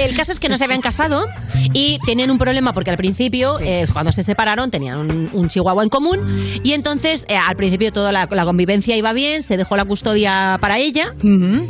El caso es que no se habían casado y tenían un problema porque al principio, eh, cuando se separaron, tenían un, un chihuahua en común y entonces eh, al principio toda la, la convivencia iba bien, se dejó la custodia para ella, porque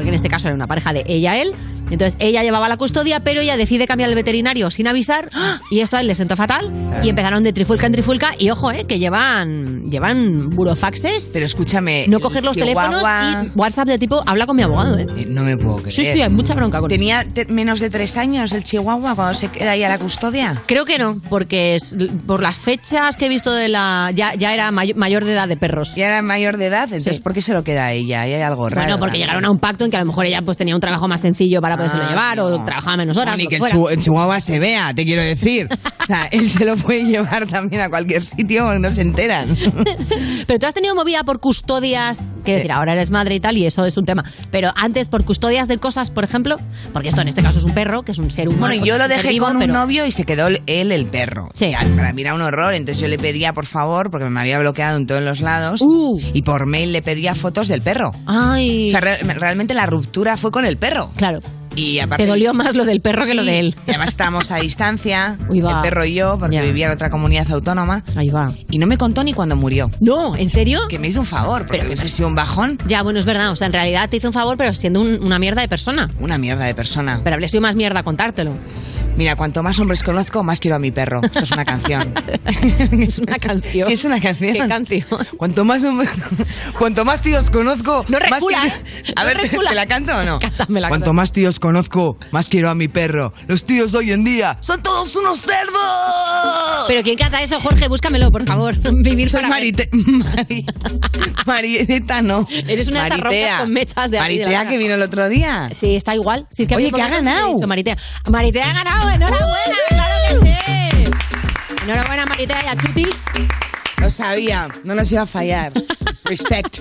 en este caso era una pareja de ella-él. Entonces ella llevaba la custodia, pero ella decide cambiar el veterinario sin avisar y esto a él le sentó fatal y empezaron de trifulca en trifulca y ojo, eh, que llevan, llevan burofaxes. Pero escúchame. No coger los teléfonos y WhatsApp de tipo, habla con mi abogado, eh. No me puedo creer. Sí, sí, hay mucha bronca con ¿Tenía te- menos de tres años el chihuahua cuando se queda ahí a la custodia? Creo que no, porque es- por las fechas que he visto de la ya, ya era may- mayor de edad de perros. Ya era mayor de edad, entonces ¿por qué se lo queda a ella? Ahí hay algo raro. Bueno, porque llegaron a un pacto en que a lo mejor ella pues tenía un trabajo más sencillo para poderse Ah, llevar o trabajaba menos horas. Ni lo que el fuera. chihu- el chihuahua se vea, te quiero decir. O sea, él se lo puede llevar también a cualquier sitio, no se enteran. Pero tú has tenido movida por custodias, quiero decir, ahora eres madre y tal y eso es un tema. Pero antes por custodias de cosas, por ejemplo, porque esto en este caso es un perro, que es un ser humano. Bueno, pues, yo es lo un ser dejé vivo, con un pero- novio y se quedó el- él el perro. Sí. Ya, Para mí era un horror, entonces yo le pedía, por favor, porque me había bloqueado en todos los lados, y por mail le pedía fotos del perro. Uh. Ay. O sea, re- realmente la ruptura fue con el perro. Claro. Y aparte, Te dolió más lo del perro que lo de él. Y además estábamos a distancia, Uy, va. el perro y yo, porque Ya. vivía en otra comunidad autónoma. Ahí va. Y no me contó ni cuando murió. No, ¿en serio? Que me hizo un favor, porque hubiese sido un bajón, Ya, bueno, es verdad. O sea, en realidad te hizo un favor, pero siendo un- una mierda de persona. una mierda de persona. Pero habría sido más mierda contártelo. Mira, cuanto más hombres conozco, más quiero a mi perro. Esto es una canción. es una canción. Sí, es una canción. ¿Qué canción? Cuanto más, hombres- cuanto más tíos conozco, No más recula, quiero- ¿eh? A No ver, ¿te- recula. ¿te la canto o no? Cántamela, Cuanto cántame. más tíos conozco, más quiero a mi perro. Los tíos de hoy en día son todos unos cerdos. Pero ¿quién canta eso, Jorge? Búscamelo, por favor. Vivir Soy para ver. Marite... Mari- Marieta, no. Eres una de estas rojas con mechas de ahí de la Maritea cara. que vino el otro día. Sí, está igual. Sí, es que Oye, había que ha momentos ganado. he dicho, Maritea. Maritea ha ganado. Enhorabuena, claro que sí. Enhorabuena, Maritea y a Chuti. Lo sabía, no nos iba a fallar. Respect.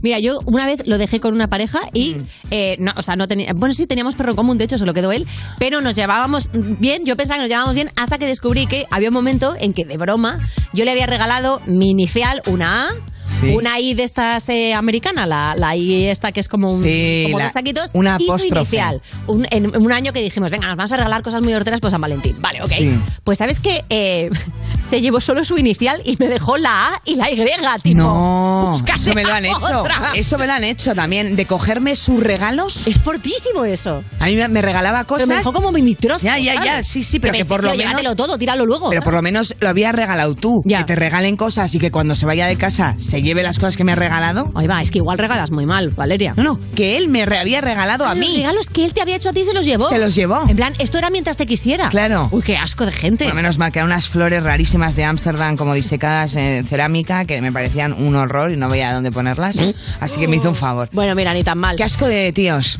Mira, yo una vez lo dejé con una pareja y, Mm. eh, no, o sea, no tenía. Bueno, sí, teníamos perro en común, de hecho, se lo quedó él, pero nos llevábamos bien. Yo pensaba que nos llevábamos bien hasta que descubrí que había un momento en que, de broma, yo le había regalado mi inicial, una A. Sí. Una I de estas eh, americana, la, la I esta que es como un Sí, como Eh, la- dos saquitos, una y su apóstrofe. inicial. Un, en un año que dijimos, venga, nos vamos a regalar cosas muy horteras pues San Valentín. Vale, ok. Sí. Pues sabes que se llevó solo su inicial y me dejó la A y la Y, tipo. No, búscate eso me lo han hecho. otra. Eso me lo han hecho también, de cogerme sus regalos. Es fortísimo eso. A mí me- me regalaba Pero cosas. me dejó como mi trozo. Ya, ya, ya, ¿sabes? sí, sí, pero que me por decís, lo "Tío, menos- llévatelo todo, tíralo luego. Pero por lo menos lo habías regalado tú. Ya. Que te regalen cosas y que cuando se vaya de casa se lleve las cosas que me ha regalado. Ahí va, es que igual regalas muy mal, Valeria. No, no, que él me re- había regalado a Los mí. regalos que él te había hecho a ti se los llevó. Se los llevó. En plan, esto era mientras te quisiera. Claro. Uy, qué asco de gente. Bueno, menos mal que eran unas flores rarísimas de Ámsterdam como disecadas en cerámica que me parecían un horror y no veía dónde ponerlas. Así que me hizo un favor. ¿Eh? Bueno, mira, ni tan mal. Qué asco de tíos.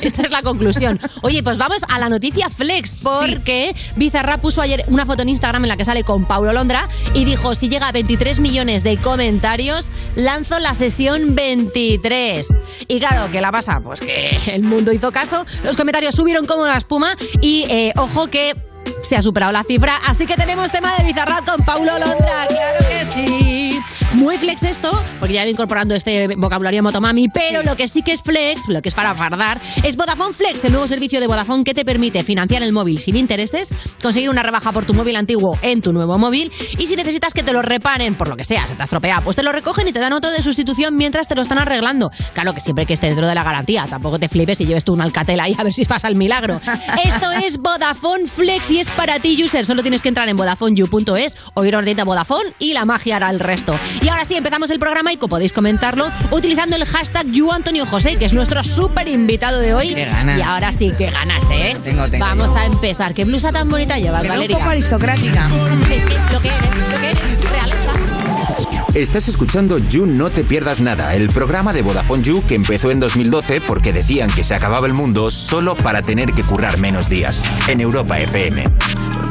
Esta es la conclusión. Oye, pues vamos a la noticia Flex, porque Bizarra puso ayer una foto en Instagram en la que sale con Paulo Londra y dijo, si llega a 23 millones de comentarios, lanzo la sesión 23. Y claro, ¿qué la pasa? Pues que el mundo hizo caso, los comentarios subieron como una espuma y eh, ojo que se ha superado la cifra, así que tenemos tema de Bizarra con Paulo Londra, claro que sí. Muy flex esto, porque ya voy incorporando este vocabulario motomami, pero lo que sí que es flex, lo que es para fardar, es Vodafone Flex, el nuevo servicio de Vodafone que te permite financiar el móvil sin intereses, conseguir una rebaja por tu móvil antiguo en tu nuevo móvil y si necesitas que te lo reparen, por lo que sea, se te ha estropeado, pues te lo recogen y te dan otro de sustitución mientras te lo están arreglando. Claro que siempre que esté dentro de la garantía, tampoco te flipes y lleves tú un alcatel ahí a ver si pasa el milagro. Esto es Vodafone Flex y es para ti, user. Solo tienes que entrar en vodafoneyou.es o ir a ordita Vodafone y la magia hará el resto. Y ahora sí, empezamos el programa y como podéis comentarlo utilizando el hashtag YouAntonioJosé, que es nuestro súper invitado de hoy. Qué ganas. Y ahora sí, que ganas, ¿eh? Tengo, tengo. Vamos a empezar. ¿Qué blusa tan bonita llevas, Pero un Valeria? poco aristocrática. Es que lo que eres, lo que eres, realeza. Estás escuchando You No Te Pierdas Nada, el programa de Vodafone You que empezó en 2012 porque decían que se acababa el mundo solo para tener que currar menos días. En Europa FM. Por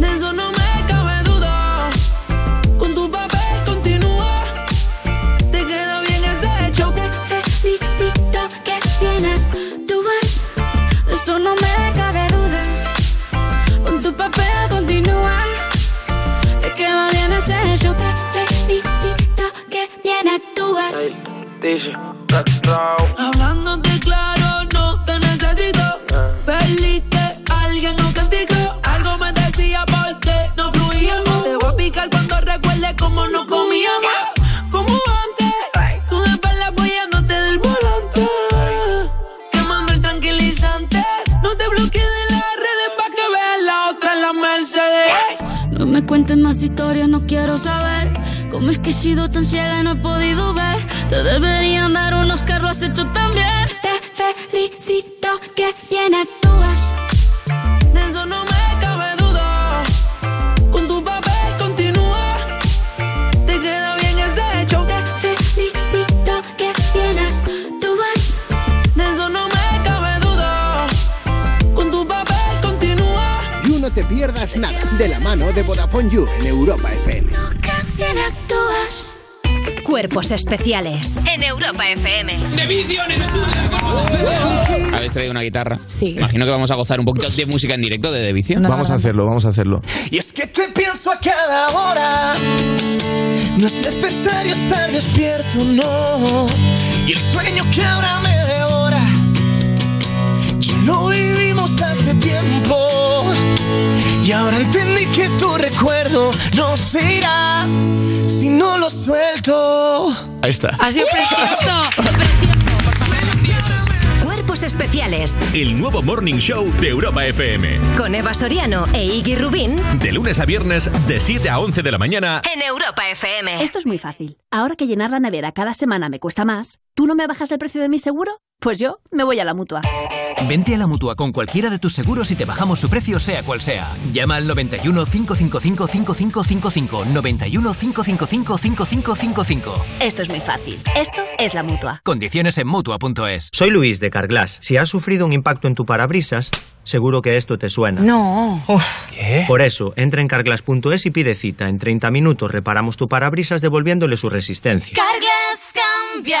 De eso no me cabe duda. Con tu papel continúa. Te queda bien ese hecho. Te felicito que bien actúas. De eso no me cabe duda. Con tu papel continúa. Te queda bien ese hecho. Te felicito que bien actúas. Dice, let's go. Hablándote claro, no te necesito. Perdiste, alguien no castigó. Algo me decía porque no fluíamos. Te voy a picar cuando recuerde cómo no comíamos. Como antes, tú después la apoyándote del volante. Quemando el tranquilizante. No te bloquees de las redes pa' que veas la otra en la Mercedes. No me cuentes más historias, no quiero saber cómo es que he sido tan ciega y no he podido ver. Te deberían dar unos carros has hecho también. Te felicito que bien actúas. De eso no me cabe duda. Con tu papel continúa. Te queda bien ese hecho. Te felicito que bien actúas. De eso no me cabe duda. Con tu papel continúa. You No Te Pierdas Nada, de la mano de Vodafone You en Europa FM. Bien actúas. Cuerpos especiales en Europa FM. De vicio en el Habéis traído una guitarra. Sí. Imagino que vamos a gozar un poquito de música en directo de The Vicio. Vamos a hacerlo, vamos a hacerlo. Y es que te pienso a cada hora. No es necesario estar despierto, no. Y el sueño que ahora me devora, que lo vivimos hace tiempo. Y ahora entendí que tu recuerdo no se irá si no lo suelto. Ahí está. Así es Cuerpos especiales El nuevo Morning Show de Europa FM. con Eva Soriano e Iggy Rubín De lunes a viernes, de 7 a 11 de la mañana. en Europa FM. Esto es muy fácil. Ahora que llenar la nevera cada semana me cuesta más, ¿tú no me bajas el precio de mi seguro? Pues yo me voy a la mutua. Vente a la mutua con cualquiera de tus seguros y te bajamos su precio, sea cual sea. Llama al 91 555 5555. 91 555 5555. Esto es muy fácil. Esto es la mutua. Condiciones en mutua.es. Soy Luis de Carglass. Si has sufrido un impacto en tu parabrisas, seguro que esto te suena. No. Por eso, entra en carglass.es y pide cita. En 30 minutos reparamos tu parabrisas devolviéndole su resistencia. Carglas cambia,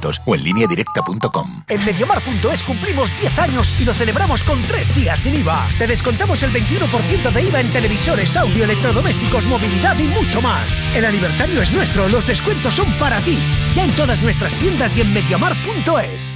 o en lineadirecta.com. En Mediamar.es cumplimos 10 años y lo celebramos con 3 días sin IVA. Te descontamos el 21% de IVA en televisores, audio, electrodomésticos, movilidad y mucho más. El aniversario es nuestro, los descuentos son para ti. Ya en todas nuestras tiendas y en Mediamar.es.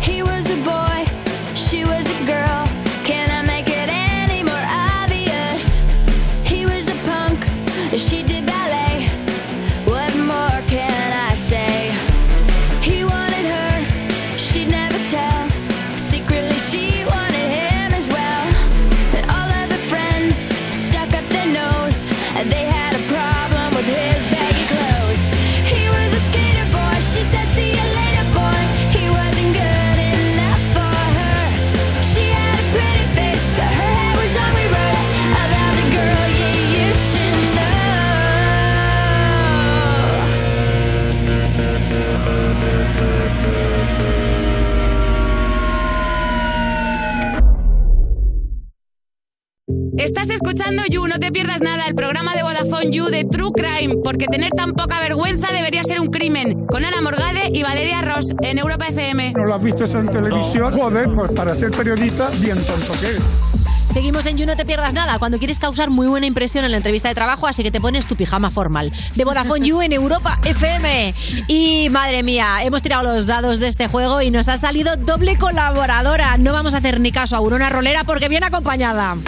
He was a boy, she was a girl. Can I make Estás escuchando You, no te pierdas nada, el programa de Vodafone You de True Crime, porque tener tan poca vergüenza debería ser un crimen, con Ana Morgade y Valeria Ross en Europa FM. ¿No lo has visto eso en televisión? Joder, pues para ser periodista, bien tonto que eres. Seguimos en You, no te pierdas nada. Cuando quieres causar muy buena impresión en la entrevista de trabajo, así que te pones tu pijama formal. De Vodafone You en Europa FM. Y madre mía, hemos tirado los dados de este juego y nos ha salido doble colaboradora. No vamos a hacer ni caso a Aurora Rolera porque viene acompañada.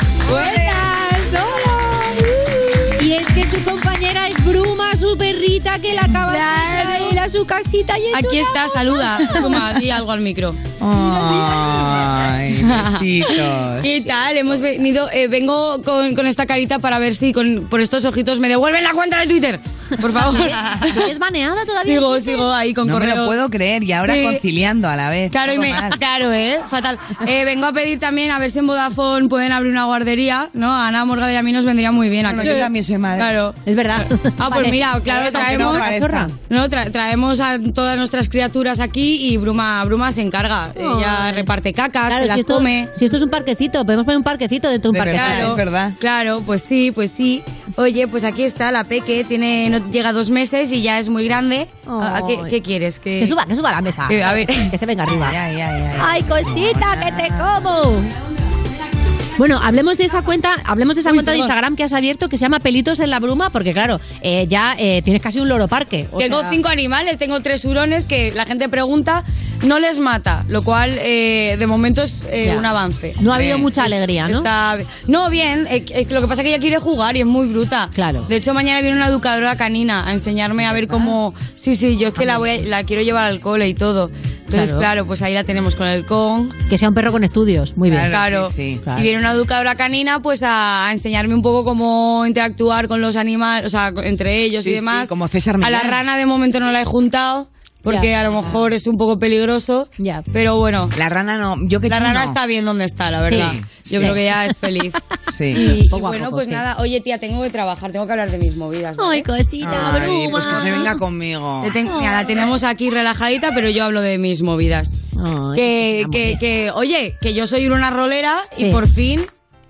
Y es que su compañera es Bruma, su perrita que la acaba de traer a él a su casita. Y es una Aquí está, saluda. broma. Toma, di algo al micro. Ay, besitos. ¿Qué tal? Hemos venido, eh, vengo con, con esta carita para ver si con, por estos ojitos me devuelven la cuenta de Twitter. Por favor. ¿Es baneada todavía? Sigo, sigo ahí con no correos. me lo puedo creer y ahora Sí. conciliando a la vez. Claro, y Todo me- mal. claro, ¿eh? Fatal. Eh, vengo a pedir también a ver si en Vodafone pueden abrir una guardería, ¿no? A Ana Morgada y a mí nos vendría muy bien aquí. Bueno, yo también soy madre. Claro. Es verdad. Ah, pues Vale. mira, claro, Aunque no traemos, parezca. no, tra- traemos a todas nuestras criaturas aquí y Bruma, Bruma se encarga. Ella reparte cacas, Oh. Claro, se si las esto- come. Si esto es un parquecito, podemos poner un parquecito dentro de un parque. Claro, pues sí, pues sí. Oye, pues aquí está la Peque, tiene, no, llega dos meses y ya es muy grande. Ah, ¿Qué, Ay. qué quieres? Que, Que suba, que suba a la mesa. Eh, a ver. Que se venga arriba. Ay, cosita, que te como. Bueno, hablemos de esa cuenta, hablemos de esa Uy, cuenta perdón. de Instagram que has abierto que se llama Pelitos en la Bruma, porque claro, eh, ya eh, tienes casi un loro parque. o Tengo sea- cinco animales, tengo tres hurones que la gente pregunta, no les mata, lo cual eh, de momento es eh, Ya. un avance. No ha habido mucha alegría, ¿no? Está- no, bien, eh, eh, lo que pasa es que ella quiere jugar y es muy bruta. Claro. De hecho, mañana viene una educadora canina a enseñarme a ver cómo... Sí, sí, yo es que la, voy a- la quiero llevar al cole y todo. Entonces, Claro. claro, pues ahí la tenemos con el con. Que sea un perro con estudios, muy bien. Claro. Claro. Y viene una educadora canina pues a, a enseñarme un poco cómo interactuar con los animales, o sea, co- entre ellos Sí, y sí, demás. como César A la Millán. rana de momento no la he juntado porque Ya. a lo mejor es un poco peligroso. Pero bueno. La rana no, yo que La tú rana no. está bien donde está, la verdad. Sí, sí. Yo creo que ya es feliz. Sí. Y, y Poco a bueno, poco, pues sí. nada. Oye, tía, tengo que trabajar, tengo que hablar de mis movidas. Ay, cosita, Ay, pues que se venga conmigo. la tenemos aquí relajadita, pero yo hablo de mis movidas. que, que, que, oye, que yo soy una rolera Sí. y por fin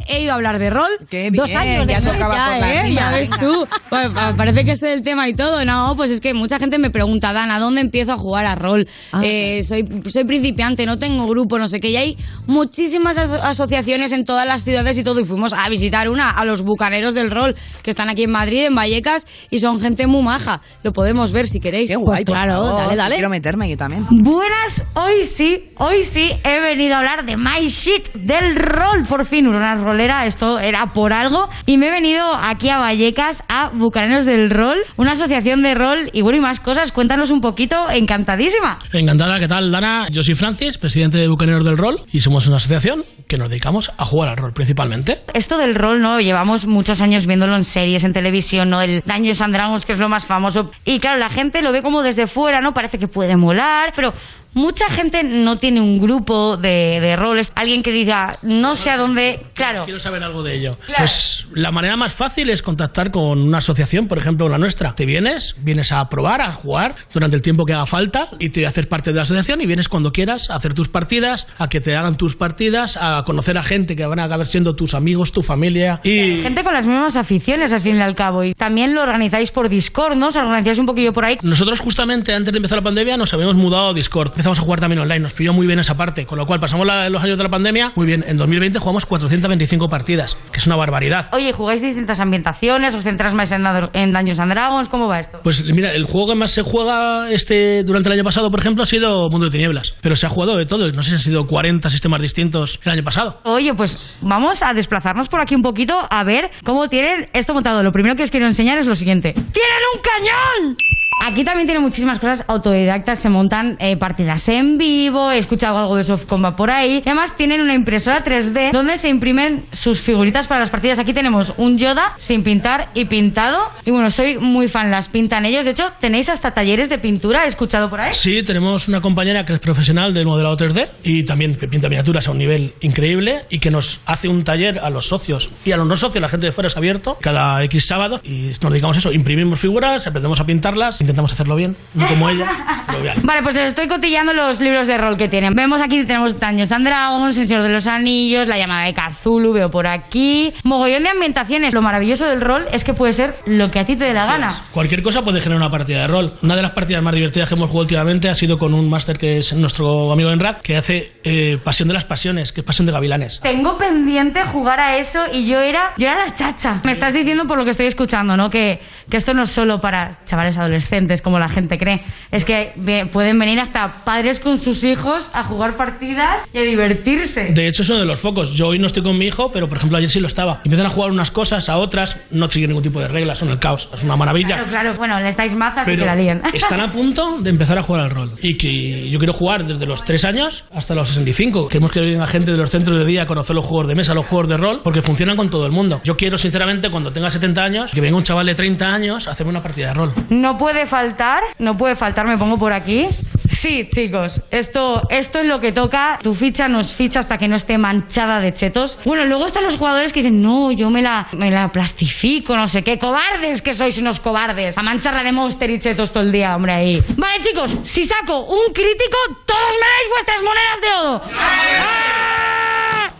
he ido a hablar de rol. Dos bien, años ya después. tocaba por la Ya, ¿eh? rima, Ya ves venga. tú. Bueno, pa- parece que es el tema y todo. No, pues es que mucha gente me pregunta, Dana, ¿dónde empiezo a jugar a rol? Ah, Eh, soy, soy principiante, no tengo grupo, no sé qué. Y hay muchísimas aso- asociaciones en todas las ciudades y todo. Y fuimos a visitar una, a los bucaneros del rol, que están aquí en Madrid, en Vallecas, y son gente muy maja. Lo podemos ver si queréis. Pues Ay, por favor, Quiero meterme yo también. Buenas, hoy sí, hoy sí he venido a hablar de My Shit, del rol, por fin, una rolera, esto era por algo. Y me he venido aquí a Vallecas, a Bucaneros del Rol, una asociación de rol y bueno, y más cosas. Cuéntanos un poquito, encantadísima. Encantada, ¿qué tal, Dana? Yo soy Francis, presidente de Bucaneros del Rol, y somos una asociación que nos dedicamos a jugar al rol principalmente. Esto del rol, ¿no? Llevamos muchos años viéndolo en series, en televisión, ¿no? El Daños and Dragons, que es lo más famoso. Y claro, la gente lo ve como desde fuera, ¿no? Parece que puede molar, pero mucha gente no tiene un grupo de, de roles. Alguien que diga, no sé a dónde. Claro. Quiero saber algo de ello. Pues la manera más fácil es contactar con una asociación, por ejemplo la nuestra. Te vienes, vienes a probar, a jugar durante el tiempo que haga falta y te haces parte de la asociación y vienes cuando quieras a hacer tus partidas, a que te hagan tus partidas, a conocer a gente que van a acabar siendo tus amigos, tu familia y... Gente con las mismas aficiones, al fin y al cabo. Y también lo organizáis por Discord, ¿no? Os organizáis un poquillo por ahí. Nosotros justamente antes de empezar la pandemia nos habíamos mudado a Discord. Empezamos a jugar también online, nos pilló muy bien esa parte, con lo cual pasamos la- los años de la pandemia muy bien. En 2020 jugamos 425 partidas, que es una barbaridad. Oye, ¿jugáis distintas ambientaciones? ¿Os centráis más en, en Daños and Dragons? ¿Cómo va esto? Pues mira, el juego que más se juega este durante el año pasado, por ejemplo, ha sido Mundo de Tinieblas. Pero se ha jugado de todo. No sé si han sido 40 sistemas distintos el año pasado. Oye, pues vamos a desplazarnos por aquí un poquito a ver cómo tienen esto montado. Lo primero que os quiero enseñar es lo siguiente. ¡Tienen un cañón! Aquí también tienen muchísimas cosas autodidactas, se montan eh, partidas en vivo, he escuchado algo de soft combat por ahí. Y además tienen una impresora 3D donde se imprimen sus figuritas para las partidas. Aquí tenemos un Yoda sin pintar y pintado. Y bueno, soy muy fan, las pintan ellos. De hecho, tenéis hasta talleres de pintura, he escuchado por ahí. ¿Eh? Sí, tenemos una compañera que es profesional del modelado 3D y también que pinta miniaturas a un nivel increíble y que nos hace un taller a los socios y a los no socios, la gente de fuera es abierto cada X sábado y nos dedicamos a eso, imprimimos figuras, aprendemos a pintarlas, intentamos hacerlo bien, no como ella, pero bien. Vale, pues les estoy cotillando los libros de rol que tienen. Vemos aquí tenemos Daños and Dragons, El Señor de los Anillos, La llamada de Cthulhu, veo por aquí. Mogollón de ambientaciones. Lo maravilloso del rol es que puede ser lo que a ti te dé la gana. Cualquier cosa puede generar una partida de rol. Una de las partidas más divertidas que hemos jugado últimamente ha sido con un máster que es nuestro amigo Enrad, que hace eh, Pasión de las Pasiones, que es Pasión de Gavilanes. Tengo pendiente jugar a eso y yo era, yo era la chacha. Me estás diciendo por lo que estoy escuchando, ¿no? Que, que esto no es solo para chavales adolescentes, como la gente cree. Es que ve- pueden venir hasta padres con sus hijos a jugar partidas y a divertirse. De hecho, es uno de los focos. Yo hoy no estoy con mi hijo, pero por ejemplo ayer sí lo estaba. Empiezan a jugar unas cosas a otras, no siguen ningún tipo de reglas, son el caos. Es una maravilla. Claro, claro. Bueno, le estáis mazas y Pero que la lían. están a punto de empezar a jugar al rol. Y que yo quiero jugar desde los 3 años hasta los 65. Queremos que venga gente de los centros de día a conocer los juegos de mesa, los juegos de rol, porque funcionan con todo el mundo. Yo quiero, sinceramente, cuando tenga 70 años, que venga un chaval de 30 años a hacerme una partida de rol. No puede faltar, no puede faltar, me pongo por aquí. Sí, chicos, esto, esto es lo que toca. Tu ficha nos ficha hasta que no esté manchada de chetos. Bueno, luego están los jugadores que dicen, no, yo me la, me la plastifico, no sé qué. Cobardes que sois unos cobardes. A mancharla de monster y chetos todo el día, hombre, ahí. Vale, chicos, si saco un crítico, todos me dais vuestras monedas de oro. ¡Ah!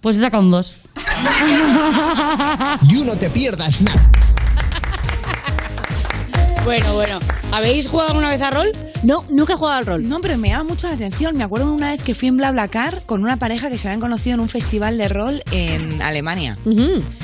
Pues he sacado un dos. You no te pierdas nada. Bueno, bueno. ¿Habéis jugado alguna vez a rol? No, nunca he jugado al rol. No, pero me llama mucho la atención. Me acuerdo una vez que fui en BlaBlaCar con una pareja que se habían conocido en un festival de rol en Alemania.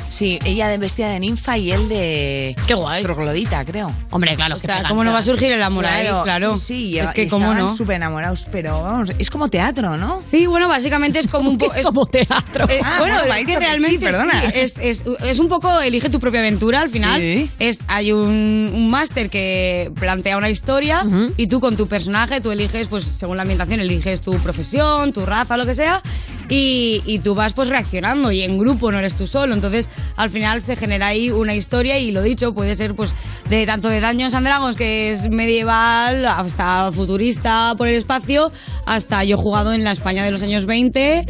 Sí, ella de vestida de ninfa y él de... Qué guay. Troglodita, creo. Hombre, claro, Ostras, ¿cómo no va a surgir el amor ahí? Claro. Sí, sí, Es lleva- que cómo estaban no. súper enamorados, pero vamos, es como teatro, ¿no? Sí, bueno, básicamente es como un poco. Es como teatro. Ah, Eh, bueno, bueno, me ha dicho que es que sí, realmente. perdona. sí, eh, es, es- es un poco elige tu propia aventura al final. Sí. Es, hay un, un máster que plantea una historia y tú con tu personaje, tú eliges, pues según la ambientación, eliges tu profesión, tu raza, lo que sea. Y, y tú vas pues reaccionando y en grupo no eres tú solo. Entonces al final se genera ahí una historia y lo dicho, puede ser pues de tanto de Dungeons and Dragons, que es medieval, hasta futurista por el espacio, hasta yo he jugado en la España de los años 20, eh,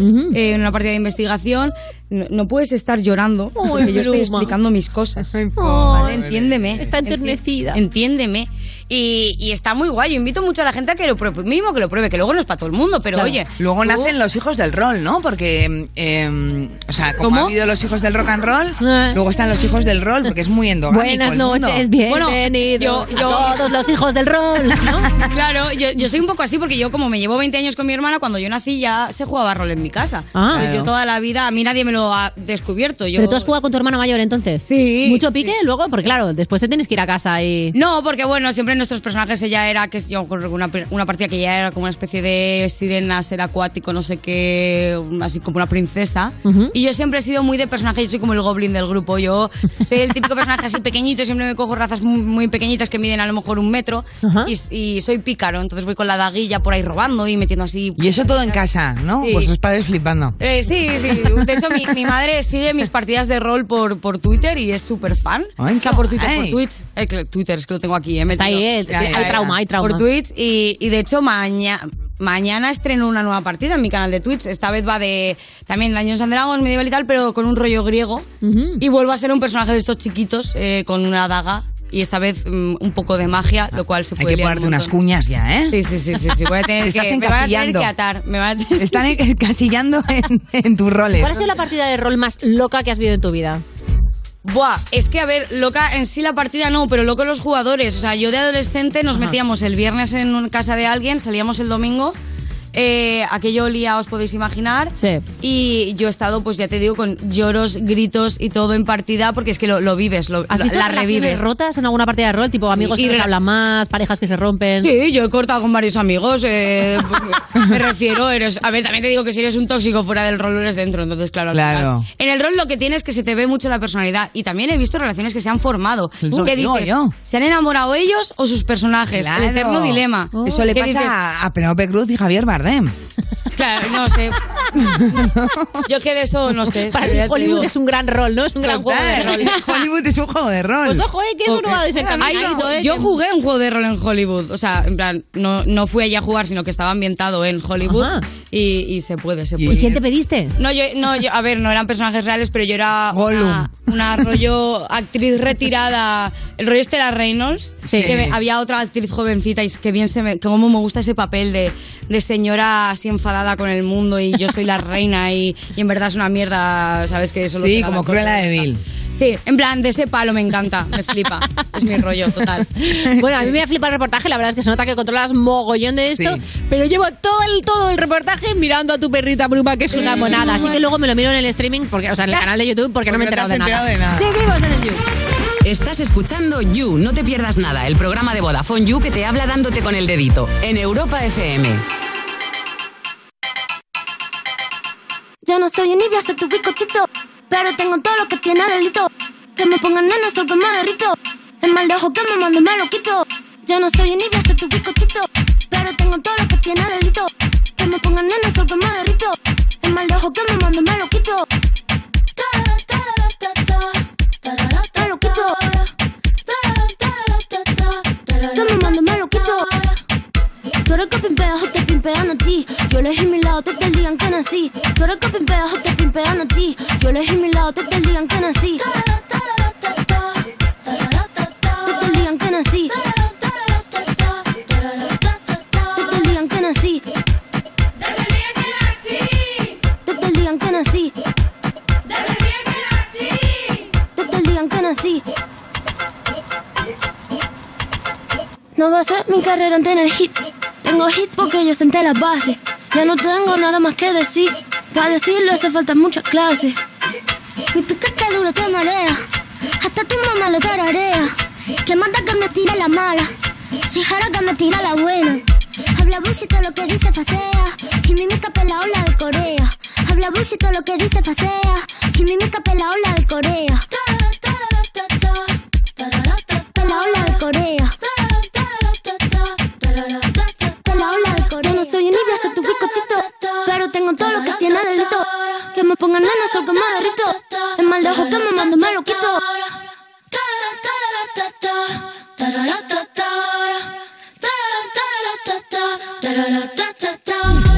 en una partida de investigación. No, no puedes estar llorando porque yo estoy Bruma. explicando mis cosas. pobre. ¿vale? Entiéndeme. Está enternecida. Entiéndeme. Y, y está muy guay. Yo invito mucho a la gente a que lo pruebe, mínimo que lo pruebe, que luego no es para todo el mundo, pero Claro. oye. Luego tú- nacen los hijos del rol, ¿no? Porque, eh, o sea, como ¿Cómo? Ah. ha habido los hijos del rock and roll, luego están los hijos del rol, porque es muy endogámico. Buenas el mundo. noches, Bueno, bienvenidos yo- yo- a todos los hijos del rol. ¿no? Claro, yo, yo soy un poco así porque yo como me llevo 20 años con mi hermana, cuando yo nací ya se jugaba rol en mi casa. Ah. Entonces, Claro. yo toda la vida, a mí nadie me lo ha descubierto. Yo, Pero tú has jugado con tu hermano mayor entonces. Sí. ¿Mucho pique luego? Porque claro, después te tienes que ir a casa y... No, porque bueno, siempre nuestros personajes ella era, que es- yo recuerdo una, per- una partida que ya era como una especie de sirena, ser acuático, no sé qué, un- así como una princesa. Y yo siempre he sido muy de personaje, yo soy como el goblin del grupo, yo soy el típico personaje así pequeñito, siempre me cojo razas muy, muy pequeñitas que miden a lo mejor un metro Ajá. y, y soy pícaro, entonces voy con la daguilla por ahí robando y metiendo así... Y eso todo en casa, ¿no? Sí. Vuestros padres flipando. Eh, sí, sí. De hecho, mi, mi madre sigue mis partidas de rol por, por Twitter y es súper fan. Ay, O sea, por Twitter, por ay. Twitch. Eh, cl- Twitter, es que lo tengo aquí, ¿eh? metido. ahí, eh, Ya, hay ya, ya. trauma, hay trauma. Por Twitch y, y de hecho, mañana. Mañana estreno una nueva partida en mi canal de Twitch. Esta vez va de también Daños and Dragons, medieval y tal, pero con un rollo griego. Y vuelvo a ser un personaje de estos chiquitos eh, con una daga y esta vez mm, un poco de magia, lo cual se Hay puede que liar un ponerte unas montón. cuñas ya, ¿eh? Sí, sí, sí, sí, sí. Voy a tener Te estás que, me van a tener encasillando. que atar. Me van a tener- Te Están encasillando en, en tus roles. ¿Cuál ha sido la partida de rol más loca que has vivido en tu vida? Buah, es que a ver, loca en sí la partida no, pero loco los jugadores. O sea, yo de adolescente nos Ajá. metíamos el viernes en un- casa de alguien, salíamos el domingo. eh, aquello olía, os podéis imaginar. Sí. Y yo he estado, pues ya te digo, con lloros, gritos y todo en partida, porque es que lo, lo vives, lo, ¿Has la- visto la relaciones revives. rotas en alguna partida de rol? Tipo amigos y que no se rela- hablan más, parejas que se rompen. Sí, yo he cortado con varios amigos. eh, me refiero, eres, a ver, también te digo que si eres un tóxico fuera del rol, lo eres dentro, entonces claro. al Claro. final- En el rol lo que tienes es que se te ve mucho la personalidad y también he visto relaciones que se han formado. Eso ¿Qué digo dices? yo. ¿Se han enamorado ellos o sus personajes? El Claro. eterno dilema. Eso le ¿Qué pasa dices? a- a Penélope Cruz y Javier Bardem. Claro, no sé. Yo que de eso no sé. Para ti ya te Hollywood digo. es un gran rol, ¿no? Es un gran juego de rol. Hollywood es un juego de rol. Pues ojo, eh, que eso no va desencaminado, eh, Yo que- jugué un juego de rol en Hollywood. O sea, en plan, no, no fui allá a jugar, sino que estaba ambientado en Hollywood. Ajá. Y, y se puede, se ¿Y puede. quién te pediste? Este No, yo, no, yo, a ver, no eran personajes reales, pero yo era una, una rollo actriz retirada, el rollo Estela Reynolds, Sí. que me- había otra actriz jovencita y es que bien se me, que cómo me gusta ese papel de, de señora así enfadada con el mundo y yo soy la reina y, y en verdad es una mierda, sabes que eso Sí, como Cruella de Vil. Sí, en plan de ese palo me encanta, me flipa, es mi rollo total. Bueno, a mí me ha flipado el reportaje, la verdad es que se nota que controlas mogollón de esto, pero llevo todo el, todo el reportaje mirando a tu perrita Bruma, que es una monada. Así que luego me lo miro en el streaming, porque, o sea, en el canal de YouTube, porque no me he Porque no enterado, te has de, nada. enterado de nada. Seguimos en el You. Estás escuchando You, no te pierdas nada, el programa de Vodafone You que te habla dándote con el dedito en Europa FM. Yo no soy envidia, soy tu bizcochito. Pero tengo todo lo que tiene delito. Que me pongan nena, soy que me derrito. El mal de ojo que me mando me lo quito. Yo no soy envidia, soy tu bizcochito. Pero tengo todo lo que tiene delito. Que me pongan nena, soy que me derrito. El mal de ojo que me mando me lo quito. Tarara, tarara, ta, ta. Tarara, ta, Me lo quito. Tarara, tarara, ta, ta. Que me mando me lo quito. Tú eres el que pimpea, o te pimpean a ti. Yo elegí mi lado, te te digan que nací. Tú eres el que pimpea, o te pimpean a ti. Yo elegí mi lado, te te digan que nací. Te te digan que nací. Te te digan que nací. Te te digan que nací. Te te digan que nací. No va a ser mi carrera en tener hits. Tengo hits porque yo senté las bases. Ya no tengo nada más que decir. Para decirlo hace falta muchas clases. Mi piquete duro te marea. Hasta tu mamá le tararea. Que manda que me tira la mala. Si jara que me tira la buena. Habla bullshit todo lo que dice facea. Quimímica pa' la ola de Corea. Habla bullshit todo lo que dice facea. Quimímica pa' la ola de Corea. Pa' la ola de Corea. Pa' la ola de Corea. Yo no soy envidia, soy tu bizcochito. Pero tengo todo lo que tiene delito. Que me pongan nana, soy como derrito. El mal de ojo que me mando me lo quito.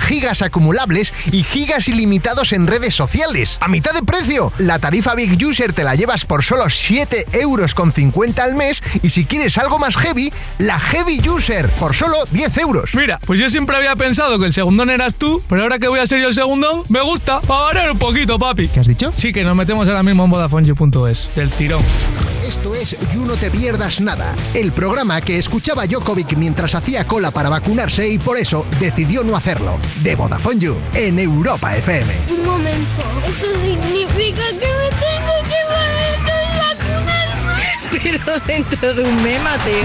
gigas acumulables y gigas ilimitados en redes sociales. A mitad de precio, la tarifa Big User te la llevas por solo 7 euros con 50 al mes y si quieres algo más heavy, la Heavy User por solo 10 euros. Mira, pues yo siempre había pensado que el segundón eras tú, pero ahora que voy a ser yo el segundón, me gusta, para variar un poquito, papi. ¿Qué has dicho? Sí, que nos metemos ahora mismo en VodafoneYou.es, del tirón. Esto es You No Te Pierdas Nada, el programa que escuchaba Jokovic mientras hacía cola para vacunarse y por eso decidió no hacerlo. De Vodafone You en Europa FM. Un momento. Eso significa que me tengo que Pero dentro de un mes, Mateo.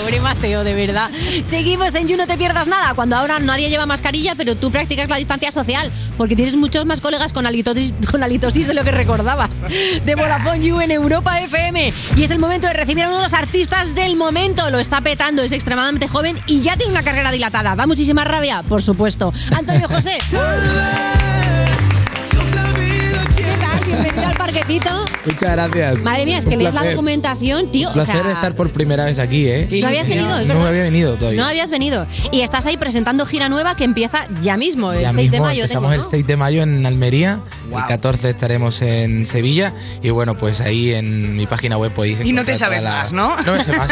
Pobre Mateo, de verdad. Seguimos en You, no te pierdas nada. Cuando ahora nadie lleva mascarilla, pero tú practicas la distancia social, porque tienes muchos más colegas con halitosis, con halitosis de lo que recordabas. De Vodafone You en Europa FM. Y es el momento de recibir a uno de los artistas del momento. Lo está petando, es extremadamente joven y ya tiene una carrera dilatada. Da muchísima rabia, por supuesto. Antonio José. ¿Qué tal? Bienvenido al parquetito. Muchas gracias. Madre mía, es que Un lees la placer. documentación, tío. Un o placer sea, estar por primera vez aquí, ¿eh? Qué No habías ilusión. venido, es No verdad. había venido todavía. No habías venido. Y estás ahí presentando gira nueva que empieza ya mismo, el Ya 6 de mismo mayo. empezamos tengo, ¿no? el 6 de mayo en Almería, Guau. El 14 estaremos en Sevilla y bueno, pues ahí en mi página web podéis Y no te encontrar sabes toda la- más, ¿no? No me sé más.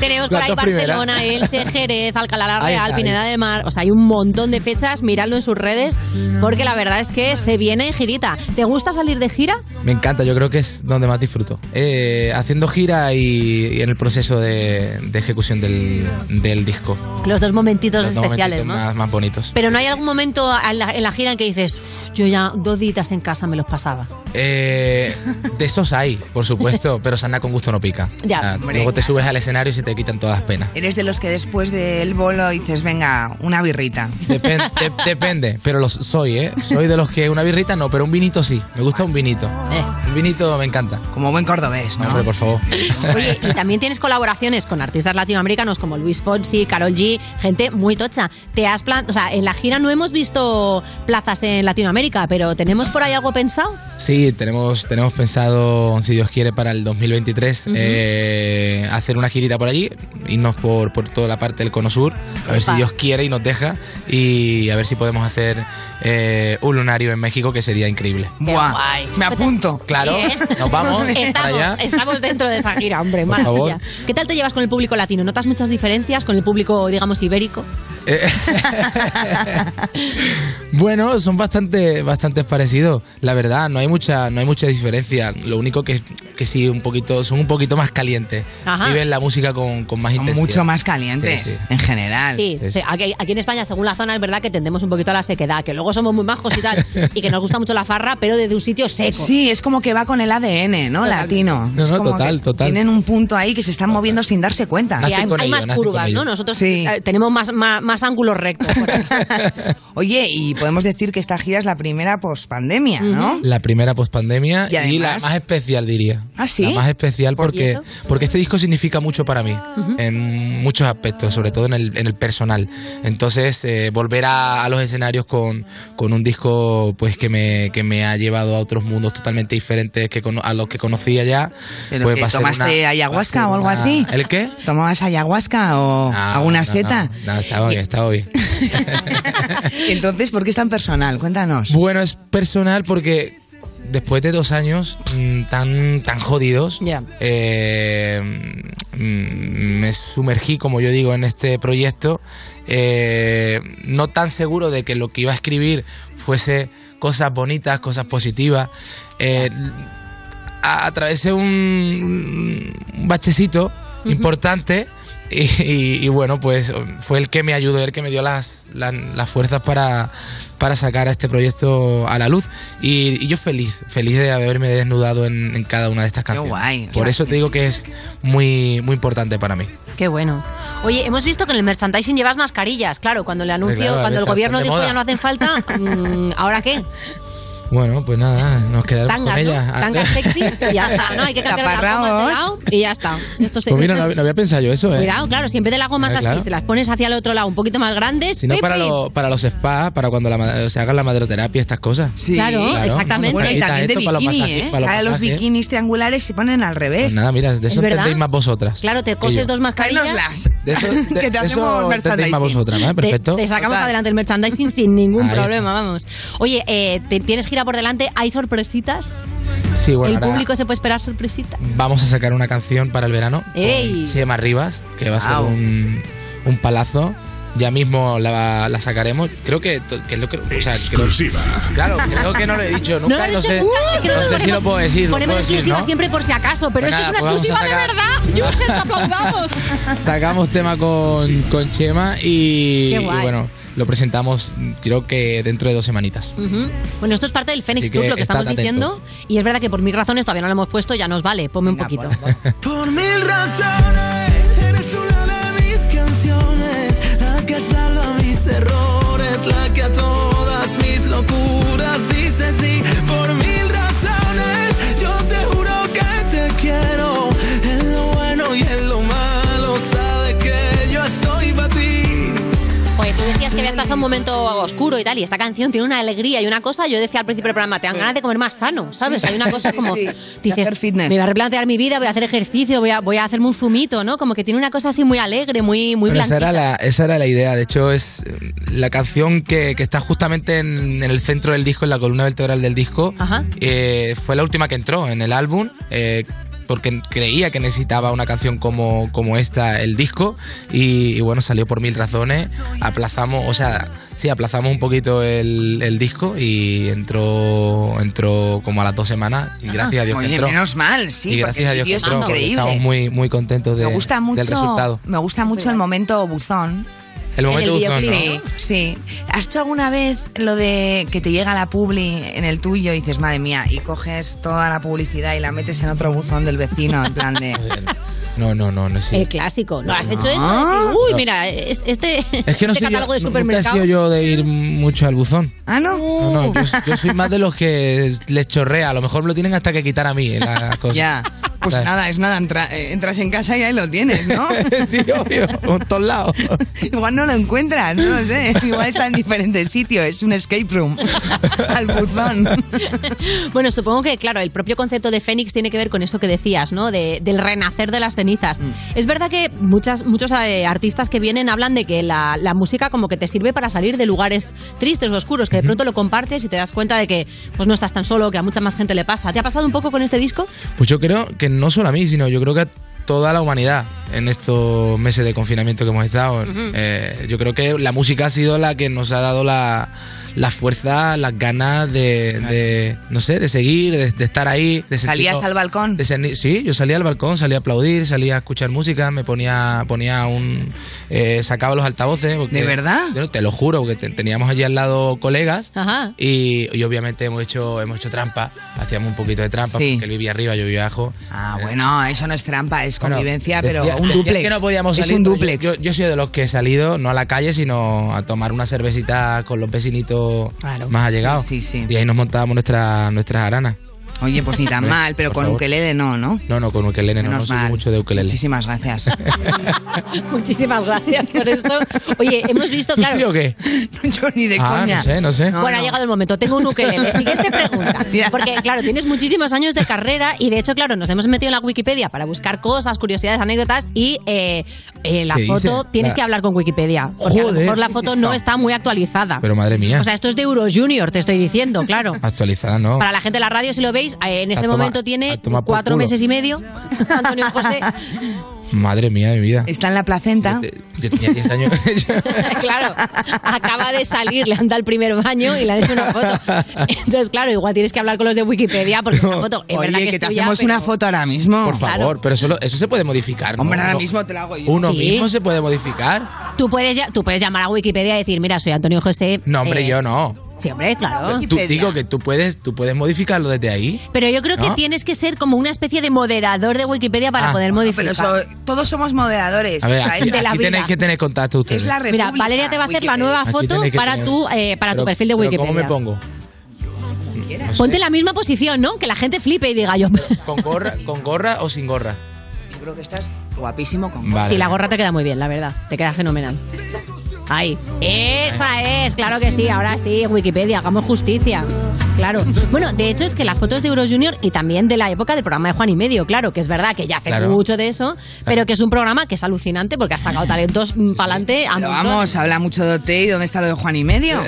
Tenemos por Las ahí dos primeras. Barcelona, Elche, Jerez, Alcalá la Ahí está, Real, ahí. Pineda de Mar. O sea, hay un montón de fechas. Miradlo en sus redes porque la verdad es que se viene girita. ¿Te gusta salir de gira? Me encanta, yo creo que es donde más disfruto. Eh, haciendo gira y, y en el proceso de, de ejecución del, del disco. Los dos momentitos Los dos especiales, momentitos ¿no? más, más bonitos. Pero no hay algún momento en la, en la gira en que dices, yo ya dos ditas en casa me los pasaba. Eh, de esos hay, por supuesto, pero sana con gusto no pica. Ya, Ah, hombre, luego te subes al escenario y se te quitan todas las penas. Eres de los que después del bolo dices, venga, una birrita. Depen- de- depende, pero los soy, ¿eh? Soy de los que una birrita no, pero un vinito sí. Me gusta un vinito. Eh. Un vinito me encanta. Como buen cordobés, ¿no? Hombre, por favor. Oye, y también tienes colaboraciones con artistas latinoamericanos como Luis Fonsi, Carol G, gente muy tocha. Te has plan o sea, en la gira no hemos visto plazas en Latinoamérica, pero ¿tenemos por ahí algo pensado? Sí, tenemos, tenemos pensado, si Dios quiere, para el 2023 Ujú. eh, hacer una girita por allí, irnos por, por toda la parte del Cono Sur, a ver si Opa. Dios quiere y nos deja, y a ver si podemos hacer eh, un lunario en México, que sería increíble. Buah, me apunto. Claro, Sí, ¿eh? nos vamos para Estamos, allá. estamos dentro de esa gira, hombre, Por maravilla. favor. ¿Qué tal te llevas con el público latino? ¿Notas muchas diferencias con el público, digamos, ibérico? Bueno, son bastante, bastante parecidos, la verdad, no hay mucha, no hay mucha diferencia. Lo único que, que sí, un poquito, son un poquito más calientes. Ajá. Viven la música con, con más Son intensidad. mucho más calientes, en Ah, general. Sí, sí, Aquí, aquí en España, según la zona, es verdad que tendemos un poquito a la sequedad, que luego somos muy majos y tal, y que nos gusta mucho la farra, pero desde un sitio seco. Sí, es como que va con el ADN, ¿no? Latino. No, Es no, como total, que total. Tienen un punto ahí que se están moviendo sin darse cuenta. Y hay, hay más curvas, ¿no? Nosotros eh, tenemos más, más, más ángulos rectos. Oye, y podemos decir que esta gira es la primera pospandemia, ¿no? La primera pospandemia Y y, la además- más especial, diría. ¿Ah, sí? La más especial porque, eso? porque este disco significa mucho para mí, Ujú. en muchos aspectos, sobre todo en el, en el personal. Entonces, eh, volver a, a los escenarios con, con un disco pues que me, que me ha llevado a otros mundos totalmente diferentes que cono- a los que conocía ya. Pero pues que va a ser ¿Tomaste una- va a ayahuasca ser o algo una- así? ¿El qué? Ah, ¿Tomabas ayahuasca o alguna No, no, seta? No, está bien, está bien. Entonces, ¿por qué es tan personal? Cuéntanos. Bueno, es personal porque después de dos años mm, tan, tan jodidos, Ya. eh, mm, me sumergí, como yo digo, en este proyecto, eh, no tan seguro de que lo que iba a escribir fuese cosas bonitas, cosas positivas. Eh, a- atravesé un, un bachecito Ujú. importante y, y- y bueno, pues fue el que me ayudó, el que me dio las, las, las fuerzas para, para sacar a este proyecto a la luz. Y, y yo feliz, feliz de haberme desnudado en, en cada una de estas canciones. guay. Por eso te digo que es muy, muy importante para mí. Qué bueno. Oye, hemos visto que en el merchandising llevas mascarillas. Claro, cuando le anuncio, Claro, a ver, cuando el están gobierno de dijo moda. ya no hacen falta, mm, ¿ahora qué? Bueno, pues nada, nos quedaremos Tangas, con ¿no? ella. Tangas sexy y ya está, ¿no? Hay que cambiar las Taparrabos. gomas de lado y ya está. Esto se- Pues mira, no, había- no había pensado yo eso, ¿eh? Cuidado, claro, si en vez de las gomas Ah, así, claro. se las pones hacia el otro lado, un poquito más grandes. Si no, ¡pip, para, pip! lo- para los spas, para cuando la ma- se hagan la maderoterapia, estas cosas. Claro, exactamente. Bueno, y Quita también de esto para los bikini, masajes, ¿eh? para los Ahora los masajes. bikinis triangulares se ponen al Pues revés. nada, mira, de eso verdad? entendéis más vosotras. Claro, te coses Que yo. dos mascarillas. De eso, de- Que te de eso hacemos entendéis merchandising. más vosotras, ¿vale? Te- Perfecto. Te, sacamos adelante el merchandising sin ningún Ahí está. problema, vamos. Oye, eh, te- tienes gira por delante, hay sorpresitas. Sí, bueno, el ahora público se puede esperar sorpresitas. vamos a sacar una canción para el verano. ¡Ey! Se llama Rivas, que va a ser Au. un, un palazo. Ya mismo la, la sacaremos. Creo que, to- que es lo que. O sea, creo- claro, creo que no lo he dicho No lo nunca. has No, dicho sé, nunca, es que no sé nosotros si lo ponemos- puedo decir. lo Ponemos puedo decir, exclusiva ¿no? siempre por si acaso, pero Pues esto es nada, una pues vamos a exclusiva de verdad. User, te aplaudamos. Sacamos tema con, con Chema y, Qué y guay. bueno, lo presentamos creo que dentro de dos semanitas. Ujú. Bueno, esto es parte del Fénix Así que Club, lo que estad estamos diciendo. Y es verdad que por mis razones todavía no lo hemos puesto, ya nos vale. Ponme un poquito. pues, Por mil razones, eres una de mis canciones, la que salva mis errores, la que a todas mis locuras dice sí. Por mil razones, yo te juro que te quiero, en lo bueno y en lo malo, sabe que yo estoy para ti. Oye, tú decías que habías pasado pasa un momento oscuro y tal, y esta canción tiene una alegría y una cosa, yo decía al principio del programa, te dan ganas de comer más sano, ¿sabes? Hay una cosa como, dices, me voy a replantear mi vida, voy a hacer ejercicio, voy a, voy a hacerme un zumito, ¿no? Como que tiene una cosa así muy alegre, muy, muy Pero esa, blanquita. era la, esa era la idea. De hecho, es eh, la canción que, que está justamente en, en el centro del disco, en la columna vertebral del disco. Ajá. Eh, fue la última que entró en el álbum. eh, porque creía que necesitaba una canción como, como esta, el disco, y, y bueno, salió por mil razones. Aplazamos, o sea, sí, aplazamos un poquito el, el disco y entró entró como a las dos semanas. Y gracias a Dios que Oye, entró. Ah, menos mal, sí, porque y gracias a el Dios que vídeo es entró, porque increíble. estamos muy, muy contentos de- me gusta mucho, del resultado. Me gusta mucho el momento buzón. El momento del buzón, videoclip. ¿no? Sí, sí. ¿Has hecho alguna vez lo de que te llega la publi en el tuyo y dices, madre mía, y coges toda la publicidad y la metes en otro buzón del vecino, en plan de... No, no, no, no sí. El clásico, ¿no has No. hecho eso? Decir, Uy, No. mira, es- este, Es que no este soy catálogo de yo, nu- nunca he supermercado... Uh. sido yo de ir mucho al buzón. Ah, no. No, no, yo, yo soy más de los que les chorrea. A lo mejor me lo tienen hasta que quitar a mí eh, las cosas. Ya. Pues ¿Sabes? nada, es nada, entra- eh, entras en casa y ahí lo tienes, ¿no? sí, obvio, por todos lados. Igual no lo encuentras, no lo sé. Igual está en diferentes sitios, es un escape room. Al buzón. Bueno, supongo que, claro, el propio concepto de Fénix tiene que ver con eso que decías, ¿no? De- del renacer de las cenizas. Mm. Es verdad que muchas, muchos eh, artistas que vienen hablan de que la, la música como que te sirve para salir de lugares tristes o oscuros, que de pronto lo compartes y te das cuenta de que pues no estás tan solo, que a mucha más gente le pasa. ¿Te ha pasado un poco con este disco? Pues yo creo que no solo a mí, sino yo creo que a toda la humanidad en estos meses de confinamiento que hemos estado. Eh, yo creo que la música ha sido la que nos ha dado la, la fuerza, las ganas de, de, no sé, de seguir, de, de estar ahí. De sentir- ¿Salías al balcón? de sentir- sí, yo salía al balcón, salía a aplaudir, salía a escuchar música, me ponía, ponía un... eh, sacaba los altavoces. porque- ¿De verdad? Yo te lo juro, porque te- teníamos allí al lado colegas Ajá. y, y obviamente hemos hecho, hemos hecho trampa, hacíamos un poquito de trampa, Sí. porque él vivía arriba, yo vivía abajo. Ah, bueno, eso no es trampa, es convivencia, pero un duplex. duplex. que no podíamos es salir, un pero duplex. Yo, yo- yo soy de los que he salido, no a la calle, sino a tomar una cervecita con los vecinitos Claro. más allegados. Sí, sí, sí. Y ahí nos montábamos nuestra, nuestras aranas. Oye, pues ni tan mal, pero Por con favor. ukelele no, ¿no? No, no, con ukelele no, Menos no soy mal. mucho de ukelele. Muchísimas gracias. Muchísimas gracias por esto. Oye, hemos visto, ¿Tú claro... sí o qué? Yo ni de ah, coña. no sé, no sé. bueno, ha llegado el momento. Tengo un ukelele. Siguiente pregunta. Porque, claro, tienes muchísimos años de carrera y, de hecho, claro, nos hemos metido en la Wikipedia para buscar cosas, curiosidades, anécdotas y eh, eh, la ¿Qué foto dices? tienes La- que hablar con Wikipedia. Porque a lo Joder. mejor la foto no está muy actualizada. Pero madre mía. O sea, esto es de Euro Junior, te estoy diciendo, claro. Actualizada, ¿no? Para la gente de la radio, si lo veis, eh, en este tomar- momento a tiene tomar por cuatro culo. meses y medio. Antonio José, Madre mía, de mi vida. Está en la placenta. Yo tenía 10 años. claro, acaba de salir, le han dado el primer baño y le han hecho una foto. Entonces, claro, igual tienes que hablar con los de Wikipedia porque la foto es verdad Oye, que, que, es te tuya, hacemos pero- una foto ahora mismo. Por favor, pero eso, lo- eso se puede modificar. ¿no? Hombre, ahora Uno- mismo te la hago yo. ¿Uno Sí. mismo se puede modificar? Tú puedes, ya- tú puedes llamar a Wikipedia y decir, mira, soy Antonio José. No, hombre, eh, yo no. Sí, hombre, claro. Tú, digo que tú puedes, tú puedes modificarlo desde ahí. Pero yo creo que ¿No? tienes que ser como una especie de moderador de Wikipedia para Ah. poder Bueno, modificar. Pero eso- todos somos moderadores. A ver, o sea, aquí, es de la aquí vida. tenéis que tener contacto ustedes. Mira, Valeria te va a hacer la nueva Aquí foto tenéis que para tener- tu, eh, para Pero- tu perfil de pero Wikipedia. ¿Cómo me pongo? Ponte en la misma posición, ¿no? Que la gente flipe y diga yo. ¿Con gorra, ¿Con gorra o sin gorra? Yo creo que estás guapísimo con Vale. Sí, la gorra te queda muy bien, la verdad. Te queda fenomenal. Ahí. Esa es, claro que sí, ahora sí, Wikipedia, hagamos justicia. Claro. Bueno, de hecho es que las fotos de Euro Junior y también de la época del programa de Juan y Medio, claro, que es verdad que ya hace Claro. mucho de eso, pero que es un programa que es alucinante porque ha sacado talentos mm, para adelante a Pero montón. vamos, habla mucho de OT y dónde está lo de Juan y medio.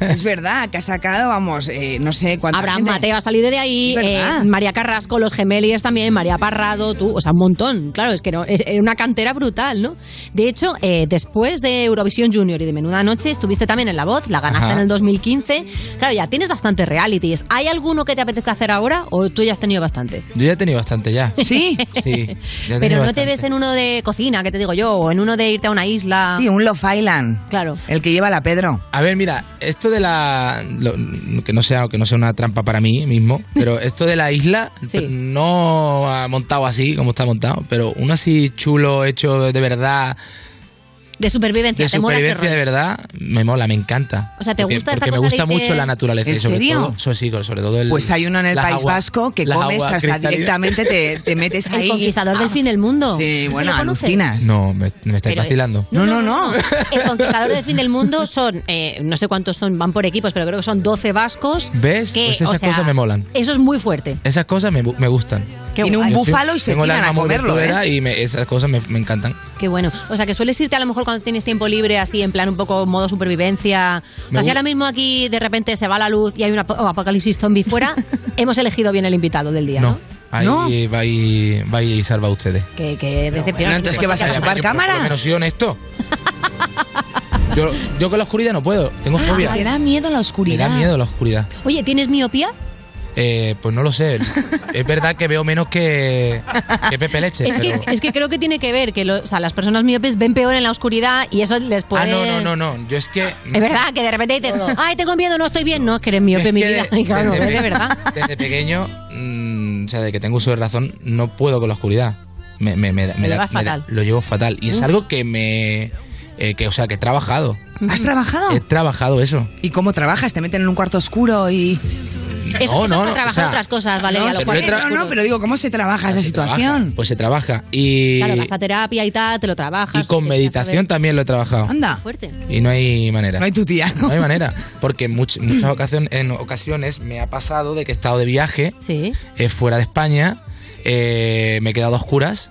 es verdad que ha sacado, vamos, eh, no sé cuánta Abraham gente. Mateo ha salido de ahí, Es verdad. eh, María Carrasco, los gemelies también, María Parrado, tú, o sea, un montón. Claro, es que no, es- era una cantera brutal, ¿no? De hecho, eh, después de Eurovisión Junior y de Menuda Noche, estuviste también en La Voz, la ganaste Ajá. en el 2015. Claro, ya tienes bastante realities. ¿Hay alguno que te apetezca hacer ahora o tú ya has tenido bastante? Yo ya he tenido bastante ya. ¿Sí? Sí. ya he Pero no tenido te bastante. ves en uno de cocina, que te digo yo, o en uno de irte a una isla. Sí, un Love Island. Claro. El que lleva la Pedro. A ver, mira, esto de la. lo- que no sea que no sea una trampa para mí mismo, pero esto de la isla no ha montado así como está montado, pero uno así chulo, hecho de verdad. De supervivencia, de te mola ese supervivencia de rollo. verdad me mola, me encanta. O sea, ¿te Porque- gusta esta Porque me cosa gusta de que- mucho la naturaleza. ¿En y sobre serio? Todo, sobre, sí, sobre todo el, Pues hay uno en el las País aguas- Vasco que las comes aguas hasta cristalinas. directamente te, te metes El ahí. conquistador del fin del mundo. Sí, bueno, alucinas. No, me, me estáis Pero- vacilando. No, no, no. El conquistador del fin del mundo son, eh, no sé cuántos son, van por equipos, pero creo que son 12 vascos. ¿Ves? Que, Pues esas o sea, cosas me molan. Eso es muy fuerte. Esas cosas me, me gustan. Qué Viene guay. un Yo soy- búfalo y se Tengo el tiran alma a muy comerlo, aventurera ¿eh? y me- esas cosas me, me encantan. Qué bueno. O sea, que sueles irte a lo mejor cuando tienes tiempo libre, así en plan un poco modo supervivencia. O Me sea, si gu- ahora mismo aquí de repente se va la luz y hay un ap- apocalipsis zombie fuera, hemos elegido bien el invitado del día, ¿no? No. Ahí va y, va y salva a ustedes. Que, que decepcionante. Entonces, ¿qué vas a chupar chupar Por lo menos soy honesto. Yo, yo con la oscuridad no puedo, tengo fobia. te Ah, da miedo la Me da oscuridad. miedo la oscuridad. Oye, ¿tienes miopía? Eh, pues no lo sé. Es verdad que veo menos que, que Pepe Leche. Es que, pero- es que creo que tiene que ver que lo- o sea, las personas miopes ven peor en la oscuridad y eso les puede... Ah, no, no, no, no. Yo es que. pues- Es verdad que de repente dices, ay, tengo miedo, no estoy bien. No, es que eres miope, mi vida. Y claro, es de verdad. Desde pequeño, mm, o sea, de que tengo uso de razón, no puedo con la oscuridad. Me, me, me, da- Lo me da- llevas me da- fatal. lo llevo fatal. Y es Mm. algo que me. eh, que, o sea, que he trabajado. ¿Has Ah. trabajado? He trabajado eso. ¿Y cómo trabajas? ¿Te meten en un cuarto oscuro y...? Eso, No, eso no, para no, trabajar o sea, otras cosas, ¿vale? no, a lo se cual- lo he tra- No, no, pero digo, ¿cómo se trabaja esa situación? Trabaja, pues se trabaja. Y, Claro, vas a terapia y tal, te lo trabajas. y con o sea, meditación sabes- también lo he trabajado. Anda. Fuerte. Y no hay manera. No hay tutía, ¿no? No hay manera. Porque much- muchas ocasiones, en ocasiones me ha pasado de que he estado de viaje eh, fuera de España, eh, me he quedado a oscuras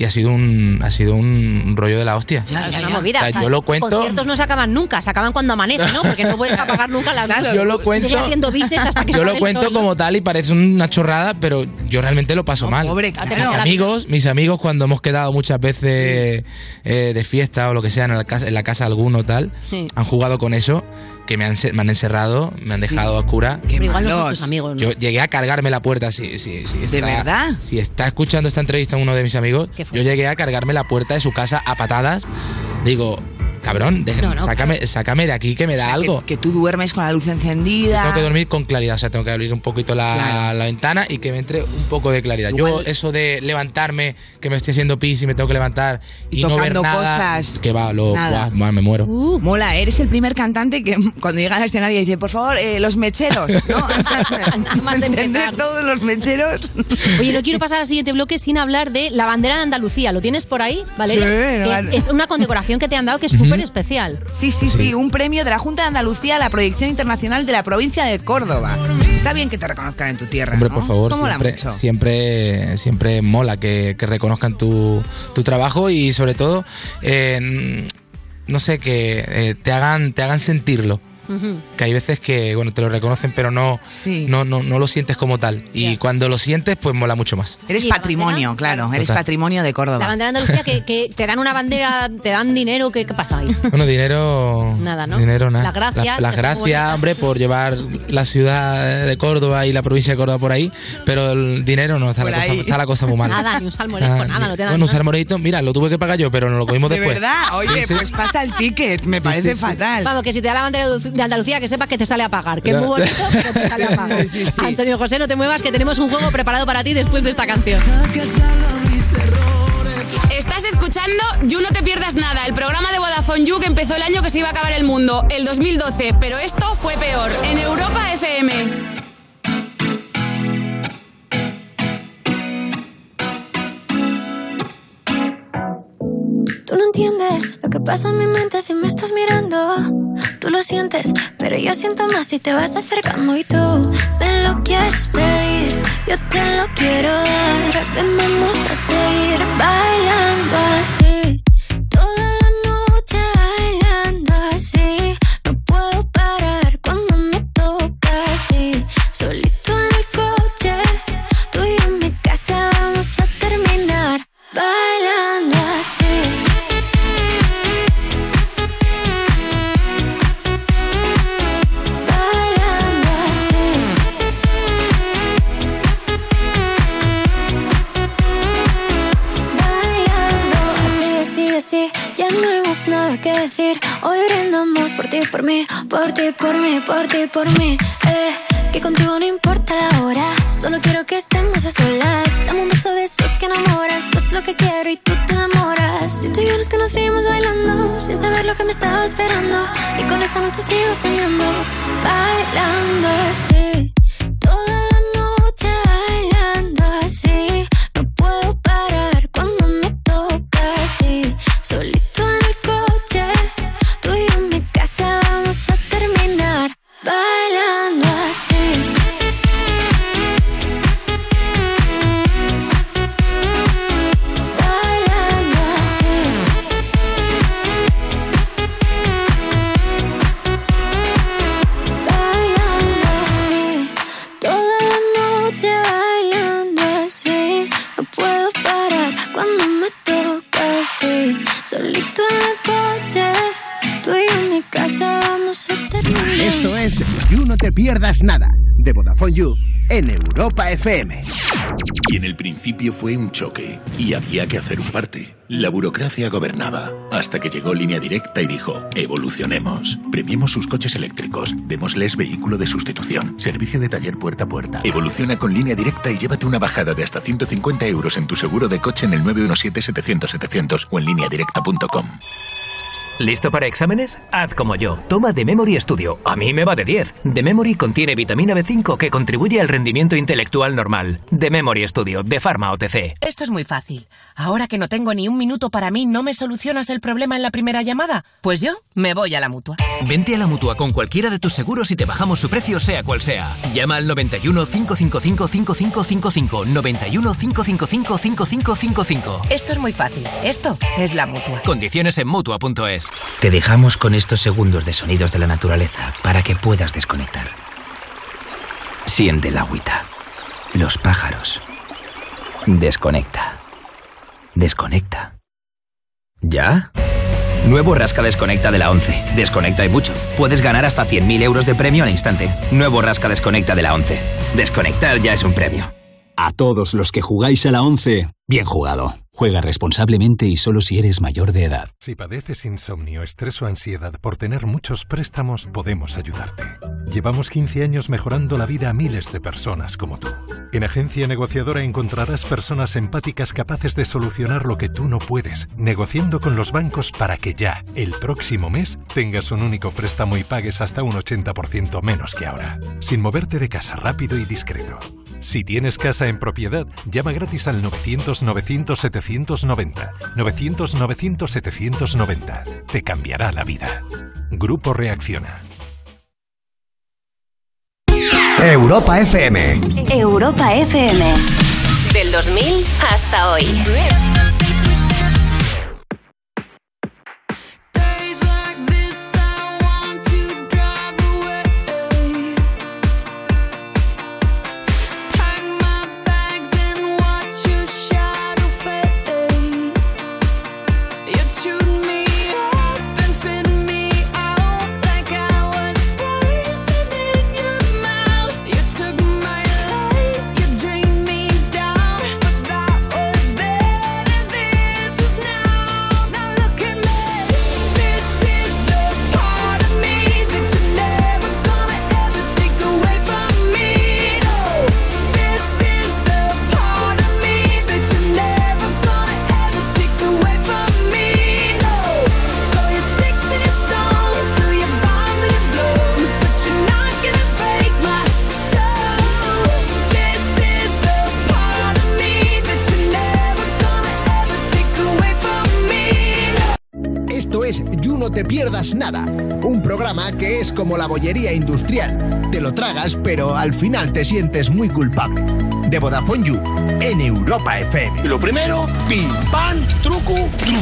y ha sido un, ha sido un rollo de la hostia. Claro, es una movida. O sea, yo lo cuento- Conciertos no se acaban nunca, se acaban cuando amanece, ¿no? Porque no puedes apagar nunca la luz. Yo lo cuento- Sigue haciendo bises hasta que Yo sale lo el cuento sol. como tal y parece una chorrada, pero yo realmente lo paso mal. claro. mis amigos, mis amigos cuando hemos quedado muchas veces eh, de fiesta o lo que sea en la casa, en la casa de alguno tal, Sí. han jugado con eso, que me han, se- me han encerrado, me han dejado a cura. Pero igual no son tus amigos, ¿no? Yo llegué a cargarme la puerta. Si, si, si está, verdad? Si está escuchando esta entrevista uno de mis amigos, yo llegué a cargarme la puerta de su casa a patadas. Digo, cabrón, déjame- No, no, sácame, sácame de Ah, aquí que me da algo. Que tú duermes con la luz encendida. Tengo que dormir con claridad, o sea, tengo que abrir un poquito la, Claro. la ventana y que me entre un poco de claridad. Yo, eso de levantarme, que me estoy haciendo pis y me tengo que levantar Y y, no ver tocando nada, cosas. que va, lo, Nada. guau, guau, me muero. Mola, eres el primer cantante que cuando llega al escenario dice, por favor, eh, los mecheros, ¿no? ¿Entendés? Todos los mecheros. Oye, no quiero pasar al siguiente bloque sin hablar de la bandera de Andalucía. ¿Lo tienes por ahí, Valeria? Sí, Que es- vale. es, una condecoración que te han dado que es Ujú. súper especial. Sí, sí, sí, un premio de la Junta de Andalucía a la proyección internacional de la provincia de Córdoba. Está bien que te reconozcan en tu tierra, Hombre, ¿no? por favor, Eso mola siempre, mucho. siempre, siempre mola que, que reconozcan tu, tu trabajo y sobre todo, eh, no sé, que eh, te, hagan, te hagan sentirlo. Que hay veces que, bueno, te lo reconocen, pero no, no, no, no lo sientes como tal. Y cuando lo sientes, pues mola mucho más. Eres patrimonio, claro, eres Total. patrimonio de La Córdoba. bandera de Andalucía que, que te dan una bandera, te dan dinero, ¿qué, qué pasa ahí? Bueno, dinero. Nada, ¿no? Dinero, nada. Las gracias, Las, que las está muy gracias, bonita. hombre, por llevar la ciudad de Córdoba y la provincia de Córdoba por ahí. Pero el dinero no, está, Por la cosa, ahí. está la cosa muy mala. Ah. Nada, ni un salmorejo, nada, no te dan Bueno, un nada. salmoreito, mira, lo tuve que pagar yo, pero nos lo comimos De después. verdad, oye, pues pasa el ticket, me parece fatal. Vamos, que si te da la bandera de Andalucía, que sepas que te sale a pagar. Que es Pero- muy bonito, pero te sale a pagar. Antonio José, no te muevas, que tenemos un juego preparado para ti después de esta canción. Estás escuchando You No Te Pierdas Nada, el programa de Vodafone You que empezó el año que se iba a acabar el mundo, el 2012, pero esto fue peor, en Europa FM. Tú no entiendes lo que pasa en mi mente si me estás mirando. Tú lo sientes, pero yo siento más si te vas acercando y tú me lo quieres pedir. Yo te lo quiero dar. Ven, vamos a seguir bailando así. Toda la noche bailando así. No puedo parar cuando me toca así. Solito en el coche, tú y yo en mi casa vamos a terminar bailando así. Bailando así. Bailando así, así, así. Ya no hay más nada que decir. Hoy brindamos por ti, por mí, por ti, por mí, por ti, por mí. Eh, que contigo no importa la hora. Solo quiero que estemos a solas. Dame un beso de esos que enamoran. Eso es lo que quiero y tú te enamoras. Si tú y yo nos conocimos bailando. esperando y con esa noche sigo soñando, bailando así, toda la noche bailando así, no puedo parar cuando me toca así, solito en el coche, tú y yo en mi casa vamos a terminar bailando así. Bailando así. Bailando así, toda la noche bailando así. No puedo parar cuando me toca así. Solito en el coche, tú y yo en mi casa vamos a terminar. Esto es You No Te Pierdas Nada de Vodafone You en Europa FM. Y en el principio fue un choque y había que hacer un parte. La burocracia gobernaba hasta que llegó Línea Directa y dijo, evolucionemos. Premiemos sus coches eléctricos, démosles vehículo de sustitución, servicio de taller puerta a puerta. Evoluciona con Línea Directa y llévate una bajada de hasta 150 euros en tu seguro de coche en el 917-700-700 o en lineadirecta.com. ¿Listo para exámenes? Haz como yo. Toma The Memory Studio. A mí me va de 10. The Memory contiene vitamina B5 que contribuye al rendimiento intelectual normal. The Memory Studio, de Pharma OTC. Esto es muy fácil. Ahora que no tengo ni un minuto para mí, ¿no me solucionas el problema en la primera llamada? Pues yo me voy a la mutua. Vente a la mutua con cualquiera de tus seguros y te bajamos su precio, sea cual sea. Llama al 91 555 5555. 91 555 5555. Esto es muy fácil. Esto es la mutua. Condiciones en mutua.es. Te dejamos con estos segundos de sonidos de la naturaleza para que puedas desconectar. Siente la agüita, los pájaros. Desconecta. Desconecta. ¿Ya? Nuevo Rasca Desconecta de la 11. Desconecta y mucho. Puedes ganar hasta 100.000 euros de premio al instante. Nuevo Rasca Desconecta de la 11. Desconectar ya es un premio. A todos los que jugáis a la 11, bien jugado. Juega responsablemente y solo si eres mayor de edad. Si padeces insomnio, estrés o ansiedad por tener muchos préstamos, podemos ayudarte. Llevamos 15 años mejorando la vida a miles de personas como tú. En Agencia Negociadora encontrarás personas empáticas capaces de solucionar lo que tú no puedes, negociando con los bancos para que ya, el próximo mes, tengas un único préstamo y pagues hasta un 80% menos que ahora, sin moverte de casa rápido y discreto. Si tienes casa en propiedad, llama gratis al 900-900-790. 900-900-790. Te cambiará la vida. Grupo Reacciona. Europa FM. Europa FM. Del 2000 hasta hoy. Esto es You No Te Pierdas Nada, un programa que es como la bollería industrial. Te lo tragas, pero al final te sientes muy culpable. De Vodafone You, en Europa FM. Lo primero, pim, pan, truco, truco.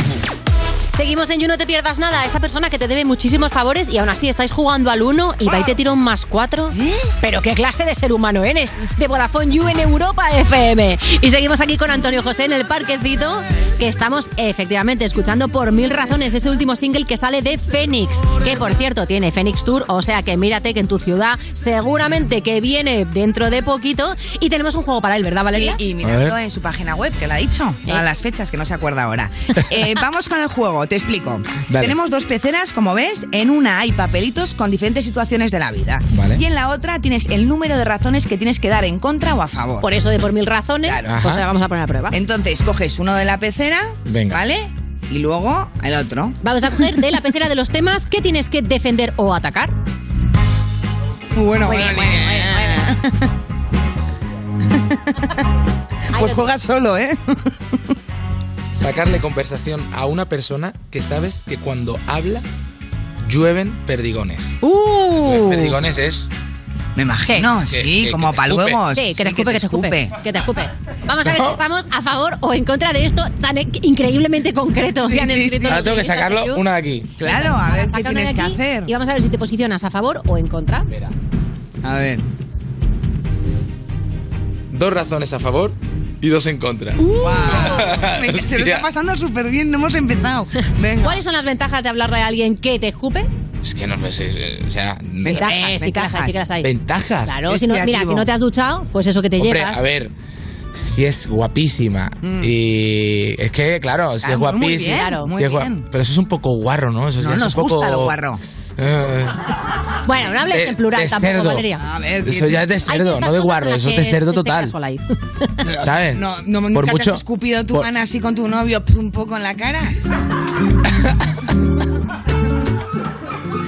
Seguimos en You, no te pierdas nada. Esta persona que te debe muchísimos favores y aún así estáis jugando al 1 y va y te tira un más 4. ¿Eh? Pero qué clase de ser humano eres. De Vodafone You en Europa FM. Y seguimos aquí con Antonio José en el parquecito, que estamos efectivamente escuchando por mil razones ese último single que sale de Fénix. Que por cierto tiene Fénix Tour, o sea que mírate que en tu ciudad seguramente que viene dentro de poquito. Y tenemos un juego para él, ¿verdad, Valeria? Eh, Y miradlo en su página web, que la ha dicho. A las fechas, que no se acuerda ahora. Eh, vamos con el juego, te explico. Dale. Tenemos dos peceras, como ves. En una hay papelitos con diferentes situaciones de la vida. Vale. Y en la otra tienes el número de razones que tienes que dar en contra o a favor. Por eso de por mil razones, pues te la vamos a poner a prueba. Entonces, coges uno de la pecera, Venga. ¿vale? y luego el otro. Vamos a coger de la pecera de los temas que tienes que defender o atacar. Bueno, Muy bueno, bien, muy bien, muy Pues juegas solo, ¿eh? Sacarle conversación a una persona que sabes que cuando habla llueven perdigones. ¡Uh! Perdigones es. Me imagino, sí, como te palhuevos. escupe. Sí, que te escupe, que te escupe. Que te escupe. Vamos a ver si estamos a favor o en contra de esto tan e- increíblemente concreto que han escrito. Ahora tengo que los guionistas de sacarlo You. una de aquí. Claro, a ver qué Saca una de tienes que aquí hacer. Y vamos a ver si te posicionas a favor o en contra. A ver. Dos razones a favor y dos en contra. Venga, Uh. se lo Hostia. está pasando súper bien, no hemos empezado. Venga. ¿Cuáles son las ventajas de hablarle a alguien que te escupe? Es que no sé, eh, o sea... Eh, sí que las hay, sí que las hay. Ventajas. Claro, si no, mira, si no te has duchado, pues eso que te Hombre, llevas. a ver, si es guapísima Mm. y... Es que, claro, si Ah, Claro, es muy guapísima... bien, Claro. si muy es gua- Pero eso es un poco guarro, ¿no? Eso ya No es nos un poco, gusta lo guarro. Eh, Bueno, no hables de- en plural de tampoco, cerdo. Valeria. eso ya es de cerdo, no de guarro, eso es de cerdo total. ¿Sabes? No, no, Por nunca te mucho- has escupido tu por- mano así con tu novio pf, un poco en la cara.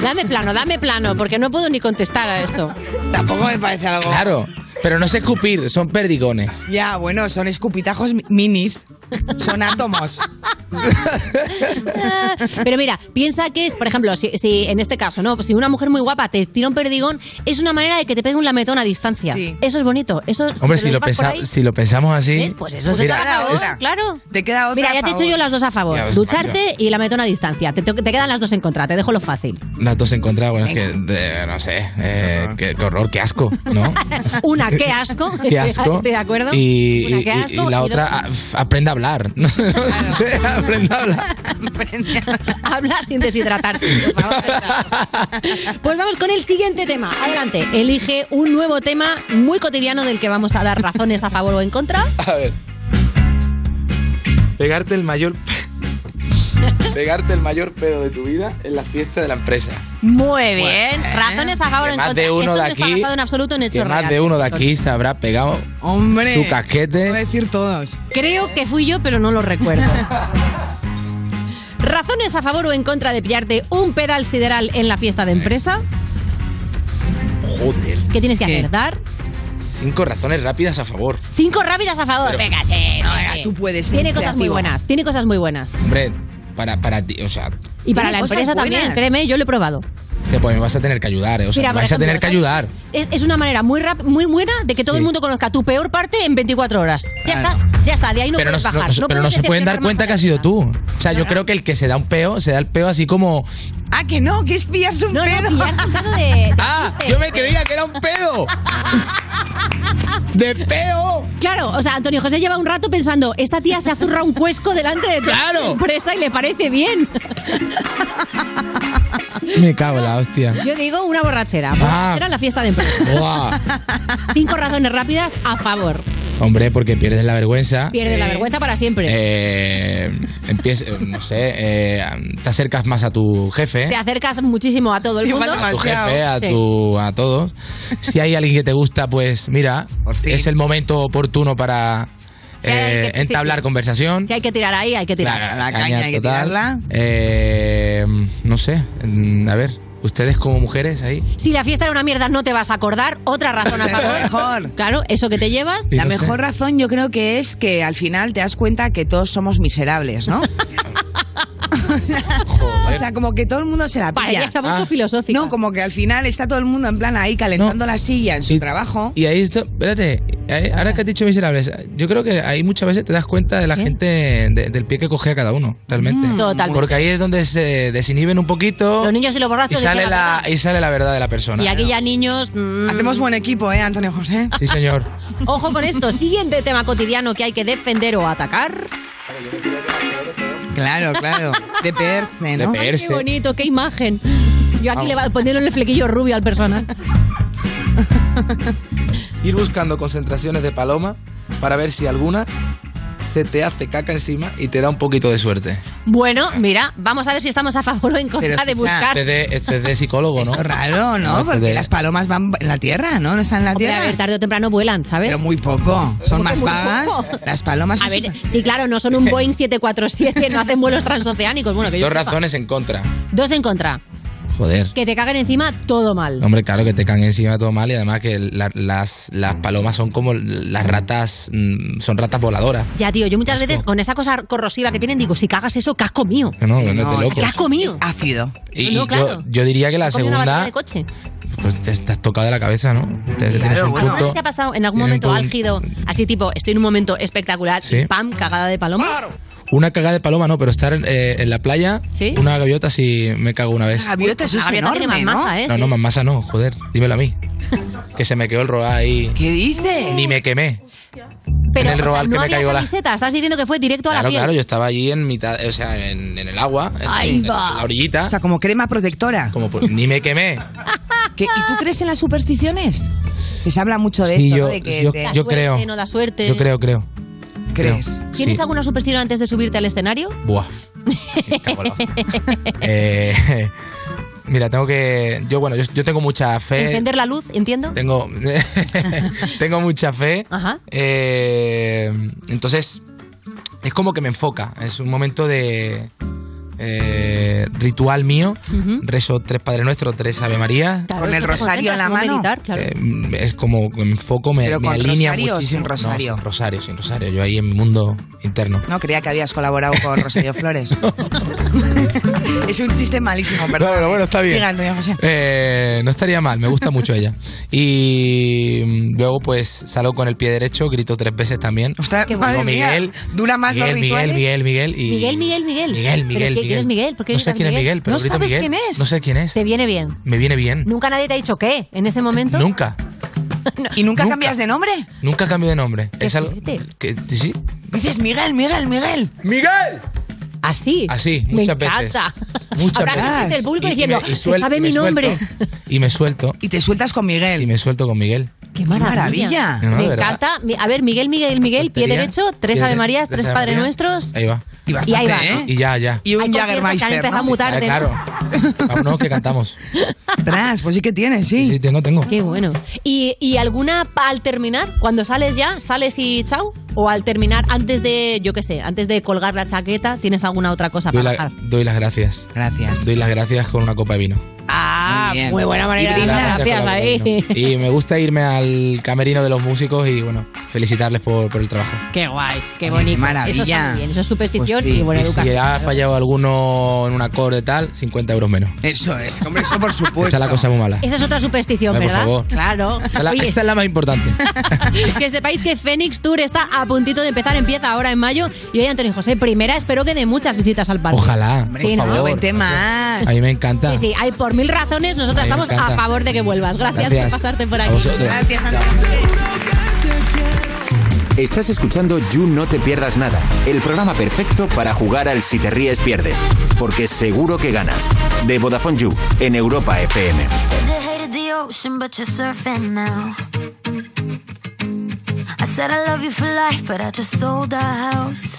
Dame plano, dame plano, porque no puedo ni contestar a esto. Tampoco me parece algo. Claro, pero no es escupir, son perdigones. Ya, bueno, son escupitajos mi- minis. Son átomos. Ah, Pero mira, piensa que es, por ejemplo, si, si en este caso, ¿no? Si una mujer muy guapa te tira un perdigón, es una manera de que te pegue un lametón a distancia. Eso es bonito. Eso, Hombre, te si lo, llevas por pensa- ahí, si lo pensamos así... ¿ves? Pues eso es otra mira, favor, es- claro. Te queda Mira, ya te he hecho yo las dos a favor. Ya, pues, Ducharte macho. y lametón a distancia. Te, te quedan las dos en contra, te dejo lo fácil. Las dos encontradas, bueno, es que, de- no sé, eh, qué, qué horror, qué asco, ¿no? Una, qué asco. Qué asco. Estoy de acuerdo. Y, Una, y- qué y- asco. y la dos, otra, ah, f- aprende a hablar. No sé, aprende a hablar. Habla sin deshidratarte, por favor. Pues vamos con el siguiente tema. Adelante. Elige un nuevo tema muy cotidiano del que vamos a dar razones a favor o en contra. A ver. Pegarte el mayor. Pegarte el mayor pedo de tu vida en la fiesta de la empresa. Muy bien. Razones a favor o eh, Que en más contra. de uno Esto de no está aquí- basado en absoluto en Que hechos más de reales. uno de aquí se habrá pegado Hombre. su casquete. Voy a decir todos. Creo que fui yo, pero no lo recuerdo. Razones a favor o en contra de pillarte un pedal sideral en la fiesta de empresa. Joder. ¿Qué tienes que hacer? Dar Cinco razones rápidas a favor. cinco rápidas a favor. Pero- Venga, sí, No, sí, venga, sí. tú puedes, Tiene eres cosas muy creativa. buenas. Tiene cosas muy buenas. Hombre, para, para ti, o sea. Y para Tiene la cosas empresa también, buenas. créeme, yo lo he probado. Hostia, pues me vas a tener que ayudar, eh. O sea, Mira, me por vais a ejemplo, tener que ¿sabes? ayudar. Es, es una manera muy rap- muy buena de que todo Sí. el mundo conozca tu peor parte en 24 horas. Ya Claro. está, ya está, de ahí no pero no, puedes no- bajar. no- pero puedes no se pueden decepcionar dar más. cuenta que ha sido tú. O sea, yo creo que el que se da un peo, se da el peo así como. Ah, que no, que es pillarse un No, no, pedo. pillarse un pedo de- de ¡Ah! embuste. Yo me creía que era un pedo. ¡De peo! Claro, o sea, Antonio José lleva un rato pensando, esta tía se azurra un cuesco delante de tu Claro. empresa y le parece bien. Me cago en la hostia. Yo digo una borrachera. Ah. Borrachera en la fiesta de empresa. Buah. Cinco razones rápidas a favor. Hombre, porque pierdes la vergüenza. Pierde la vergüenza para siempre. Eh, empieza- eh, no sé, eh, te acercas más a tu Te jefe, acercas muchísimo a todo el mundo. a ¿Eh? tu jefe, a, Sí. tu, a todos. Si hay alguien que te gusta, pues mira, es el momento oportuno para Si hay alguien eh, que te- entablar sí. conversación. Si hay que tirar ahí, hay que tirar. Claro, total. Eh, no sé, mm, a ver, ustedes como mujeres ahí. Si la fiesta era una mierda, no te vas a acordar. Otra razón a favor. Mejor. Claro, eso que te llevas. La mejor razón yo creo que es que al final te das cuenta que todos somos miserables, ¿no? O sea, como que todo el mundo se la pilla. Parecía esa voz Ah. filosófica. No, como que al final está todo el mundo en plan ahí calentando la silla en su trabajo. Y ahí esto, espérate, eh, ahora que has dicho miserables, yo creo que ahí muchas veces te das cuenta de la gente, de- del pie que coge a cada uno, realmente. Totalmente. Porque ahí es donde se desinhiben un poquito. Los niños y los borrachos Y sale, decían la, y sale la verdad de la persona. Y aquí ya niños. mm. Hacemos buen equipo, ¿eh, Antonio José? Sí, señor. Ojo con esto. Siguiente tema cotidiano que hay que defender o atacar. Claro, claro. De perse, ¿no? Ay, qué bonito, qué imagen. Yo aquí le va poniendo el flequillo rubio al personal. Ir buscando concentraciones de paloma para ver si alguna se te hace caca encima y te da un poquito de suerte. Bueno, mira, vamos a ver si estamos a favor o en contra de buscar. Esto es de, esto es de psicólogo, ¿no? Esto es raro, ¿no? esto es Porque de- las palomas van en la tierra, ¿no? No están en la Hombre, tierra. a ver, tarde o temprano vuelan, ¿sabes? Pero muy poco. Son más Muy vagas. poco. Las palomas. A ver, sí, claro, no son un Boeing 747, no hacen vuelos transoceánicos. Bueno, que yo Dos sepa. razones eh. en contra. Dos en contra. Joder. Que te caguen encima todo mal. Hombre, claro que te caen encima todo mal y además que la- las, las palomas son como las ratas, mm, son ratas voladoras. Ya, tío, yo muchas veces con esa cosa corrosiva que tienen digo, si cagas eso, casco mío. No, no, no, de locos. Casco mío. Ácido. Y No, yo- claro. yo, diría que la Como una batería segunda, de coche. pues te estás tocado de la cabeza, ¿no? Te- te tienes un ¿Alguna punto. vez te ha pasado en algún tiene momento un punto. álgido, así tipo, estoy en un momento espectacular y Sí. pam, cagada de paloma? Una cagada de paloma, no, pero estar en, eh, en la playa, ¿Sí? una gaviota sí me cago una vez. Gaviota, eso La es gaviota enorme, tiene más ¿no? masa, ¿eh? No, Sí. no, más masa no, joder, dímelo a mí. Que se me quedó el roa ahí. ¿Qué dices? Ni me quemé. Pero en el o sea, robal que no me había cayó la. camiseta, estás diciendo que fue directo a la Claro, piel. claro, yo estaba allí en mitad, o sea, en, en el agua, en- Ahí en, va. la orillita. O sea, como crema protectora. Como por- ni me quemé. ¿Qué- ¿Y tú crees en las supersticiones? Que se habla mucho de Sí, esto, yo- ¿no? De que yo- te- Da yo suerte, creo. no da suerte. Yo creo, creo. ¿Crees? ¿Tienes Sí. alguna superstición antes de subirte al escenario? Buah. Me cago en la hostia. Eh, mira, tengo que. Yo, bueno, yo, yo tengo mucha fe. Encender la luz, entiendo. Tengo. tengo mucha fe. Ajá. Eh, entonces, es como que me enfoca. Es un momento de. eh, ritual mío. Ujú. Rezo tres Padre Nuestro, tres Ave María. Con el rosario en la mano. Eh, es como que me enfoco, me, ¿Pero me con alinea rosario o muchísimo. sin No, rosario? sin rosario, sin rosario. Yo ahí en mi mundo interno. No, creía que habías colaborado con Rosario Flores. es un chiste malísimo, perdón. No, pero bueno, está bien. Siga, Antonio José. Eh, no estaría mal, me gusta mucho ella. Y mm, luego pues salgo con el pie derecho, grito tres veces también. Digo, madre mía, Miguel, dura más los Miguel, Miguel, rituales. Miguel, Miguel, y- Miguel, Miguel, Miguel. Miguel, ¿Pero Miguel, qué- ¿Quién es Miguel? ¿Por qué No sé gritas quién es Miguel, pero grito Miguel. No sé quién es. Te viene bien. Me viene bien. ¿Nunca nadie te ha dicho qué en ese momento? Nunca, ¿Y nunca, cambias de nombre? nunca cambio de nombre. Es algo que sí, Dices Miguel, Miguel, Miguel. ¡Miguel! Así. así, Me muchas veces. encanta. Muchas Habrá veces. gente del público Y- y diciendo, me- y "Se suel- sabe y mi me nombre. suelto. y me suelto. Y te sueltas con Miguel. Y me suelto con Miguel. Qué maravilla. maravilla. No, no, Me de verdad. encanta. Mi- A ver, Miguel, Miguel, Miguel, pie Tontería. derecho, tres Pie Ave dere- Marías, tres tres Ave Padre Marías. Nuestros. Ahí va. Y, bastante, ahí va, ¿eh? ¿no? Y ya, ya. Y un conciertos que han Jägermeister. empezado muy tarde, Ah, ¿no? claro. Vámonos que cantamos. Tras, pues sí que tienes, sí. Sí, tengo, tengo. Qué bueno. ¿Y, y alguna pa- al terminar? Cuando sales ya, sales y chao. O al terminar, antes de, yo qué sé, antes de colgar la chaqueta, ¿tienes alguna otra cosa Doy, para la- bajar? doy las gracias. Gracias. Doy las gracias con una copa de vino. Ah, muy, buena manera. de dar Las Gracias, con la ahí. copa de vino. Y me gusta irme al camerino de los músicos y, bueno, felicitarles por, por el trabajo. Qué guay, qué bonito. Eso maravilla. está muy bien. Eso es superstición Pues Pues Sí. y buena Y si educación. ha fallado alguno en un acorde tal, 50 euros menos. Eso es, hombre, eso por supuesto. Esta es la cosa muy mala. Esa es otra superstición, Hombre, por ¿verdad? favor. Claro. Esta es la- Oye, esta es la más importante. que sepáis que Phoenix Tour está a puntito de empezar, empieza ahora en mayo. Y hoy, Antonio José, primera, espero que de muchas visitas al parque. Ojalá. Sí, por ¿no? favor. Vente más. A mí me encanta. Sí, sí, hay por mil razones. Nosotros A mí me estamos a encanta. favor de que vuelvas. Gracias, Gracias. por pasarte por A aquí. vosotros. Gracias, Estás escuchando You No Te Pierdas Nada, el programa perfecto para jugar al Si Te Ríes Pierdes, porque seguro que ganas. De Vodafone You, en Europa FM. Said you hated the ocean, but you're surfing now. I said I love you for life, but I just sold our house.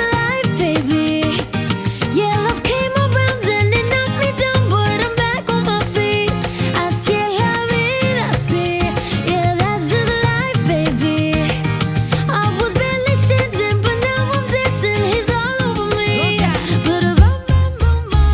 life, baby. Yeah, love came around and it knocked me down, but I'm back on my feet. I still have it, I see. Yeah, that's just life, baby. I was barely standing, but now I'm dancing. He's all over me. But if I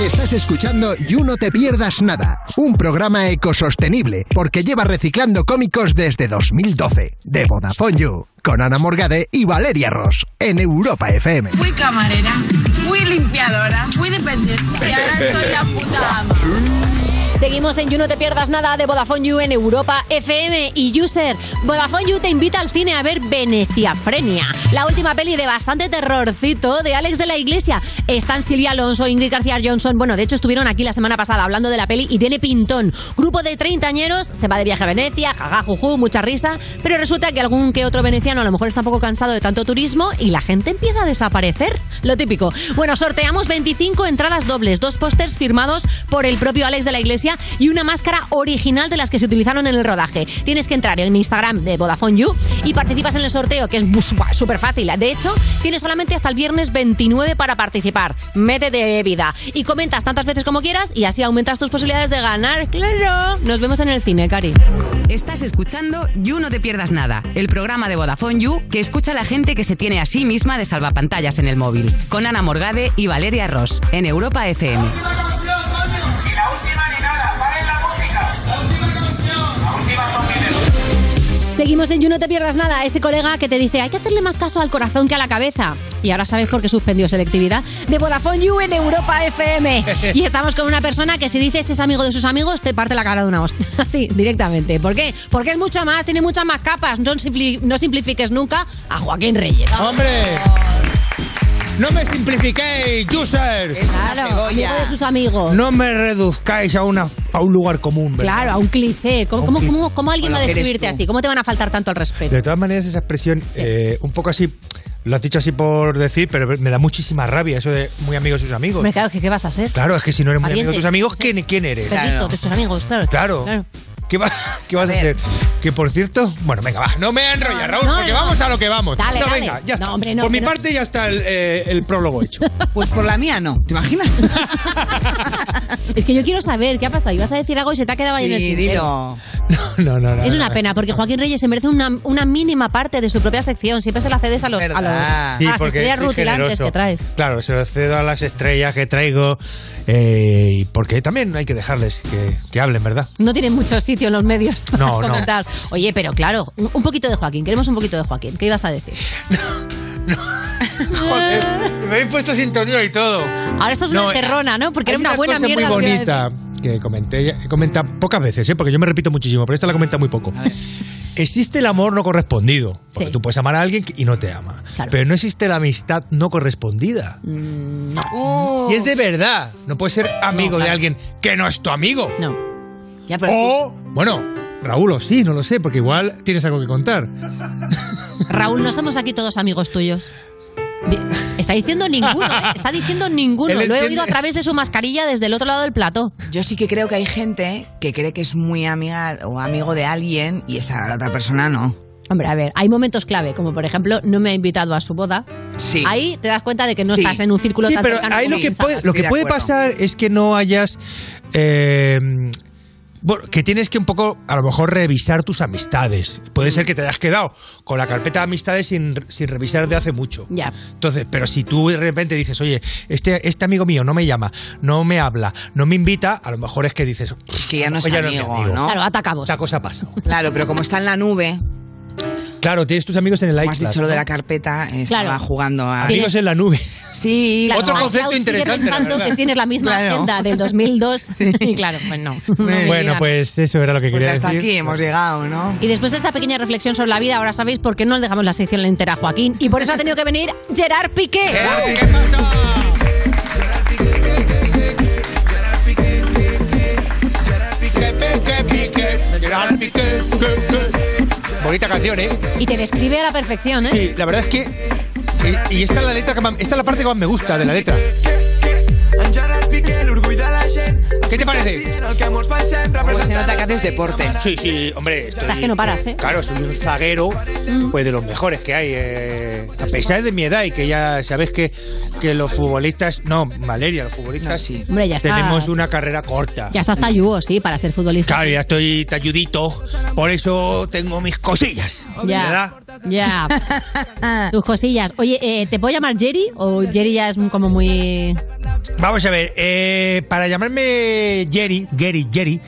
Estás escuchando You No Te Pierdas Nada, un programa ecosostenible porque lleva reciclando cómicos desde 2012. De Vodafone You, con Ana Morgade y Valeria Ross, en Europa FM. Fui camarera, fui limpiadora, fui dependiente y ahora soy la puta ama. Seguimos en You No Te Pierdas Nada de Vodafone You en Europa FM y User. Vodafone You te invita al cine a ver Veneciafrenia, la última peli de bastante terrorcito de Alex de la Iglesia. Están Silvia Alonso, Ingrid García Johnson. Bueno, de hecho estuvieron aquí la semana pasada hablando de la peli y tiene pintón. Grupo de treintañeros se va de viaje a Venecia, jaja, juju, mucha risa. Pero resulta que algún que otro veneciano a lo mejor está un poco cansado de tanto turismo y la gente empieza a desaparecer. Lo típico. Bueno, sorteamos 25 entradas dobles, dos pósters firmados por el propio Alex de la Iglesia y una máscara original de las que se utilizaron en el rodaje. Tienes que entrar en Instagram de Vodafone You y participas en el sorteo, que es bu- su- súper fácil. De hecho, tienes solamente hasta el viernes 29 para participar. Métete vida y comentas tantas veces como quieras y así aumentas tus posibilidades de ganar. ¡Claro! Nos vemos en el cine, Cari. Estás escuchando You No Te Pierdas Nada, el programa de Vodafone You que escucha a la gente que se tiene a sí misma de salvapantallas en el móvil. Con Ana Morgade y Valeria Ross, en Europa FM. Seguimos en You No Te Pierdas Nada. Ese colega que te dice hay que hacerle más caso al corazón que a la cabeza. Y ahora sabes por qué suspendió selectividad de Vodafone You en Europa FM. Y estamos con una persona que si dices es amigo de sus amigos te parte la cara de una hostia. Así, directamente. ¿Por qué? Porque es mucho más, tiene muchas más capas. No, simpli- no simplifiques nunca a Joaquín Reyes. ¡Hombre! No me simplifiquéis, users. Claro, amigo de sus amigos. No me reduzcáis a, una, a un lugar común, ¿verdad? Claro, a un cliché. ¿Cómo, cómo, cliché. cómo- cómo alguien Con va lo a que eres describirte tú. así? ¿Cómo te van a faltar tanto al respeto? De todas maneras, esa expresión, eh, un poco así, lo has dicho así por decir, pero me da muchísima rabia eso de muy amigo de sus amigos. Hombre, claro, que ¿qué vas a ser? Claro, es que si no eres muy amigo de Pariente. tus amigos, ¿quién, quién eres? Perrito de sus amigos, claro. Claro. ¿Qué, va- qué vas a hacer? Que por cierto, bueno, venga, va, no me enrolles, Raúl, No, porque no. vamos a lo que vamos. Dale, no, dale. venga, ya está. No, hombre, no, por mi que no. parte ya está el, eh, el prólogo hecho. Pues por la mía no, ¿te imaginas? Es que yo quiero saber qué ha pasado. Ibas a decir algo y se te ha quedado ahí en el Sí, tintero. dilo. No, no, no. Es no, una no. pena, porque Joaquín Reyes se merece una, una mínima parte de su propia sección. Siempre se la cedes a los, a los- a Ah. Sí, las porque estrellas soy rutilantes generoso. que traes. Claro, se lo cedo a las estrellas que traigo. eh, y porque también hay que dejarles que, que hablen, ¿verdad? No tienen mucho sitio en los medios para No, no. comentar. Oye, pero claro, un un poquito de Joaquín. Queremos un poquito de Joaquín. ¿Qué ibas a decir? Joder, me habéis puesto sintonía y todo. Ahora esto es una cerrona, ¿no? Porque hay era una buena cosa mierda lo muy que iba a bonita que comenté, he comentado pocas veces, ¿eh? porque yo me repito muchísimo, pero esta la comenta muy poco. Existe el amor no correspondido, porque tú puedes amar a alguien y no te ama. Pero no existe la amistad no correspondida. Mm, Y es de verdad. No puedes ser amigo de alguien que no es tu amigo. No. o, bueno, Raúl, o sí, no lo sé, porque igual tienes algo que contar. Raúl, no somos aquí todos amigos tuyos. Di- Está diciendo ninguno, ¿eh? está diciendo ninguno. Él Lo he entiende- oído a través de su mascarilla desde el otro lado del plato. Yo sí que creo que hay gente eh. que cree que es muy amiga o amigo de alguien y esa la otra persona no. Hombre, a ver, hay momentos clave, como por ejemplo, no me ha invitado a su boda. Sí. Ahí te das cuenta de que no Sí. estás en un círculo Sí, tan pero cercano ahí como lo que pensabas. puede, lo que puede pasar es que no hayas eh, bueno, que tienes que un poco a lo mejor revisar tus amistades puede Mm. ser que te hayas quedado con la carpeta de amistades sin, sin revisar de hace mucho Ya. entonces pero si tú de repente dices oye este este amigo mío no me llama no me habla no me invita a lo mejor es que dices que ya no es amigo, ¿no? Claro, atacamos esta cosa pasa Claro, pero como está en la nube, claro tienes tus amigos en el como iCloud has dicho lo de ¿no? la carpeta, estaba Claro. jugando a... amigos en la nube Sí, Claro, otro Raúl concepto sigue interesante la pensando verdad. que tienes la misma Claro. agenda del 2002 y claro, pues no. No me bueno digan. pues eso era lo que Pues quería hasta decir aquí hemos llegado, ¿no? Y después de esta pequeña reflexión sobre la vida, ahora sabéis por qué no le dejamos la sección entera a Joaquín. Y por eso ha tenido que venir Gerard Piqué. Uh. Bonita canción, ¿eh? Y te describe a la perfección, ¿eh? Sí, la verdad es que. eh, Y, y esta es la letra que más- esta es la parte que más me gusta de la letra. ¿Qué te parece? Pues se nota que haces deporte. Sí, sí, hombre. Estás Estoy, que no paras, ¿eh? claro, soy un zaguero, pues de los mejores que hay. eh, a pesar de mi edad y que ya sabes que, que los futbolistas. No, Valeria, los futbolistas sí. Hombre, ya estás- Tenemos una carrera corta. Ya estás tayugo, sí, para ser futbolista. Claro, ya estoy talludito, por eso tengo mis cosillas. ¿verdad? Ya. Ya. Tus cosillas. Oye, eh, ¿te puedo llamar Jerry? ¿O Jerry ya es como muy. Vamos a ver, eh, para llamarme Jerry, Jerry, Jerry,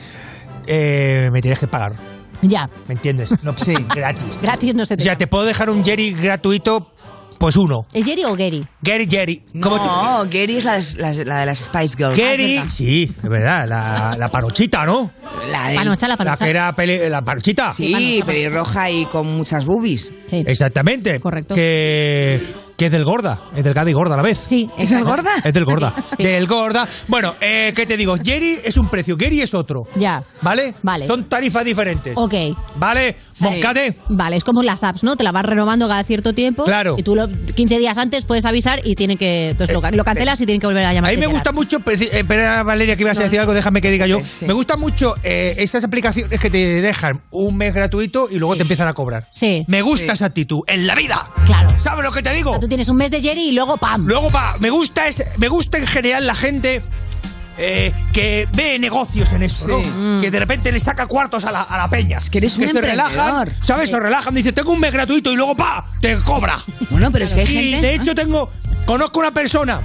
eh, me tienes que pagar. Ya. ¿Me entiendes? No, sí. gratis. Gratis no se O te sea, te puedo dejar un Jerry gratuito, pues uno. ¿Es Jerry o Gary? Gary, Jerry. ¿Cómo te- No, Gary es la, de- la de- la de las Spice Girls. Ah, Gary, sí, es verdad, la, la parochita, ¿no? La del- Panocha, la panocha. que era peli- la parochita. Sí, pelirroja y con muchas boobies. Exactamente. Correcto. Que, que es del gorda, es delgada y gorda a la vez. Sí, ¿Es del exacto. gorda? Es del gorda. Del gorda. Bueno, eh, ¿qué te digo? Jerry es un precio, Gary es otro. Ya. ¿Vale? Vale. Son tarifas diferentes. Ok. ¿Vale? Moncate. Vale, es como las apps, ¿no? Te la vas renovando cada cierto tiempo. Claro. Y tú lo, 15 días antes puedes avisar y tiene que. Entonces lo, Eh, lo cancelas y tienen que volver a llamar. A mí me gusta mucho, pero sí, eh, espera Valeria que ibas a decir algo, déjame que diga yo. Me gusta mucho eh, estas aplicaciones que te dejan un mes gratuito y luego te empiezan a cobrar. Sí. Me gusta Sí. esa actitud en la vida. Claro. ¿Sabes lo que te digo? Tú tienes un mes de Jerry y luego ¡pam! Luego pa, me gusta es, me gusta en general la gente eh, que ve negocios en eso, ¿no? Que de repente le saca cuartos a la, a la peña. que Mm. eres un se relajan, emprendedor. ¿sabes? Se relajan, dice, tengo un mes gratuito y luego pa, te cobra. Bueno, pero es que hay Y gente- de hecho tengo, conozco una persona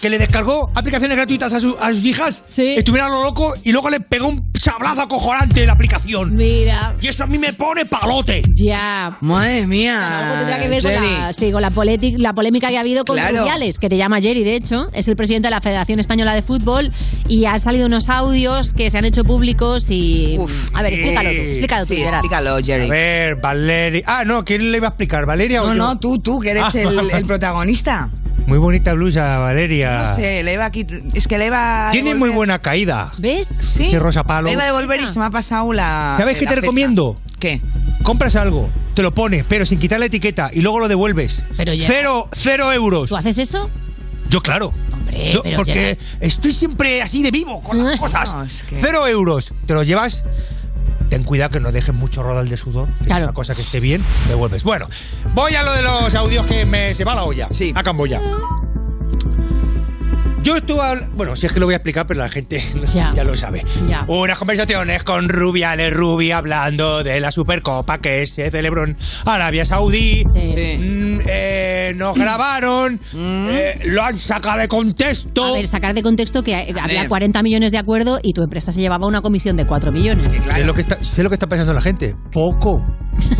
que le descargó aplicaciones gratuitas a, su- a sus hijas, estuvieron a lo loco y luego le pegó un sablazo acojonante en la aplicación. Mira. Y eso a mí me pone palote. Ya. Madre mía. Algo Ah, tendrá que ver con la, sí, con la politi- la polémica que ha habido con Claro. Rubiales, que te llama Jerry, de hecho, es el presidente de la Federación Española de Fútbol y han salido unos audios que se han hecho públicos y... a ver, explícalo tú, explícalo tú, Gerard. Jerry. A ver, Valeria. Ah, no, ¿quién le iba a explicar? ¿Valeria o No, yo? no, tú, tú, que eres Ah, el, el protagonista. Muy bonita blusa, Valeria. No sé, le iba a quit- Es que le iba a Tiene devolver- muy buena caída. ¿Ves? Sí. Qué rosa palo. Le iba a devolver y se me ha pasado la. ¿Sabes qué la te fecha. recomiendo? ¿Qué? Compras algo, te lo pones, pero sin quitar la etiqueta y luego lo devuelves. Pero ya- Cero, cero euros. ¿Tú haces eso? Yo, claro. Hombre, Yo, pero porque estoy siempre así de vivo con las cosas. Cero euros. Te lo llevas. Ten cuidado que no dejes mucho rodal de sudor. Que Es una cosa que esté bien, devuelves. Bueno, voy a lo de los audios que me se va la olla. Sí. A Camboya. Yo estuve. habl- Bueno, si es que lo voy a explicar, pero la gente ya, lo sabe. Ya. Unas conversaciones con Rubiales Rubi hablando de la Supercopa que se celebró en Arabia Saudí. Mm, eh, nos grabaron, eh, lo han sacado de contexto. A ver, sacar de contexto que eh, había ver. 40 millones de acuerdo y tu empresa se llevaba una comisión de 4 millones. Sé, lo que está, sé lo que está pensando la gente. Poco.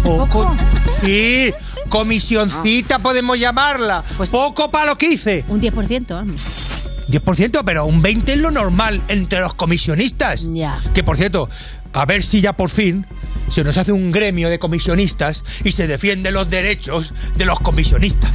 Poco. sí, comisioncita podemos llamarla. Poco para lo que hice. Un 10%, vamos. 10%, pero un 20% es lo normal entre los comisionistas. Que por cierto, a ver si ya por fin se nos hace un gremio de comisionistas y se defienden los derechos de los comisionistas.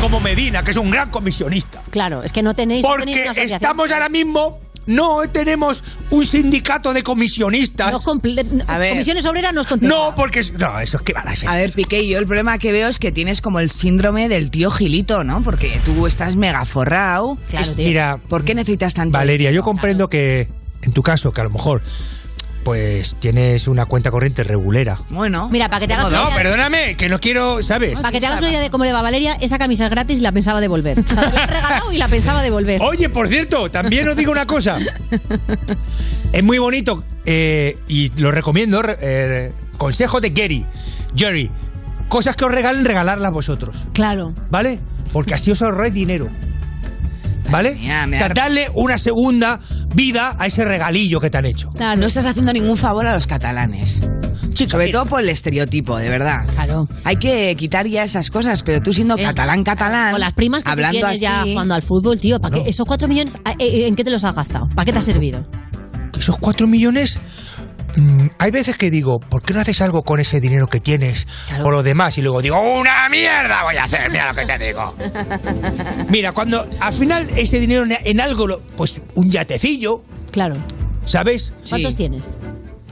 Como Medina, que es un gran comisionista. Claro, es que no tenéis... no tenéis Porque una asociación. estamos ahora mismo, no tenemos un sindicato de comisionistas. No comple- Comisiones Obreras nos contempla. No, porque. es- No, eso es que van a ser. A ver, Piqué, yo el problema que veo es que tienes como el síndrome del tío Gilito, ¿no? Porque tú estás mega forrao. Claro, Es- tío. Mira, ¿por qué necesitas tanto? Valeria, yo comprendo que en tu caso, que a lo mejor, pues tienes una cuenta corriente regulera. Bueno. Mira, para que te hagas una No, idea- perdóname, que no quiero, ¿sabes? Para que te hagas una idea de cómo le va a Valeria, esa camisa es gratis y la pensaba devolver. O sea, te la he regalado y la pensaba devolver. Oye, por cierto, también os digo una cosa. Es muy bonito eh, y lo recomiendo. re- eh, consejo de Gary. Jerry, cosas que os regalen, regalarlas vosotros. Claro. ¿Vale? Porque así os ahorráis dinero. ¿Vale? me O sea, da- darle una segunda vida a ese regalillo que te han hecho. No estás haciendo ningún favor a los catalanes. Sobre todo por el estereotipo, de verdad. Claro. Hay que quitar ya esas cosas, pero tú siendo catalán, catalán. Eh, Con las primas que tú hablando tienes así, ya jugando al fútbol, tío. ¿para qué? ¿Esos 4 millones eh, eh, en qué te los has gastado? ¿Para qué te ha servido? Esos cuatro millones. mm, Hay veces que digo, ¿por qué no haces algo con ese dinero que tienes o lo demás? Y luego digo, ¡una mierda voy a hacer! Mira lo que te digo. Mira, cuando al final ese dinero en- en algo, lo- pues un yatecillo. Claro. ¿Sabes? ¿Cuántos tienes?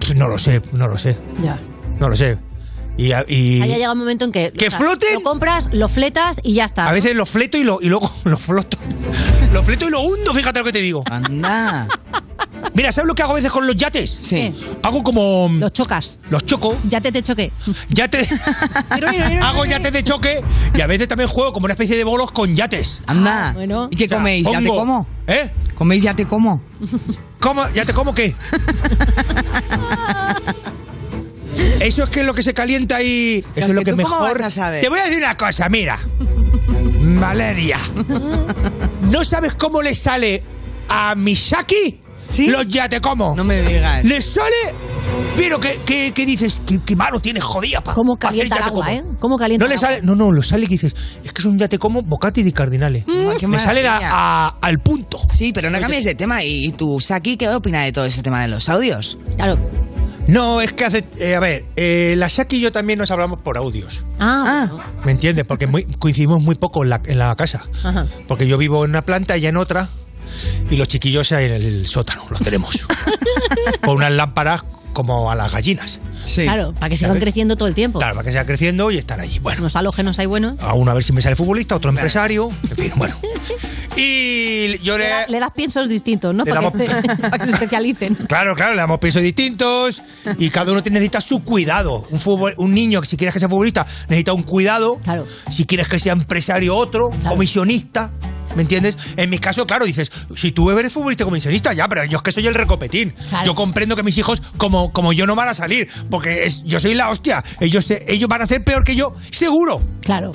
Pues No lo sé, no lo sé, Ya. no lo sé. Y, a- y Haya llegado un momento en que. ¡Que floten! Lo compras, lo fletas y ya está. a veces lo fleto y, lo, y luego lo floto. Lo fleto y lo hundo, fíjate lo que te digo. Anda. Mira, ¿sabes lo que hago a veces con los yates? Sí. Hago como... Los chocas. Los choco. Ya te te choqué. Ya te... Hago yates de choque y a veces también juego como una especie de bolos con yates. Anda. bueno. ¿Y qué O sea, coméis? ¿Ya te hongo. como? ¿Eh? ¿Coméis ya te como? ¿Cómo? ¿Ya te como qué? Eso es que es lo que se calienta y eso es lo que ¿Tú cómo mejor. vas a saber? Te voy a decir una cosa, mira. Valeria, ¿no sabes cómo le sale a Misaki? Los ya te como. No me digas. Le sale. Pero que, que, que dices, qué, qué mano tienes jodida para ¿Cómo calienta el agua, eh? ¿Cómo calienta no le el agua? sale, no, no, lo sale que dices, es que es un ya te como bocati di cardinales. Mm. le sale la- a- al punto. Sí, pero no cambies de tema. ¿Y y tú, Saki, qué opina de todo ese tema de los audios? Claro. No, es que hace. eh, a ver, eh, la Shaki y yo también nos hablamos por audios. Ah. ¿Me entiendes? Porque muy- coincidimos muy poco en la, en la casa. Ajá. Porque yo vivo en una planta y en otra. Y los chiquillos en el sótano, los tenemos. con unas lámparas como a las gallinas. Claro, para que sigan ¿Sabes? creciendo todo el tiempo. Claro, para que siga creciendo y estar allí. Bueno, Unos halógenos hay buenos. a uno a ver si me sale futbolista, otro empresario. En fin, bueno. Y yo Le, le. da- le das piensos distintos, ¿no? Le Para damos- que, te- para que se especialicen. Claro, claro, le damos pisos distintos y cada uno tiene- necesita su cuidado. Un, fútbol, un niño que si quieres que sea futbolista necesita un cuidado. Si quieres que sea empresario otro, comisionista. ¿Me entiendes? En mi caso, claro, dices, si tú eres futbolista comisionista, ya, pero yo es que soy el recopetín. Claro. Yo comprendo que mis hijos, como, como yo, no van a salir, porque es- yo soy la hostia. Ellos, se- ellos van a ser peor que yo, seguro. Claro.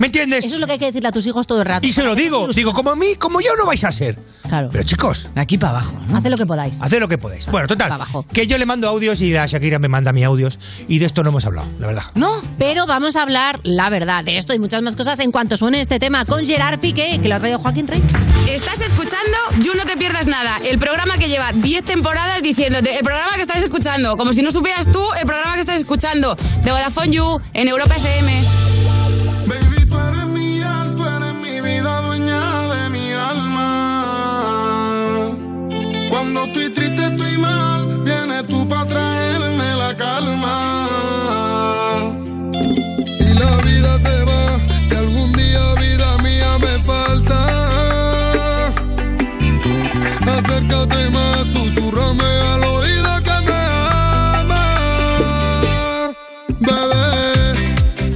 ¿Me entiendes? Eso es lo que hay que decirle a tus hijos todo el rato. Y se lo digo, digo, como a mí, como yo, no vais a ser. Claro. Pero chicos, aquí para abajo. Haced lo que podáis. Haced lo que podéis. Ah, Bueno, total. Que yo le mando audios y la Shakira me manda mis audios. Y de esto no hemos hablado, la verdad. No. Pero vamos a hablar, la verdad, de esto y muchas más cosas en cuanto suene este tema con Gerard Piqué, que lo ha traído Joaquín Rey. Estás escuchando You No Te Pierdas Nada, el programa que lleva 10 temporadas diciéndote, el programa que estás escuchando, como si no supieras tú el programa que estás escuchando, de Vodafone You, en Europa FM. Baby, tú eres mi al, tú eres mi vida, dueña de mi alma. Cuando estoy triste, estoy mal, vienes tú para traerme la calma. Y la vida se va, si algún día vida mía me falta. Acércate más, susurrame al oído que me ama, bebé.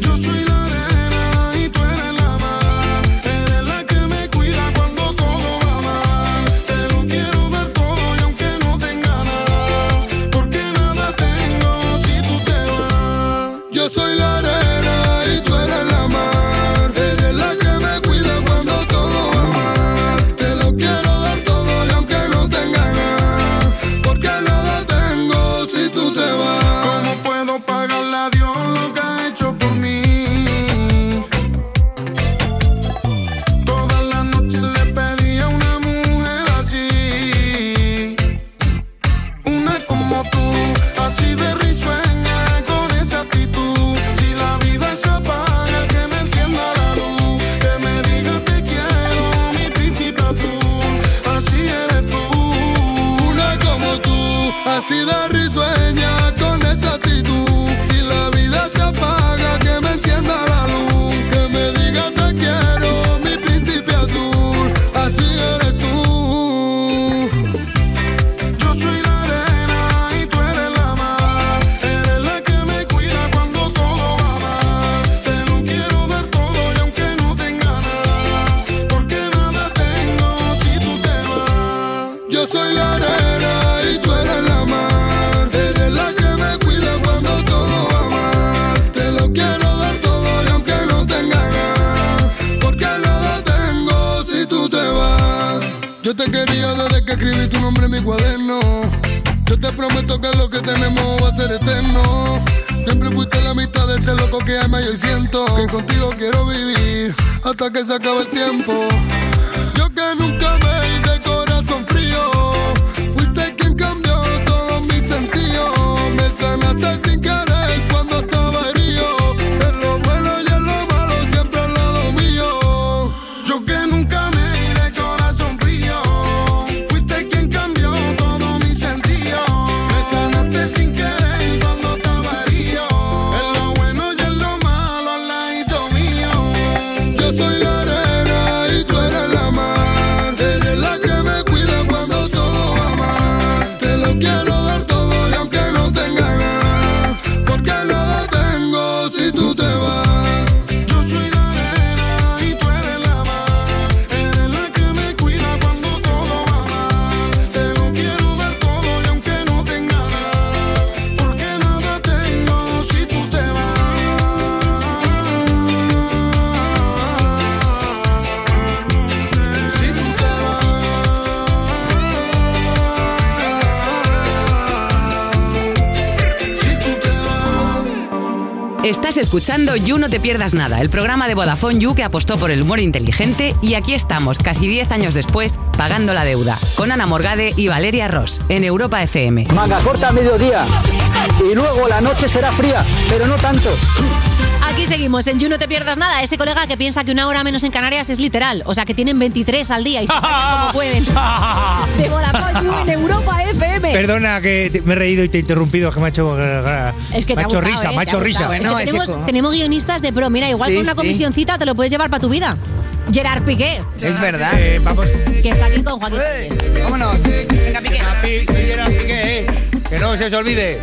Yo soy la arena y tú eres la mar. Eres la que me cuida cuando todo va mal. Te lo quiero dar todo y aunque no tenga nada. Porque nada tengo si tú te vas. Yo soy la arena y tú eres la mar. Eres la que me cuida cuando todo va mal. Te lo quiero dar todo y aunque no tenga nada. Porque nada tengo si tú te vas. ¿Cómo puedo pagarle a Dios lo que ha hecho por mí? Todas las noches le pedí a una mujer así. Una como tú, así de risueña, con esa actitud. Si la vida se apaga, que me encienda la luz. Que me diga te quiero, mi príncipe azul. Así eres tú. Una como tú, así de risueña, con esa actitud. Si la vida se apaga, que me encienda la luz. Que me diga te quiero, mi príncipe azul. Así eres tú. Yo soy la arena y tú eres la mar. Eres la que me cuida cuando todo va mal. Te lo quiero dar todo y aunque no tenga nada. Porque nada tengo si tú te vas. Yo soy la arena y tú eres la mar. Eres la que me cuida cuando todo va mal. Te lo quiero dar todo y aunque no tenga nada. Porque nada tengo si tú te vas. Yo te quería desde que escribí tu nombre en mi cuaderno. Yo te prometo que lo que tenemos va a ser eterno. Siempre fuiste la mitad de este loco que ama y hoy siento que contigo quiero vivir hasta que se acabe el tiempo. Yo que nunca me hice corazón frío. Fuiste quien cambió todos mis sentidos. Me sanaste sin querer cuando estaba herido. En lo bueno y en lo malo siempre al lado mío. Yo que nunca me iré corazón frío. Fuiste quien cambió todo mi sentido. Me sanaste sin querer cuando estaba herido. En lo bueno y en lo malo al ladito mío. Yo soy la arena y tú eres la mar. Eres Estás escuchando You No Te Pierdas Nada, el programa de Vodafone You que apostó por el humor inteligente y aquí estamos, casi 10 años después, pagando la deuda, con Ana Morgade y Valeria Ross, en Europa FM. Manga corta a mediodía y luego la noche será fría, pero no tanto. Aquí seguimos en You No Te Pierdas Nada. Ese colega que piensa que una hora menos en Canarias es literal. O sea, que tienen 23 al día y se callan como pueden. De Vodafone You en Europa FM. Perdona que te- me he reído y te he interrumpido, que me ha hecho, Es que te me ha ha gustado, hecho risa, ¿eh? me ha Te hecho gustado. risa. Es que tenemos, tenemos guionistas de pro. Mira, igual Sí, con una sí. comisioncita te lo puedes llevar para tu vida. Gerard Piqué, Es verdad. Eh, Eh, vamos. que está aquí con Joaquín. Reyes. Vámonos. Venga, Piqué. Que no se os olvide.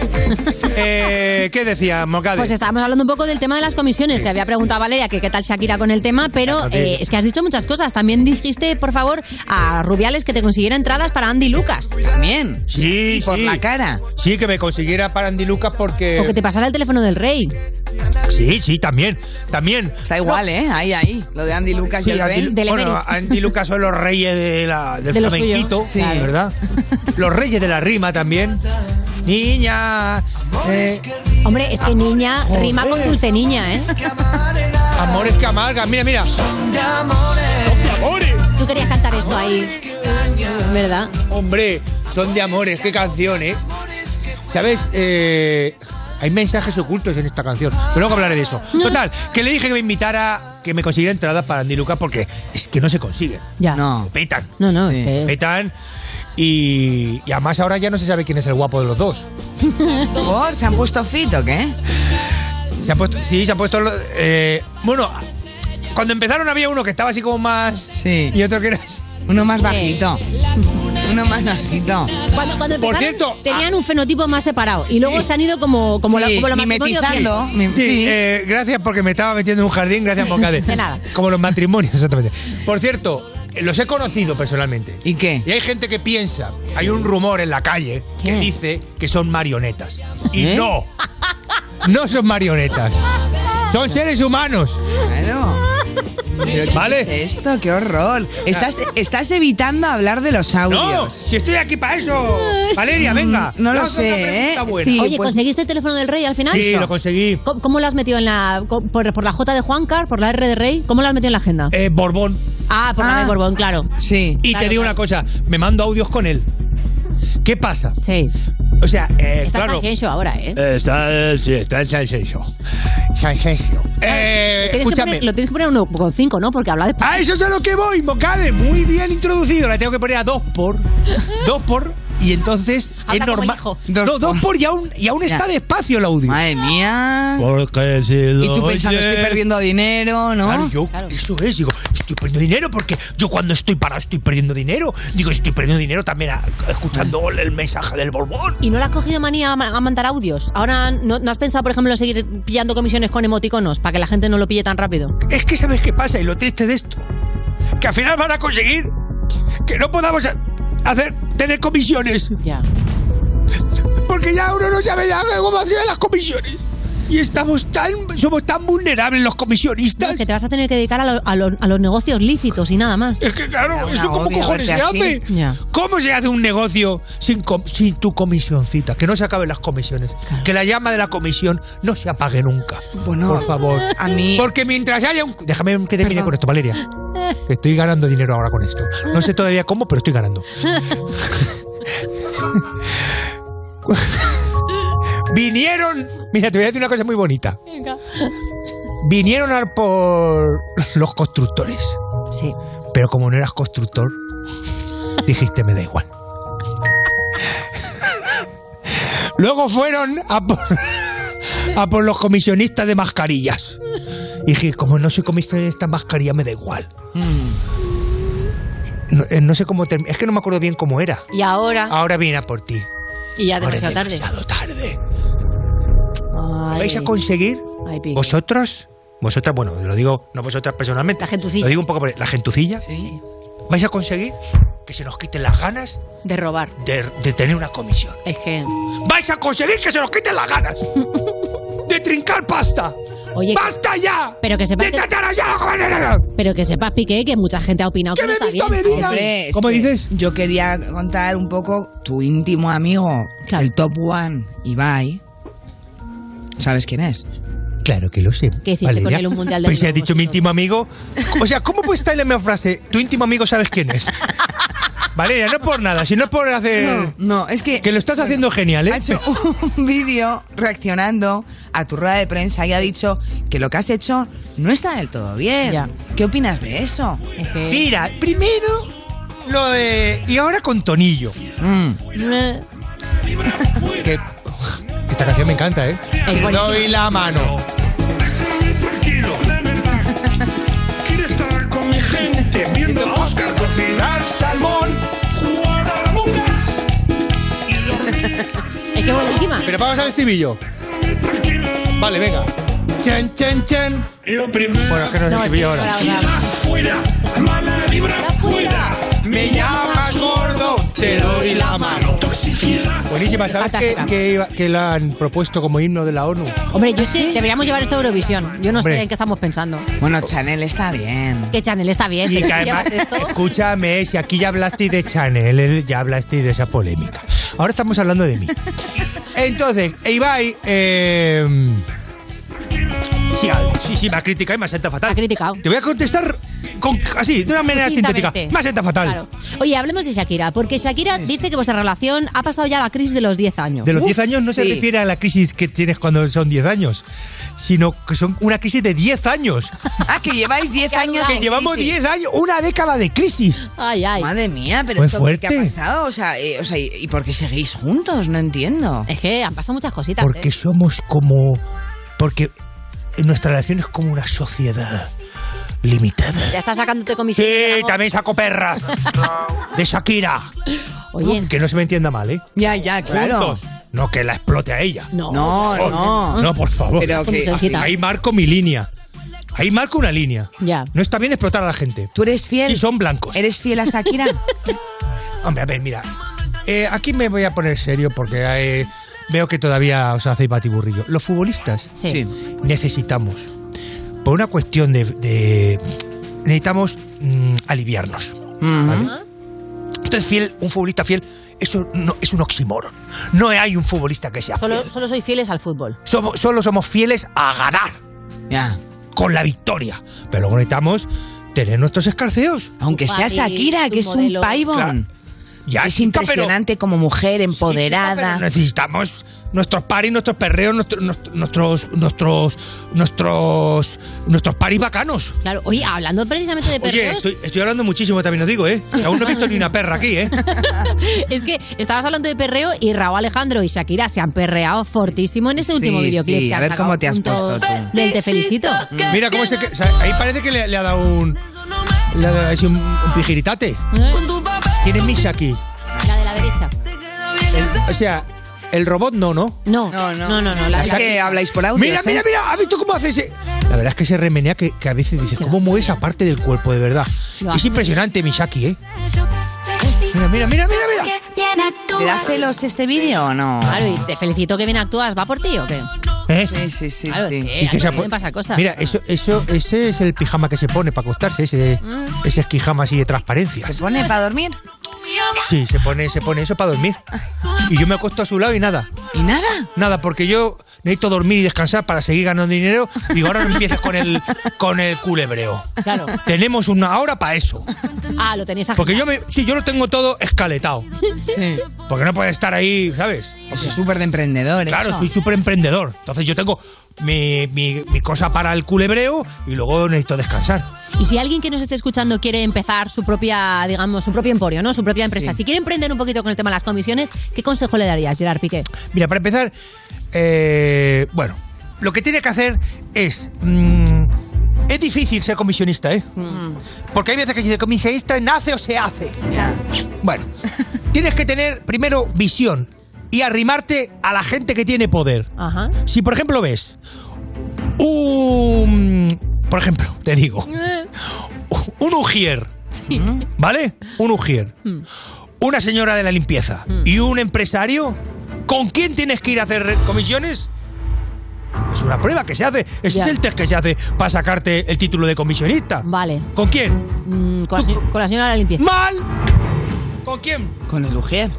Eh, ¿Qué decía Mocade? Pues estábamos hablando un poco del tema de las comisiones. Te había preguntado Valeria que qué tal Shakira con el tema, pero Claro, sí. eh, es que has dicho muchas cosas. También dijiste, por favor, a Rubiales que te consiguiera entradas para Andy Lucas. También. Sí, por sí. la cara. Sí, que me consiguiera para Andy Lucas porque... O que te pasara el teléfono del rey. Sí, sí, también. También. Está igual, ¿eh? Ahí, ahí. Lo de Andy Lucas Sí, y el Andy- rey. bueno, Andy y Lucas son los reyes de la, del De lo flamenquito, suyo, sí. ¿verdad? Los reyes de la rima también. Niña, eh, Ah, Hombre, es que niña rima con dulce niña, ¿eh? amores que amargan. Mira, mira. Tú querías cantar esto ahí, ¿verdad? Hombre, son de amores, qué canción, ¿eh? ¿Sabes? Eh, hay mensajes ocultos en esta canción, pero luego hablaré de eso. Total, que le dije que me invitara, que me consiguiera entradas para Andy Lucas porque es que no se consiguen. Ya. No. Petan. No, no, Petan. Y, y además ahora ya no se sabe quién es el guapo de los dos. ¿Por? Oh, ¿Se han puesto fit o qué? Se ha puesto, sí, se ha puesto. lo- eh, bueno, cuando empezaron había uno que estaba así como más. Sí. Y otro que era. así. Uno más bajito. Uno más bajito. Cuando, cuando Por empezaron, cierto, ah. tenían un fenotipo más separado y luego se han ido como, como, lo, Sí, como los matrimonios mimetizando, bien. Sí, eh, gracias porque me estaba metiendo en un jardín, gracias Bocade. De nada. Como los matrimonios, exactamente. Por cierto, eh, los he conocido personalmente. ¿Y qué? Y hay gente que piensa, hay un rumor en la calle que dice que son marionetas. Y ¿Eh? no, no son marionetas. Son seres humanos. ¿Vale? Esto, qué horror. Estás, estás evitando hablar de los No, audios. si estoy aquí para eso. Valeria, Mm, venga. no lo lanza una sé, pregunta ¿eh? buena. Oye, ¿conseguiste el teléfono del rey al final? Sí, lo conseguí. ¿Cómo, cómo lo has metido en la. co- Por, por la J de Juancar, por la R de Rey? ¿Cómo lo has metido en la agenda? Eh, Borbón. ah, por la de Borbón, claro. Sí. Y te digo una cosa, me mando audios con él. ¿Qué pasa? Sí. O sea, eh, Está claro. en Sanxenxo ahora, ¿eh? Eh, Está, sí, está en Sanxenxo. Sanxenxo. Eh, Tienes que escúchame. poner- lo tienes que poner a 1,5, ¿no? Porque habla de. A eso es a lo que voy, Mocade. Muy bien introducido. La tengo que poner a dos por. Dos por. Y entonces Habla como es el normal. hijo. No, Dos, por y aún, y aún está despacio el audio. Madre mía. Porque si Y tú pensando, estoy perdiendo dinero, ¿no? Claro, yo, eso es, digo, estoy perdiendo dinero porque yo cuando estoy parado estoy perdiendo dinero. Digo, estoy perdiendo dinero también a- escuchando el mensaje del Borbón. ¿Y no le has cogido manía a, ma- a mandar audios? Ahora, ¿no, no has pensado, por ejemplo, en seguir pillando comisiones con emoticonos para que la gente no lo pille tan rápido? Es que sabes qué pasa y lo triste de esto, que al final van a conseguir que no podamos ha- hacer tener comisiones. Ya. Porque ya uno no sabe ya cómo hacer las comisiones. Y estamos tan somos tan vulnerables los comisionistas. No, que te vas a tener que dedicar a, lo- a lo- a los negocios lícitos y nada más. Es que claro, eso Pues como agobio cojones se verte hace. así. Ya. ¿Cómo se hace un negocio sin, com- sin tu comisioncita? Que no se acaben las comisiones. Que la llama de la comisión no se apague nunca. Bueno, por favor. a mí- Porque mientras haya un. Déjame que termine con esto, Valeria. Que estoy ganando dinero ahora con esto. No sé todavía cómo, pero estoy ganando. Vinieron. Mira, te voy a decir una cosa muy bonita. Venga. Vinieron a por los constructores. Sí. Pero como no eras constructor, dijiste me da igual. Luego fueron a por, a por los comisionistas de mascarillas. Y dije, como no soy comisionista de mascarillas, me da igual. No, eh, no sé cómo term- Es que no me acuerdo bien cómo era. Y ahora. Ahora viene a por ti. y ya Ah, ahora es demasiado tarde. tarde. Ay. ¿Vais a conseguir? Ay, Piqué. ¿Vosotros? Vosotras, bueno, lo digo, no vosotras personalmente. La gentucilla. Lo digo un poco por la gentucilla. ¿Vais a conseguir que se nos quiten las ganas De robar. de, de tener una comisión? Es que. ¡Vais a conseguir que se nos quiten las ganas! ¡De trincar pasta! Oye, ¡Basta ya! Pero que sepas. Que, Ah, pero que sepas, Piqué, que mucha gente ha opinado que no está bien. Hombre, es ¿Cómo que dices? Yo quería contar un poco tu íntimo amigo, el top one, Ibai. ¿Sabes quién es? Claro que lo sé. ¿Qué hiciste Valeria. con él un mundial de Pues si has globos dicho mi íntimo amigo. O sea, ¿cómo puede estar en la misma frase? Tu íntimo amigo sabes quién es. Valeria, no es por nada, sino es por hacer. No, es que. Que lo estás haciendo genial, ¿eh? Ha hecho un vídeo reaccionando a tu rueda de prensa y ha dicho que lo que has hecho no está del todo bien. ¿Qué opinas de eso? Mira, primero lo de. Y ahora con Tonillo. Mm. Que- Esta canción me encanta, ¿eh? Te buenísima. doy la mano. tranquilo, la verdad. Quiero estar con mi gente viendo a Oscar cocinar salmón, jugar a las mucas y dormir. Es que Ah. buenísima. Pero vamos al estribillo. Vale, venga. Chen, chen, chen. Bueno, es que no es No, es estribillo que ahora. bravo, bravo. Fuera, mala vibra, fuera. Me llamas gordo, te doy la mano. Toxicidad. Buenísima, ¿sabes que, que, iba- que la han propuesto como himno de la ONU? Hombre, yo sé, deberíamos llevar esto a Eurovisión. Yo no sé Hombre. en qué estamos pensando. Bueno, Chanel está bien. Que Chanel está bien. Y pero que si además, llevas esto- escúchame, si aquí ya hablasteis de Chanel, eh, ya hablasteis de esa polémica. Ahora estamos hablando de mí. Entonces, Ibai, eh, sí, ah, sí, sí, me ha criticado y me ha sentado fatal. criticado. Te voy a contestar con, así, de una manera sintética. Sucintamente. Me ha sentado fatal. Claro. Oye, hablemos de Shakira, porque Shakira dice que vuestra relación ha pasado ya la crisis de los 10 años. De los Uf, 10 años no se sí. refiere a la crisis que tienes cuando son 10 años, sino que son una crisis de 10 años. Ah, que lleváis 10 años. Que en llevamos crisis. 10 años, una década de crisis. Ay, ay. Madre mía, pero Fue esto ¿qué ha fuerte. pasado? O sea, eh, o sea, ¿y y por qué seguís juntos? No entiendo. Es que han pasado muchas cositas. Porque ¿eh? somos como. Porque nuestra relación es como una sociedad limitada. Ya estás sacándote con mis Sí, también saco perras. De Shakira. Oye. Que no se me entienda mal, ¿eh? Ya, ya, Juntos. No que la explote a ella. No, No, por favor. no. No, por favor. Pero que- Mujercita. Ahí marco mi línea. Ahí marco una línea. Ya. No está bien explotar a la gente. ¿Tú eres fiel? Y son blancos. ¿Eres fiel a Shakira? Hombre, a ver, mira. Eh, aquí me voy a poner serio porque eh, veo que todavía os hacéis batiburrillo. Los futbolistas Sí. Sí. necesitamos, por una cuestión de. de- necesitamos mm, aliviarnos. ¿vale? Entonces, fiel, un futbolista fiel, eso no, es un oxímoron. No hay un futbolista que sea fiel. Solo, solo soy fieles al fútbol. Somos- solo somos fieles a ganar. Con la victoria. Pero luego necesitamos tener nuestros escarceos. Aunque sea Shakira, que es un paibón. Claro. Ya, es chica, pero- impresionante como mujer Pero empoderada. necesitamos nuestros paris, nuestros perreos, nuestro- nuestro- nuestros, nuestros, nuestros, nuestros paris bacanos. Claro, oye, hablando precisamente de Oye, perreos, estoy, estoy hablando muchísimo, también os digo, ¿eh? Que aún no he visto ni una perra aquí, ¿eh? es que estabas hablando de perreo y Raúl Alejandro y Shakira se han perreado fortísimo en este último Sí, videoclip sí, que a han ver sacado cómo te has juntos puesto tú. Del Te felicito. ¿Eh? Mm. Mira cómo es que... o sea, ahí parece que le, le ha dado un... Le ha dado así un, un pijiritate. ¿Quién es Misha aquí? La de la derecha. El- o sea, el robot no, ¿no? No, no, no, no. la- Es la- que habláis por audio. ¿eh? Mira, mira, mira, ¿has visto cómo hace ese...? La verdad es que se remenea que, que a veces dices, ¿cómo mueve esa parte del cuerpo, de verdad? Lo Es hace muy impresionante, Mishaki, ¿eh? Mira, mira, mira, mira, mira. ¿Te da celos este vídeo o no? Claro, y te felicito que bien actúas. ¿Va por ti o qué? ¿Eh? Sí, sí, sí. Claro, es que, Y que ahí se ha pueden pu- pasar cosas. Mira, eso, eso, ese es el pijama que se pone para acostarse, ese, Mm. ese esquijama así de transparencia. ¿Se pone para dormir? Sí, se pone, se pone eso para dormir. Y yo me acuesto a su lado y nada. ¿Y nada? Nada, porque yo necesito dormir y descansar para seguir ganando dinero. Digo, ahora no empieces con el, con el culebreo. Claro. Tenemos una hora para eso. Ah, lo tenéis Porque yo me, sí, yo lo tengo todo escaletado. Sí. Porque no puedes estar ahí, ¿sabes? Pues es súper de emprendedor. Claro, eso. soy súper emprendedor. Entonces yo tengo mi, mi- mi cosa para el culebreo y luego necesito descansar. Y si alguien que nos esté escuchando quiere empezar su propia, digamos, su propio emporio, ¿no? Su propia empresa. Si quiere emprender un poquito con el tema de las comisiones, ¿qué consejo le darías, Gerard Piqué? Mira, para empezar, eh, bueno, lo que tiene que hacer es... mm, es difícil ser comisionista, ¿eh? Mm. Porque hay veces que si de comisionista nace o se hace. Bueno, tienes que tener primero visión y arrimarte a la gente que tiene poder. Ajá. Si por ejemplo ves un... Por ejemplo, te digo, un ujier, ¿vale? Un ujier una señora de la limpieza y un empresario, ¿con quién tienes que ir a hacer re- comisiones? Es una prueba que se hace, ese es el test que se hace para sacarte el título de comisionista. Vale. ¿Con quién? Mm, con, la, se- con la señora de la limpieza. ¡Mal! ¿Con quién? Con el Ujier.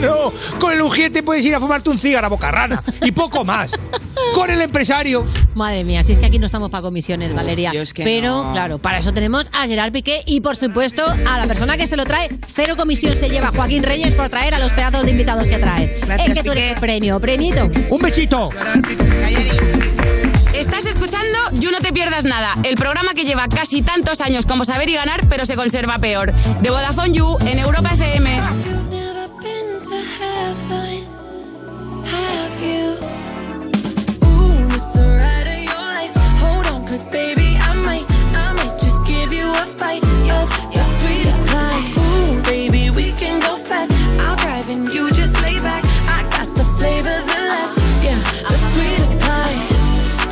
No, con el ujier te puedes ir a fumarte un cigarro a bocarrana y poco más. con el empresario. Madre mía, si es que aquí no estamos para comisiones, Valeria. que Pero, no. claro, para eso tenemos a Gerard Piqué y, por supuesto, a la persona que se lo trae. Cero comisión se lleva Joaquín Reyes por traer a los pedazos de invitados que trae. es que tú eres el premio, premito. Un besito. Estás escuchando You No Te Pierdas Nada, el programa que lleva casi tantos años como saber y ganar, pero se conserva peor. De Vodafone You en Europa FM. been to heaven, have you? Ooh, it's the ride of your life. Hold on, 'cause baby, I might, I might just give you a bite of your sweetest pie. Ooh, baby, we can go fast. I'll drive and you just lay back. I got the flavor, the last, yeah, the sweetest pie.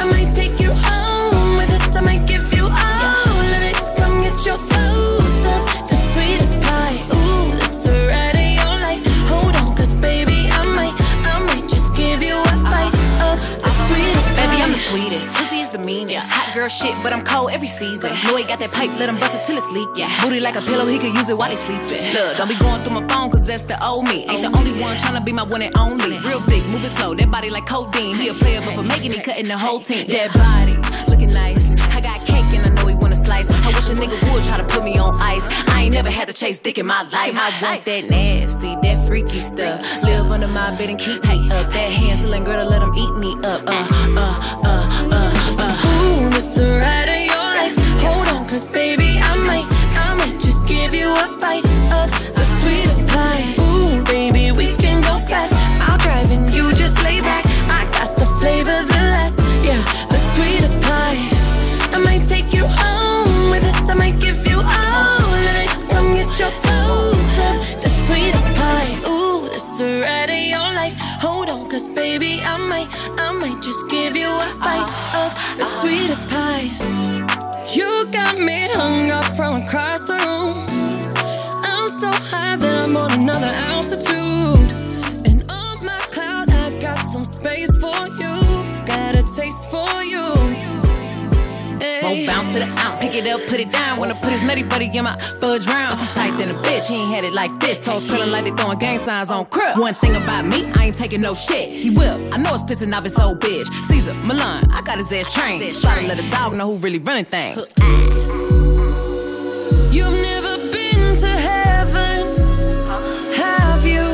I might take you home with us. I might give you all of it. Come get your dose of the sweetest pie. Ooh, it's the ride of your life. Hold on, 'cause baby, I might, I might just give you a bite of the sweetest pie. Uh-huh. Baby, I'm the sweetest. Pussy is the meanest. Hot girl shit, but I'm cold every season. Know he got that pipe, let him bust it till it's leak. Yeah. Booty like a pillow, he could use it while he's sleeping. Look, don't be going through my phone, cause that's the old me. Ain't the only one tryna be my one and only. Real thick, moving slow, that body like codeine. He a player, but for making it, cutting the whole team. That body, looking nice. I got cake and I know he wanna slice. I wish a nigga would try to put me on ice. I ain't never had to chase dick in my life. I want that nasty, that freaky stuff. Live under my bed and keep me up. That Hansel and Gretel, let him eat me up. Uh, uh, uh, uh, uh. Ooh, it's the ride of your life. Hold on, cause baby, I might, I might just give you a bite of the sweetest pie. Ooh, baby, we can go fast. I'll drive and you just lay back. I got the flavor, the last, yeah, the sweetest pie. I might take you home with us. I might give you all of it. Come get your dose of the sweetest pie. Ooh, that's the ride of your life. Hold on, cause baby, I might, I might just give you a bite of the sweetest pie. You got me hung up from across the room. I'm so high that I'm on another altitude. And on my cloud, I got some space for you. Got a taste for you. Won't bounce to the ounce. Pick it up, put it down. Wanna put his nutty buddy in my fudge round. I'm tight than a bitch. He ain't had it like this. Toes curling like they throwing gang signs on crib. One thing about me, I ain't taking no shit. He will. I know it's pissing off his whole bitch. Caesar, Milan, I got his ass trained. Try to let a dog know who really running things. You've never been to heaven, have you?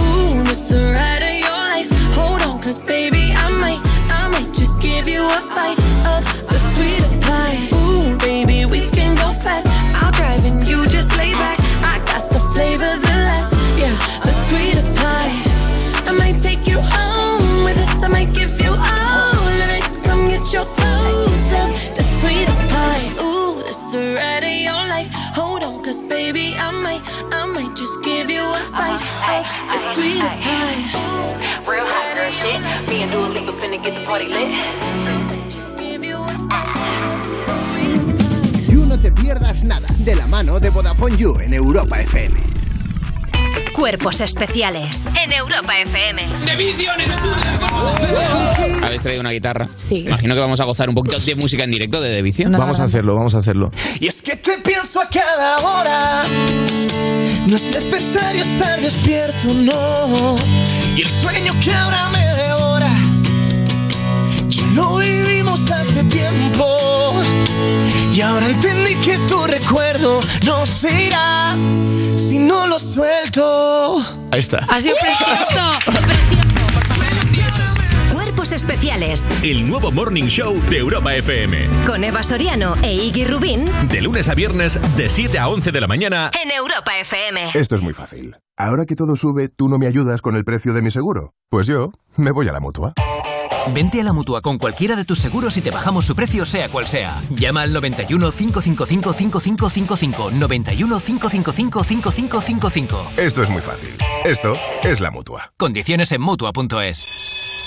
Ooh, it's the ride of your life. Hold on, cause baby, I might, I might just give you a bite of the sweetest pie. Ooh, baby, we can go fast. I'll drive and you just lay back. I got the flavor, the last, yeah, the sweetest pie. I might take you home with us. I might give you all of it. Come get your dose of the sweetest pie. Ooh, it's the ride of your life. Hold on, cause baby, I might, I might just give you a bite of the sweetest pie. Real hot girl shit. Me and Dua Lipa finna get the party lit. You No Te Pierdas Nada, de la mano de Vodafone You en Europa FM. Cuerpos especiales en Europa FM. Habéis traído una guitarra. Sí. Imagino que vamos a gozar un poquito de música en directo de Devición. Vamos a hacerlo, vamos a hacerlo. Y es que te pienso a cada hora. No es necesario estar despierto, no. Y el sueño que ahora me devora, ya lo vivimos hace tiempo. Y ahora entendí que tu recuerdo no se irá si no lo suelto. Ahí está. Ha sido precioso, Cuerpos especiales El nuevo Morning Show de Europa FM. con Eva Soriano e Iggy Rubín De lunes a viernes, de 7 a 11 de la mañana. en Europa FM. Esto es muy fácil. Ahora que todo sube, tú no me ayudas con el precio de mi seguro. Pues yo me voy a la mutua. Vente a la mutua con cualquiera de tus seguros y te bajamos su precio, sea cual sea. Llama al 91 555 5555. 91 555 5555. Esto es muy fácil. Esto es la mutua. Condiciones en mutua.es.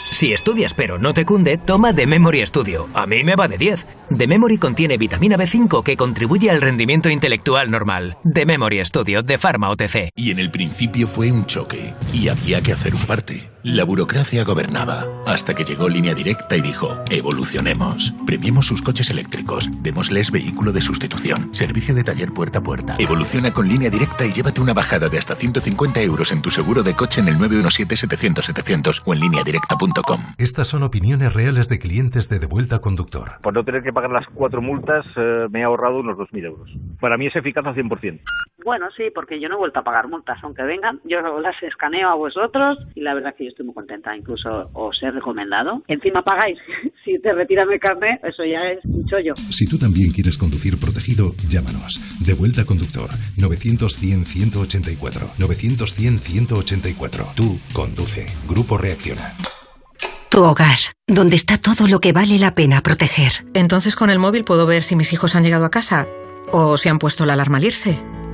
Si estudias pero no te cunde, toma The Memory Studio. A mí me va de 10. The Memory contiene vitamina B5 que contribuye al rendimiento intelectual normal. The Memory Studio de Pharma OTC. Y en el principio fue un choque y había que hacer un parte. La burocracia gobernaba hasta que llegó Línea Directa y dijo, evolucionemos. Premiemos sus coches eléctricos, démosles vehículo de sustitución, servicio de taller puerta a puerta. Evoluciona con Línea Directa y llévate una bajada de hasta 150 euros en tu seguro de coche en el 917-700-700 o en lineadirecta.com. Estas son opiniones reales de clientes de Devuelta Conductor. Por no tener que pagar las cuatro multas, eh, me he ahorrado unos 2.000 euros. Para mí es eficaz al 100%. Bueno, sí, porque yo no he vuelto a pagar multas, aunque vengan, yo las escaneo a vosotros y la verdad es que yo estoy muy contenta, incluso os he recomendado. Encima pagáis, si te retiran el carnet, eso ya es un chollo. Si tú también quieres conducir protegido, llámanos. Devuelta Conductor 900-100-184. 900-100-184. Tú conduce. Grupo Reacciona. Tu hogar, donde está todo lo que vale la pena proteger. Entonces con el móvil puedo ver si mis hijos han llegado a casa o si han puesto la alarma al irse.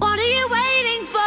What are you waiting for?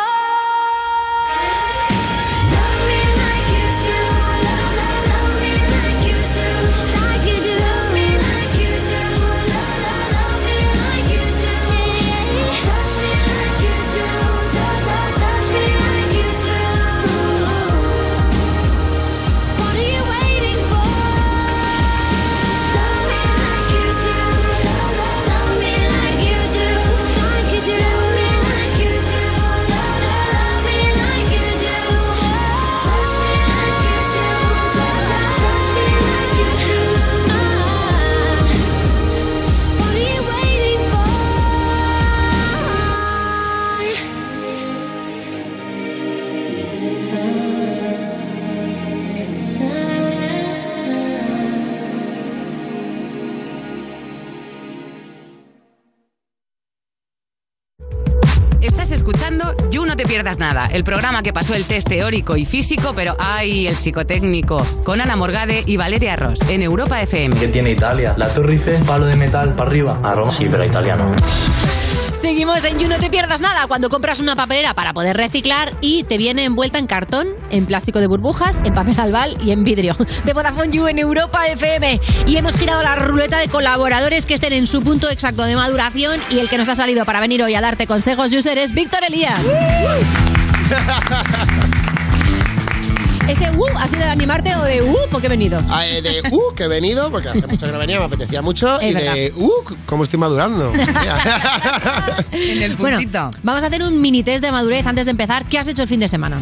Estás escuchando You No Te Pierdas Nada, el programa que pasó el test teórico y físico, pero ¡ay! el psicotécnico, con Ana Morgade y Valeria Ross, en Europa FM. ¿Qué tiene Italia? La Torre Eiffel, palo de metal para arriba. A Roma. Sí, pero italiano. Seguimos en You, no te pierdas nada. Cuando compras una papelera para poder reciclar y te viene envuelta en cartón, en plástico de burbujas, en papel albal y en vidrio. De Vodafone You en Europa FM. Y hemos girado la ruleta de colaboradores que estén en su punto exacto de maduración. Y el que nos ha salido para venir hoy a darte consejos, user, es Víctor Elías. ¿Ese uh ha sido de animarte o de uh porque he venido? Ah, eh, de uh, que he venido, porque hace mucho que no venía, me apetecía mucho. Es y de verdad. uh, cómo estoy madurando. en el Bueno, vamos a hacer un mini test de madurez antes de empezar. ¿Qué has hecho el fin de semana?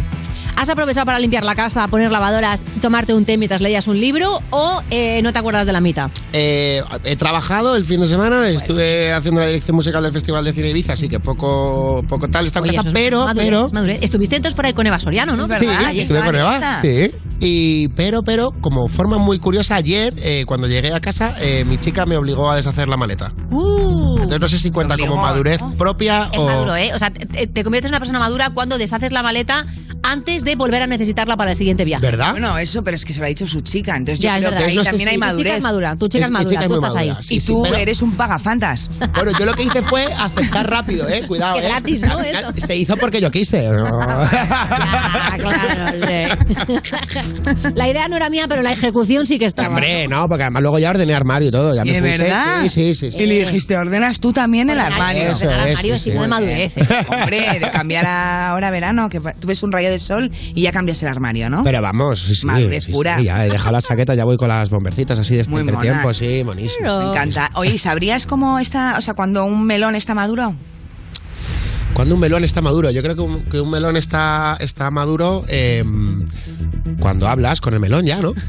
¿Has aprovechado para limpiar la casa, poner lavadoras, tomarte un té mientras leías un libro o eh, no te acuerdas de la mitad? Eh, he trabajado el fin de semana, estuve haciendo la dirección musical del Festival de Cine Ibiza, así que poco, poco tal está en Oye, eso casa, es pero, madurez, pero, madurez. Estuviste entonces por ahí con Eva Soriano, ¿no? Pues Sí, estuve con Eva, sí. Y, pero, pero, como forma muy curiosa, ayer, eh, cuando llegué a casa, eh, mi chica me obligó a deshacer la maleta. Entonces no sé si cuenta como madurez propia Uh. Es o... maduro, ¿eh? O sea, te, te conviertes en una persona madura cuando deshaces la maleta antes de volver a necesitarla para el siguiente viaje. ¿Verdad? Bueno, eso, pero es que se lo ha dicho su chica. Entonces Ya, es yo creo verdad. que ahí No sé también si- hay tu chica es madurez. madura, tu chica es Mi- mi madura, chica es tú muy estás madura, ahí. sí, y sí, tú pero- eres un pagafantas. Bueno, yo lo que hice fue aceptar rápido, ¿eh? Cuidado, Que ¿eh? gratis, ¿no? Al final Se hizo porque yo quise. Ah, La idea no era mía, pero la ejecución sí que estaba. Hombre, no, porque además luego ya ordené armario y todo. Ya me ¿De puse- verdad? Sí, sí, sí. sí. Y le dijiste, ordenas tú también el armario. Eso es, sí, sí. ¿eh? Hombre, de cambiar a ahora verano, que tú ves un rayo de sol y ya cambias el armario, ¿no? Pero vamos, sí, sí, Madurez sí, sí, pura. ya he dejado la chaqueta, ya voy con las bombercitas así de este Muy monas. entretiempo, sí, buenísimo. Me encanta. Oye, ¿y ¿sabrías cómo está, o sea, cuando un melón está maduro? Cuando un melón está maduro, yo creo que un, que un melón está, está maduro eh, cuando hablas con el melón ya, ¿no?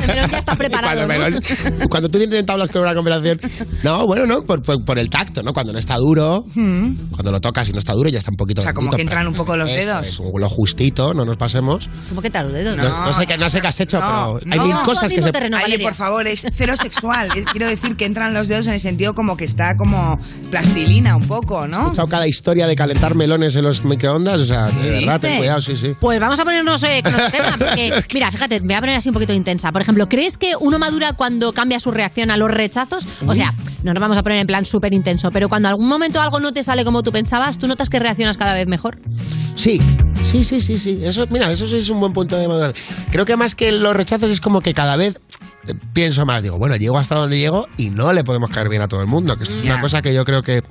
El melón ya está preparado. Cuando, ¿no? melón- cuando tú intentas hablar con una conversación. No, bueno, no, por, por- por el tacto, ¿no? Cuando no está duro, cuando lo tocas y no está duro, ya está un poquito. O sea, como blandito, que entran pero- un poco los Eso dedos. es, lo justito, no nos pasemos. ¿Cómo que tal los dedos? No, no sé qué, no sé qué has hecho, No, pero hay no. mil cosas que se. Oye, por favor, es cero sexual. Es- Quiero decir que entran los dedos en el sentido como que está como plastilina un poco, He ¿no? escuchado cada historia de calentar melones en los microondas, o sea, de verdad, ten dices? cuidado, sí, sí. Pues vamos a ponernos eh, con otro tema, porque, mira, fíjate, me voy a poner así un poquito intensa. Por ejemplo, ¿crees que uno madura cuando cambia su reacción a los rechazos? O sea, no nos vamos a poner en plan súper intenso, pero cuando algún momento algo no te sale como tú pensabas, ¿tú notas que reaccionas cada vez mejor? Sí, sí, sí, sí, sí. Eso, mira, eso sí es un buen punto de maduración. Creo que más que los rechazos es como que cada vez eh, pienso más. Digo, bueno, llego hasta donde llego y no le podemos caer bien a todo el mundo. Que esto es Ya. una cosa que yo creo que,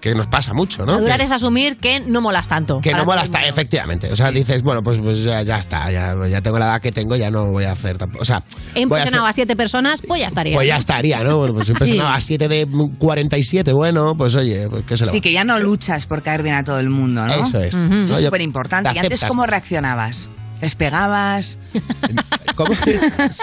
que nos pasa mucho, ¿no? Madurar Que- es asumir que no molas tanto. que para no todo mola el hasta, mundo. efectivamente. O sea, dices, bueno, pues, pues ya, ya está, ya, ya tengo la edad que tengo, ya no voy a hacer tampoco. O sea, He voy a impresionado a, ser- siete personas, pues ya estaría. pues ya estaría, ¿no? Bueno, pues si impresionaba a 7 de 47, bueno, pues oye, pues qué se le va Sí, que ya no luchas por caer bien a todo el mundo, ¿no? Eso es. Ujú. No, Eso yo- es súper importante. te ¿Y antes aceptas. cómo reaccionabas? ¿Despegabas? ¿Cómo?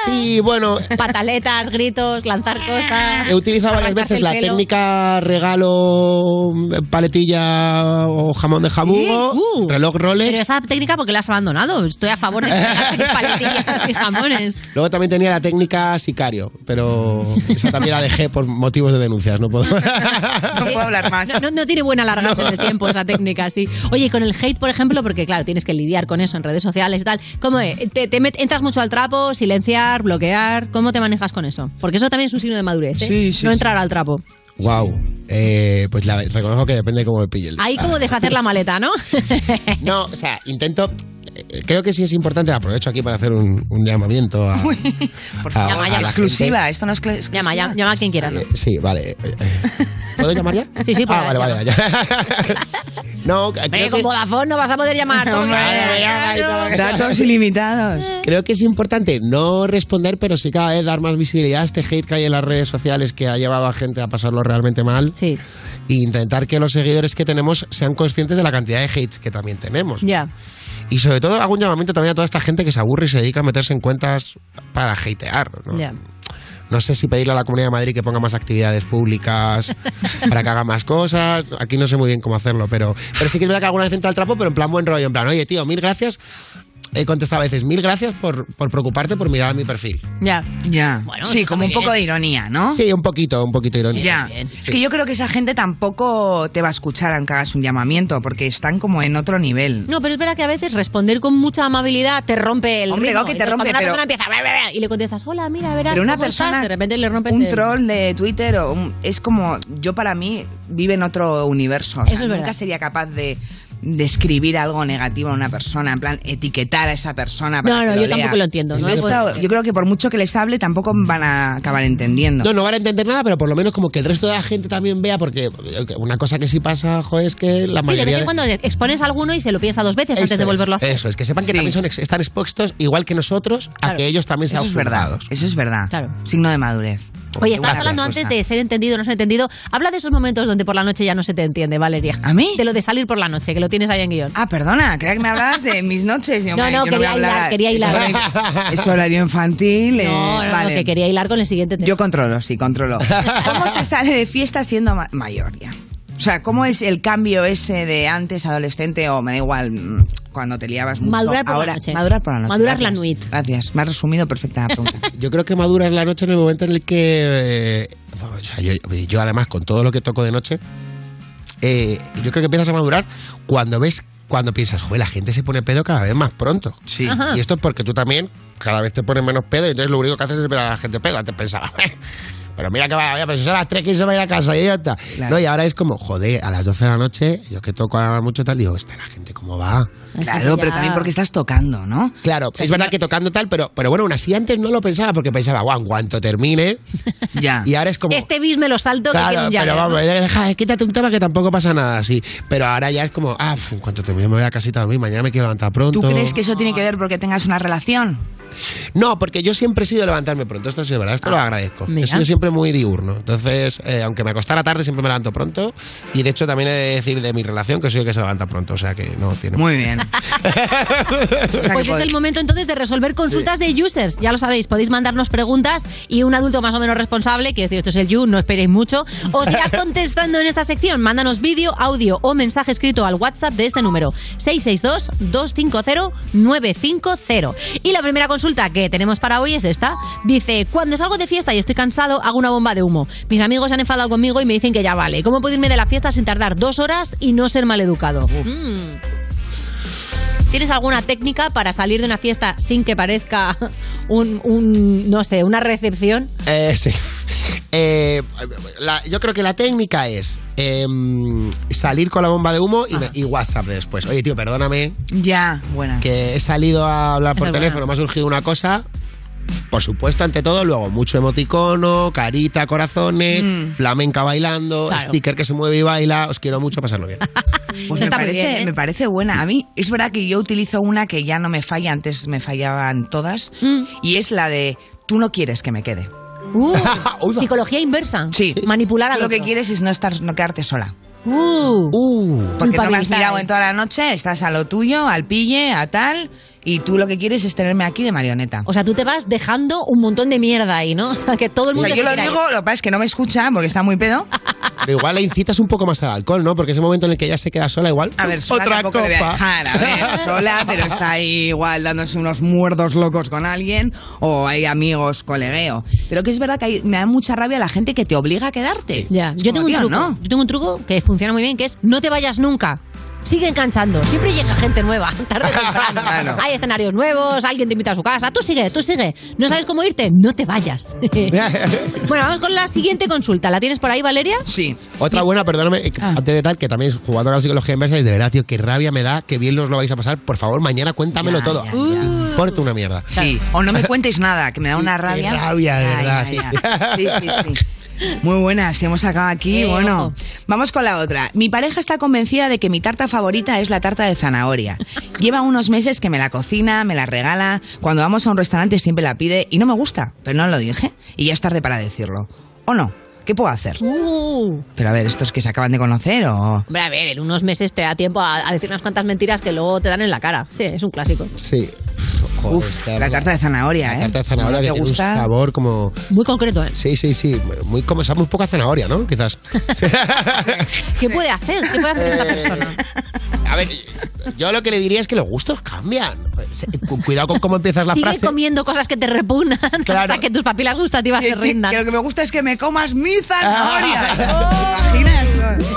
Sí, bueno. Pataletas, gritos, lanzar cosas. He utilizado varias arrancarse veces el la pelo. técnica regalo, eh, paletilla o jamón de jabugo, reloj Rolex. Pero esa técnica porque la has abandonado. Estoy a favor de que hagas paletillas y jamones. Luego también tenía la técnica sicario, pero esa también la dejé por motivos de denuncias. No puedo. No puedo hablar más. Eh, No, no tiene buena largarse No. de tiempo esa técnica, sí. Oye, y con el hate, por ejemplo, porque claro, tienes que lidiar con eso en redes sociales y tal. ¿Cómo es? ¿Te, te met- entras mucho al trapo, silenciar, bloquear? ¿Cómo te manejas con eso? Porque eso también es un signo de madurez, ¿eh? Sí, sí, No sí. entrar al trapo. Wow. pues la, reconozco que depende de cómo me pille el. Ahí como deshacer la maleta, ¿no? Ah. No, o sea, intento. eh, Creo que sí es importante. Aprovecho aquí para hacer un, un llamamiento a. a- Llama a ya. la gente. esto no es Llama, ya, llama a quien quieras. Eh, Sí, vale. eh, eh. ¿Puedo llamar ya? Sí, sí, puedes Ah, vale, vale, vale. no, creo Hombre, con que- Vodafone no vas a poder llamar. ¿no? Datos ilimitados. Creo que es importante no responder, pero sí cada vez dar más visibilidad a este hate que hay en las redes sociales que ha llevado a gente a pasarlo realmente mal. Sí. E intentar que los seguidores que tenemos sean conscientes de la cantidad de hates que también tenemos. Ya. Y sobre todo hago un llamamiento también a toda esta gente que se aburre y se dedica a meterse en cuentas para hatear. ¿no? Ya. No sé si pedirle a la Comunidad de Madrid que ponga más actividades públicas, para que haga más cosas. Aquí no sé muy bien cómo hacerlo, pero, pero sí que es verdad que alguna vez entra el trapo, pero en plan buen rollo. En plan, oye, tío, mil gracias. He contestado a veces, mil gracias por, por preocuparte por mirar mi perfil. Ya. Ya. sí, como un poco de ironía, ¿no? Sí, un poquito, un poquito irónico. Ya. Es que yo creo que esa gente tampoco te va a escuchar aunque hagas un llamamiento, porque están como en otro nivel. No, pero es verdad que a veces responder con mucha amabilidad te rompe el Hombre, ritmo. claro que te Entonces, rompe, cuando una pero- persona empieza bla, bla, bla, y le contestas, hola, mira, verás, Pero una ¿cómo estás?", persona, de repente le rompes un el- troll de Twitter o un- es como, yo para mí vive en otro universo. O sea, Eso es nunca verdad. sería capaz de, de escribir algo negativo a una persona, en plan etiquetar a esa persona. Ah, para No, que no, lo yo lea. tampoco lo entiendo, no Yo, lo puedo creo- entender. yo creo que por mucho que les hable tampoco van a acabar entendiendo. No, no van a entender nada, pero por lo menos como que el resto de la gente también vea, porque eh, una cosa que sí pasa, jo, es que la sí, de mayoría... vez en de- cuando expones a alguno y se lo piensa dos veces antes Eso de es, volverlo a hacer. Eso es, que sepan que también son ex- están expuestos, igual que nosotros, a que ellos también sean Eso es verdad. juzgados. Eso es verdad. Signo de madurez. Oye, estabas Buena hablando respuesta. antes de ser entendido o no ser entendido. Habla de esos momentos donde por la noche ya no se te entiende, Valeria. ¿A mí? De lo de salir por la noche, que lo tienes ahí en guión. Ah, perdona, creía que me hablabas de mis noches. Digo, No, "Hombre, no, yo voy a quería hilar, hablar". quería Es hilar. horario- Es horario infantil. eh, No, no, no, vale. que quería hilar con el siguiente tema. Yo controlo, sí, controlo. ¿Cómo se sale de fiesta siendo ma- mayor ya? O sea, ¿cómo es el cambio ese de antes, adolescente, o me da igual, mm, cuando te liabas mucho? Madurar por la ahora, noche. Madurar por la noche. Madurar la nuit. Gracias, me has resumido perfecta la pregunta. Yo creo que maduras la noche en el momento en el que. eh, o sea, yo, yo además, con todo lo que toco de noche, eh, yo creo que empiezas a madurar cuando ves. Cuando piensas, joder, la gente se pone pedo cada vez más pronto. Sí. Ajá. Y esto es porque tú también cada vez te pones menos pedo y entonces lo único que haces es ver a la gente pedo. Antes pensaba, pero mira que va, pues es a las 3 que se va a ir a casa, idiota. No, y ahora es como, joder, a las 12 de la noche, yo que toco ahora mucho tal, digo, está la gente cómo va. Claro, pero también porque estás tocando, ¿no? Claro, es verdad que tocando tal, pero, pero bueno, aún así antes no lo pensaba porque pensaba, guau, en cuanto termine. ya. Y ahora es como. Este bis me lo salto que quiero un Claro, pero Jagger, vamos, ¿no? deja, quítate un tema que tampoco pasa nada así. Pero ahora ya es como, ah, uf, en cuanto termine me voy a casita a dormir, mañana me quiero levantar pronto. ¿Tú crees que eso tiene que ver porque tengas una relación? No, porque yo siempre he sido de levantarme pronto. Esto sí es verdad, esto Ah, lo agradezco. mira. He sido siempre muy diurno. Entonces, eh, aunque me acostara tarde, siempre me levanto pronto. Y de hecho, también he de decir de mi relación que soy el que se levanta pronto. O sea que no tiene. Muy bien. Pues es el momento entonces de resolver consultas de users. Ya lo sabéis, podéis mandarnos preguntas y un adulto más o menos responsable, quiero decir, esto es el You, no esperéis mucho, os irá contestando en esta sección. Mándanos vídeo, audio o mensaje escrito al WhatsApp de este número, 662-250-950. Y la primera consulta que tenemos para hoy es esta. Dice, cuando salgo de fiesta y estoy cansado, hago una bomba de humo. Mis amigos se han enfadado conmigo y me dicen que ya vale. ¿Cómo puedo irme de la fiesta sin tardar dos horas y no ser maleducado? Mm. ¿Tienes alguna técnica para salir de una fiesta sin que parezca un, un, no sé, una recepción? Eh, sí. Eh, la- yo creo que la técnica es em, salir con la bomba de humo Ah. y, me- y WhatsApp después. Oye, tío, perdóname. Ya, buena. Que he salido a hablar Esa por es teléfono, buena. me ha surgido una cosa. Por supuesto, ante todo, luego mucho emoticono, carita, corazones, flamenca bailando, Mm. Claro. sticker que se mueve y baila. Os quiero mucho, pasarlo bien. Pues me, parece, ¿eh? me parece buena. A mí es verdad que yo utilizo una que ya no me falla, antes me fallaban todas, Mm. y es la de tú no quieres que me quede. Uh, psicología inversa. Sí. Manipular a Tú lo que quieres es no estar no quedarte sola. Uh, Porque tú me has culpabilizar, mirado eh. en toda la noche, estás a lo tuyo, al pille, a tal, y tú lo que quieres es tenerme aquí de marioneta. O sea, tú te vas dejando un montón de mierda ahí, ¿no? O sea, que todo el O mundo... sea, yo lo digo, lo que pasa es que no me escucha porque está muy pedo. Pero igual la incitas un poco más al alcohol, ¿no? Porque ese momento en el que ella se queda sola, igual. A ver, sola otra tampoco le voy a copa. dejar, a ver, sola, pero está ahí igual dándose unos muerdos locos con alguien o hay amigos, colegueo. Pero que es verdad que hay- me da mucha rabia la gente que te obliga a quedarte. Ya, yo tengo, un tío, truco, ¿no? yo tengo un truco que funciona muy bien, que es no te vayas nunca. Sigue enganchando, siempre llega gente nueva, tarde o temprano. Claro. Hay escenarios nuevos, alguien te invita a su casa, tú sigue, tú sigue. ¿No sabes cómo irte? No te vayas. bueno, vamos con la siguiente consulta. ¿La tienes por ahí, Valeria? Sí. Otra buena, perdóname, eh, Ah. antes de tal, que también es jugando a la psicología inversa, y de verdad, tío, qué rabia me da, qué bien nos lo vais a pasar. Por favor, mañana cuéntamelo Ya, todo. ya, Uh. Porte una mierda. Sí. O no me cuentes nada, que me da una rabia. rabia, de Ay, verdad, ay, ay. Sí, sí, sí. Muy buenas, hemos acabado aquí. Eh, bueno, ojo. vamos con la otra. Mi pareja está convencida de que mi tarta favorita es la tarta de zanahoria. Lleva unos meses que me la cocina, me la regala. Cuando vamos a un restaurante siempre la pide y no me gusta, pero no lo dije. Y ya es tarde para decirlo. ¿O no? ¿Qué puedo hacer? Uh. Pero a ver, ¿estos que se acaban de conocer o...? Hombre, a ver, en unos meses te da tiempo a, a decir unas cuantas mentiras que luego te dan en la cara. Sí, es un clásico. Sí. Uf, la tarta de zanahoria, ¿eh? La tarta de ¿No zanahoria te que tiene un gusta? sabor como. Muy concreto, ¿eh? Sí, sí, sí. Muy como sabe un poco a zanahoria, ¿no? Quizás. ¿Qué puede hacer? ¿Qué puede hacer esta persona? A ver, yo lo que le diría es que los gustos cambian. Cu- Cuidado con cómo empiezas la Sigue frase. comiendo cosas que te repugnan hasta que tus papilas gustativas se rindan. que lo que me gusta es que me comas mi Ah. zanahoria. imaginas?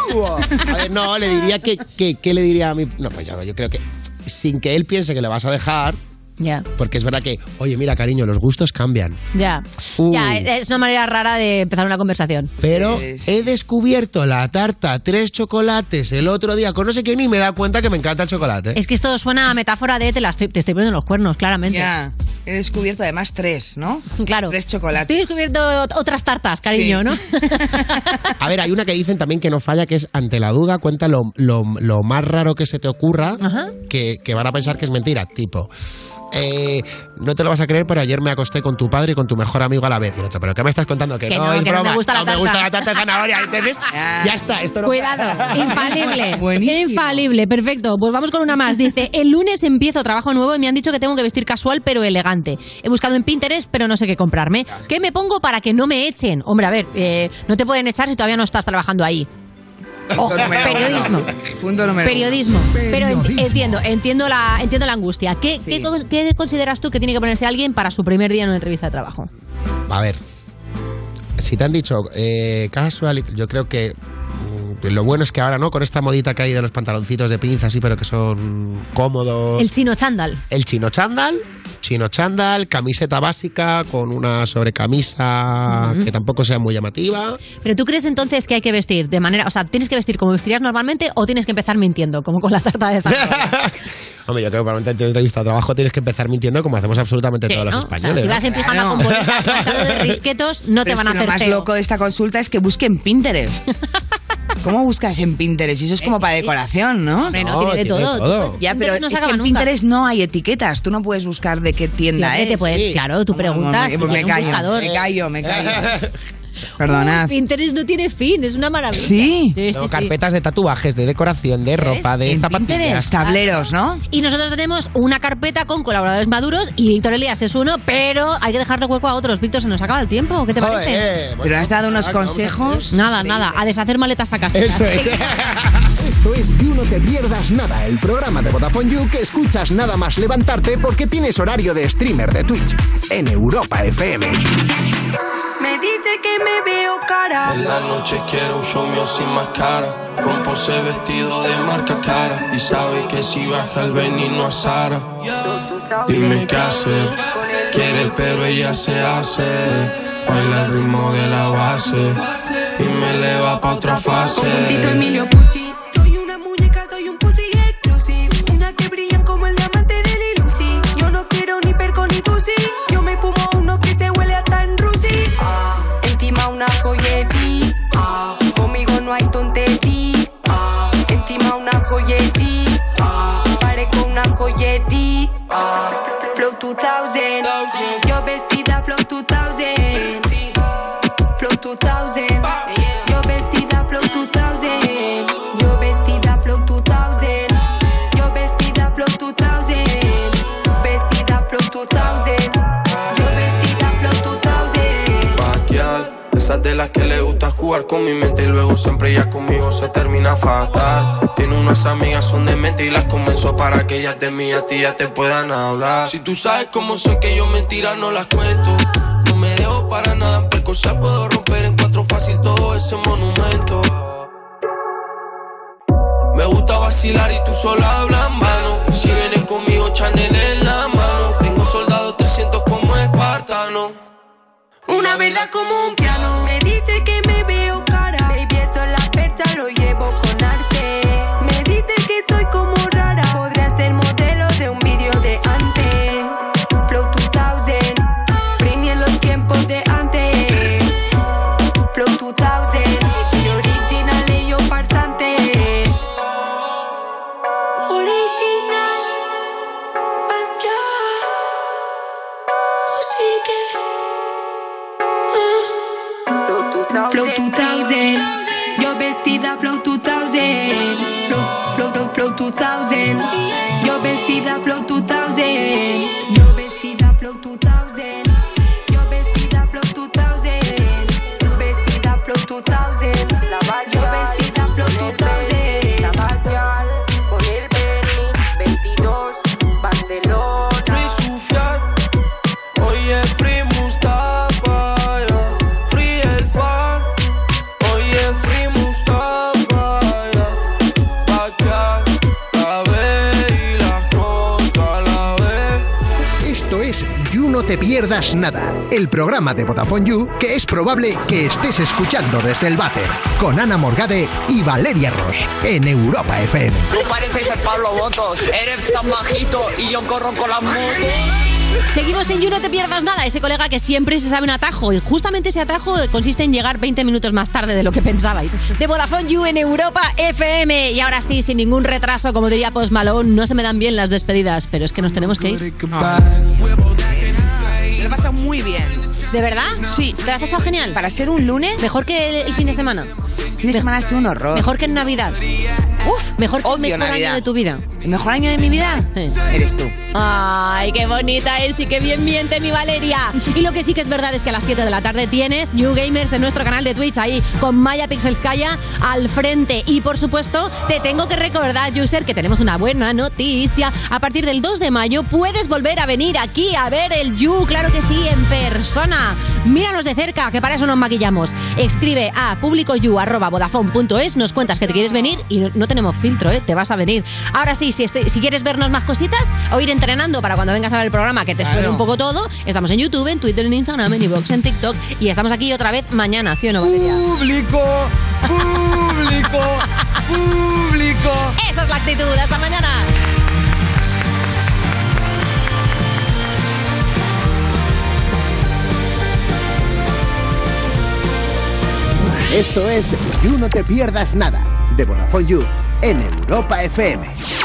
A ver, no, le diría que, que- ¿Qué le diría a mi.? No, pues yo, yo creo que. Sin que él piense que le vas a dejar. Ya. Porque es verdad que, oye, mira, cariño, los gustos cambian. Ya. Uh. Ya, es una manera rara de empezar una conversación. Pero he descubierto la tarta tres chocolates el otro día con no sé quién y me da cuenta que me encanta el chocolate. Es que esto suena a metáfora de te, la estoy, te estoy poniendo los cuernos, claramente. Ya. He descubierto además tres, ¿no? Claro. Tres chocolates. Estoy descubriendo ot- otras tartas, cariño, ¿no? A ver, hay una que dicen también que no falla, que es ante la duda, cuenta lo, lo- lo más raro que se te ocurra, que, que van a pensar que es mentira. Tipo, eh, no te lo vas a creer, pero ayer me acosté con tu padre y con tu mejor amigo a la vez. Y el otro, ¿pero qué me estás contando? Que, Que no, es que no me broma. gusta la tarta. de zanahoria. Entonces, ya está, esto no Cuidado, infalible. Buenísimo. Infalible, perfecto. Pues vamos con una más. Dice, el lunes empiezo trabajo nuevo y me han dicho que tengo que vestir casual pero elegante. He buscado en Pinterest pero no sé qué comprarme. ¿Qué me pongo para que no me echen? Hombre, a ver, eh, no te pueden echar si todavía no estás trabajando ahí. Ojo, periodismo. Punto número uno. Periodismo. Pero en- entiendo, entiendo la, entiendo la angustia. ¿Qué, qué con- qué consideras tú que tiene que ponerse alguien para su primer día en una entrevista de trabajo? A ver, si te han dicho eh, casual, yo creo que mm, lo bueno es que ahora, ¿no? Con esta modita que hay de los pantaloncitos de pinza, así, pero que son cómodos. El chino chándal. el chino chándal, chino chándal, camiseta básica con una sobrecamisa que tampoco sea muy llamativa. Pero tú crees entonces que hay que vestir de manera, o sea, tienes que vestir como vestirías normalmente o tienes que empezar mintiendo, como con la tarta de zanahoria. Hombre, yo creo que para una entrevista de trabajo tienes que empezar mintiendo como hacemos absolutamente Sí, todos los ¿no? españoles. O sea, si ¿no? vas en pijama con bolitas, manchado de risquetos, no Pero te es van a que hacer Lo más feo. loco de esta consulta es que busquen Pinterest. ¿Cómo buscas en Pinterest? Eso es como para decoración, ¿no? Hombre, no, No, tiene de tiene todo. todo. Ya, pero Pinterest no se es que acaba en nunca. Pinterest no hay etiquetas. Tú no puedes buscar de qué tienda hombre, es. te puedes- Sí. claro, tú No, no, no, preguntas, y Me, hay me un callo, buscador. me callo, me callo. Perdonad. Pinterest no tiene fin, es una maravilla. Sí. sí, Tengo sí. carpetas de tatuajes, de decoración, de ropa, de zapatillas. tableros, ¿no? Y nosotros tenemos una carpeta con colaboradores maduros y Víctor Elías es uno, pero hay que dejarle hueco a otros. Víctor, se nos acaba el tiempo. ¿Qué te Joder, parece? bueno, Pero has dado unos claro, consejos. Nada, nada. A deshacer maletas a casa. Eso es. Esto es You No Te Pierdas Nada, el programa de Vodafone You que escuchas nada más levantarte porque tienes horario de streamer de Twitch en Europa FM. Me dice que me veo cara. En la noche quiero un show mío sin máscara. Rompo ese vestido de marca cara. Y sabe que si baja el veneno a Sara. Dime qué hacer. Quiere, pero ella se hace. Baila el ritmo de la base. Y me eleva pa' otra fase. Tito Emilio Pucci. Soy una muñeca, soy un pussy exclusive. Una que brillan como el diamante de Lil Uzi. Yo no quiero ni perco ni tusi. Yo me fumo uno que se huele a tan rusi. Ah, encima una joyeti. Ah, conmigo no hay tonteti. Ah, encima una joyeti. Ah, parezco una joyeti. Ah, flow 2000. Yo vestida flow 2000. Flow 2000. Yo vestida Flow 2000. Yo vestida Flow 2000. Yo vestida Flow 2000. Vestida Flow 2000. Yo vestida Flow 2000. Paquial. Esas de las que le gusta jugar con mi mente y luego siempre ya conmigo se termina fatal. Tiene unas amigas, son de mente y las convenzo para que ellas de mí a ti ya te puedan hablar. Si tú sabes cómo sé que yo mentiras no las cuento. No me dejo para nada, percosar puedo romper en cuatro fácil todo ese monumento. Me gusta vacilar y tú sola hablas mano. Si vienes conmigo, Chanel en la mano. Tengo soldados 300 como espartano. Una verdad como un piano. Me dice que me veo cara. Baby, eso en la percha lo llevo con arte. Me dice que soy como rara. Podría ser modelo de un vídeo de antes. Flow 2000. Premien los tiempos de antes. Flow 2000. Y original y yo farsante. Original. Backyard. Así que. Flow 2000, yo vestida Flow 2000, Flow, Flow, Flow, Flow 2000, yo vestida Flow 2000, yo vestida Flow 2000, yo vestida Flow 2000, yo vestida Flow 2000, yo vestida Flow 2000, la Backyard, con el Berni, 22, Barcelona. Free Sufian, oye Free Mustafa, yeah. Free el fan, oye Free Mustafa, yeah. Backyard, la B y la J, la B. Esto es You No Te Pierdas Nada, el programa de Vodafone You que es probable que estés escuchando desde el váter con Ana Morgade y Valeria Ross en Europa FM. Tú pareces el Pablo Botos, eres tan bajito y yo corro con las motos. Seguimos en You, no te pierdas nada. Ese colega que siempre se sabe un atajo. Y justamente ese atajo consiste en llegar 20 minutos más tarde de lo que pensabais. De Vodafone You en Europa FM. Y ahora sí, sin ningún retraso, como diría Post Malone, no se me dan bien las despedidas, pero es que nos tenemos que ir. Lo he pasado muy bien. ¿De verdad? Sí. ¿Te la has pasado genial? Para ser un lunes. Mejor que el, el fin de semana. fin de semana ha sido un horror. Mejor que en Navidad. Uf, mejor que el mejor Navidad. año de tu vida. ¿El mejor año de mi vida? Eres tú. Ay, qué bonita es y qué bien miente mi Valeria. Y lo que sí que es verdad es que a las 7 de la tarde tienes New Gamers en nuestro canal de Twitch, ahí con Maya Pixelskaya al frente. Y por supuesto, te tengo que recordar, user, que tenemos una buena noticia. A partir del 2 de mayo puedes volver a venir aquí a ver el You, claro que sí, en persona. Míranos de cerca, que para eso nos maquillamos. Escribe a publicoyu.vodafone.es, nos cuentas que te quieres venir y no, no tenemos filtro, ¿eh? te vas a venir. Ahora sí, si, este- si quieres vernos más cositas o ir entrenando para cuando vengas a ver el programa que te Claro. suene un poco todo, estamos en YouTube, en Twitter, en Instagram, en iVoox, en TikTok y estamos aquí otra vez mañana, ¿sí o no, Valeria? ¡Público! ¡Público! ¡Público! Esa es la actitud, hasta mañana. Esto es You No Te Pierdas Nada de Vodafone You en Europa FM.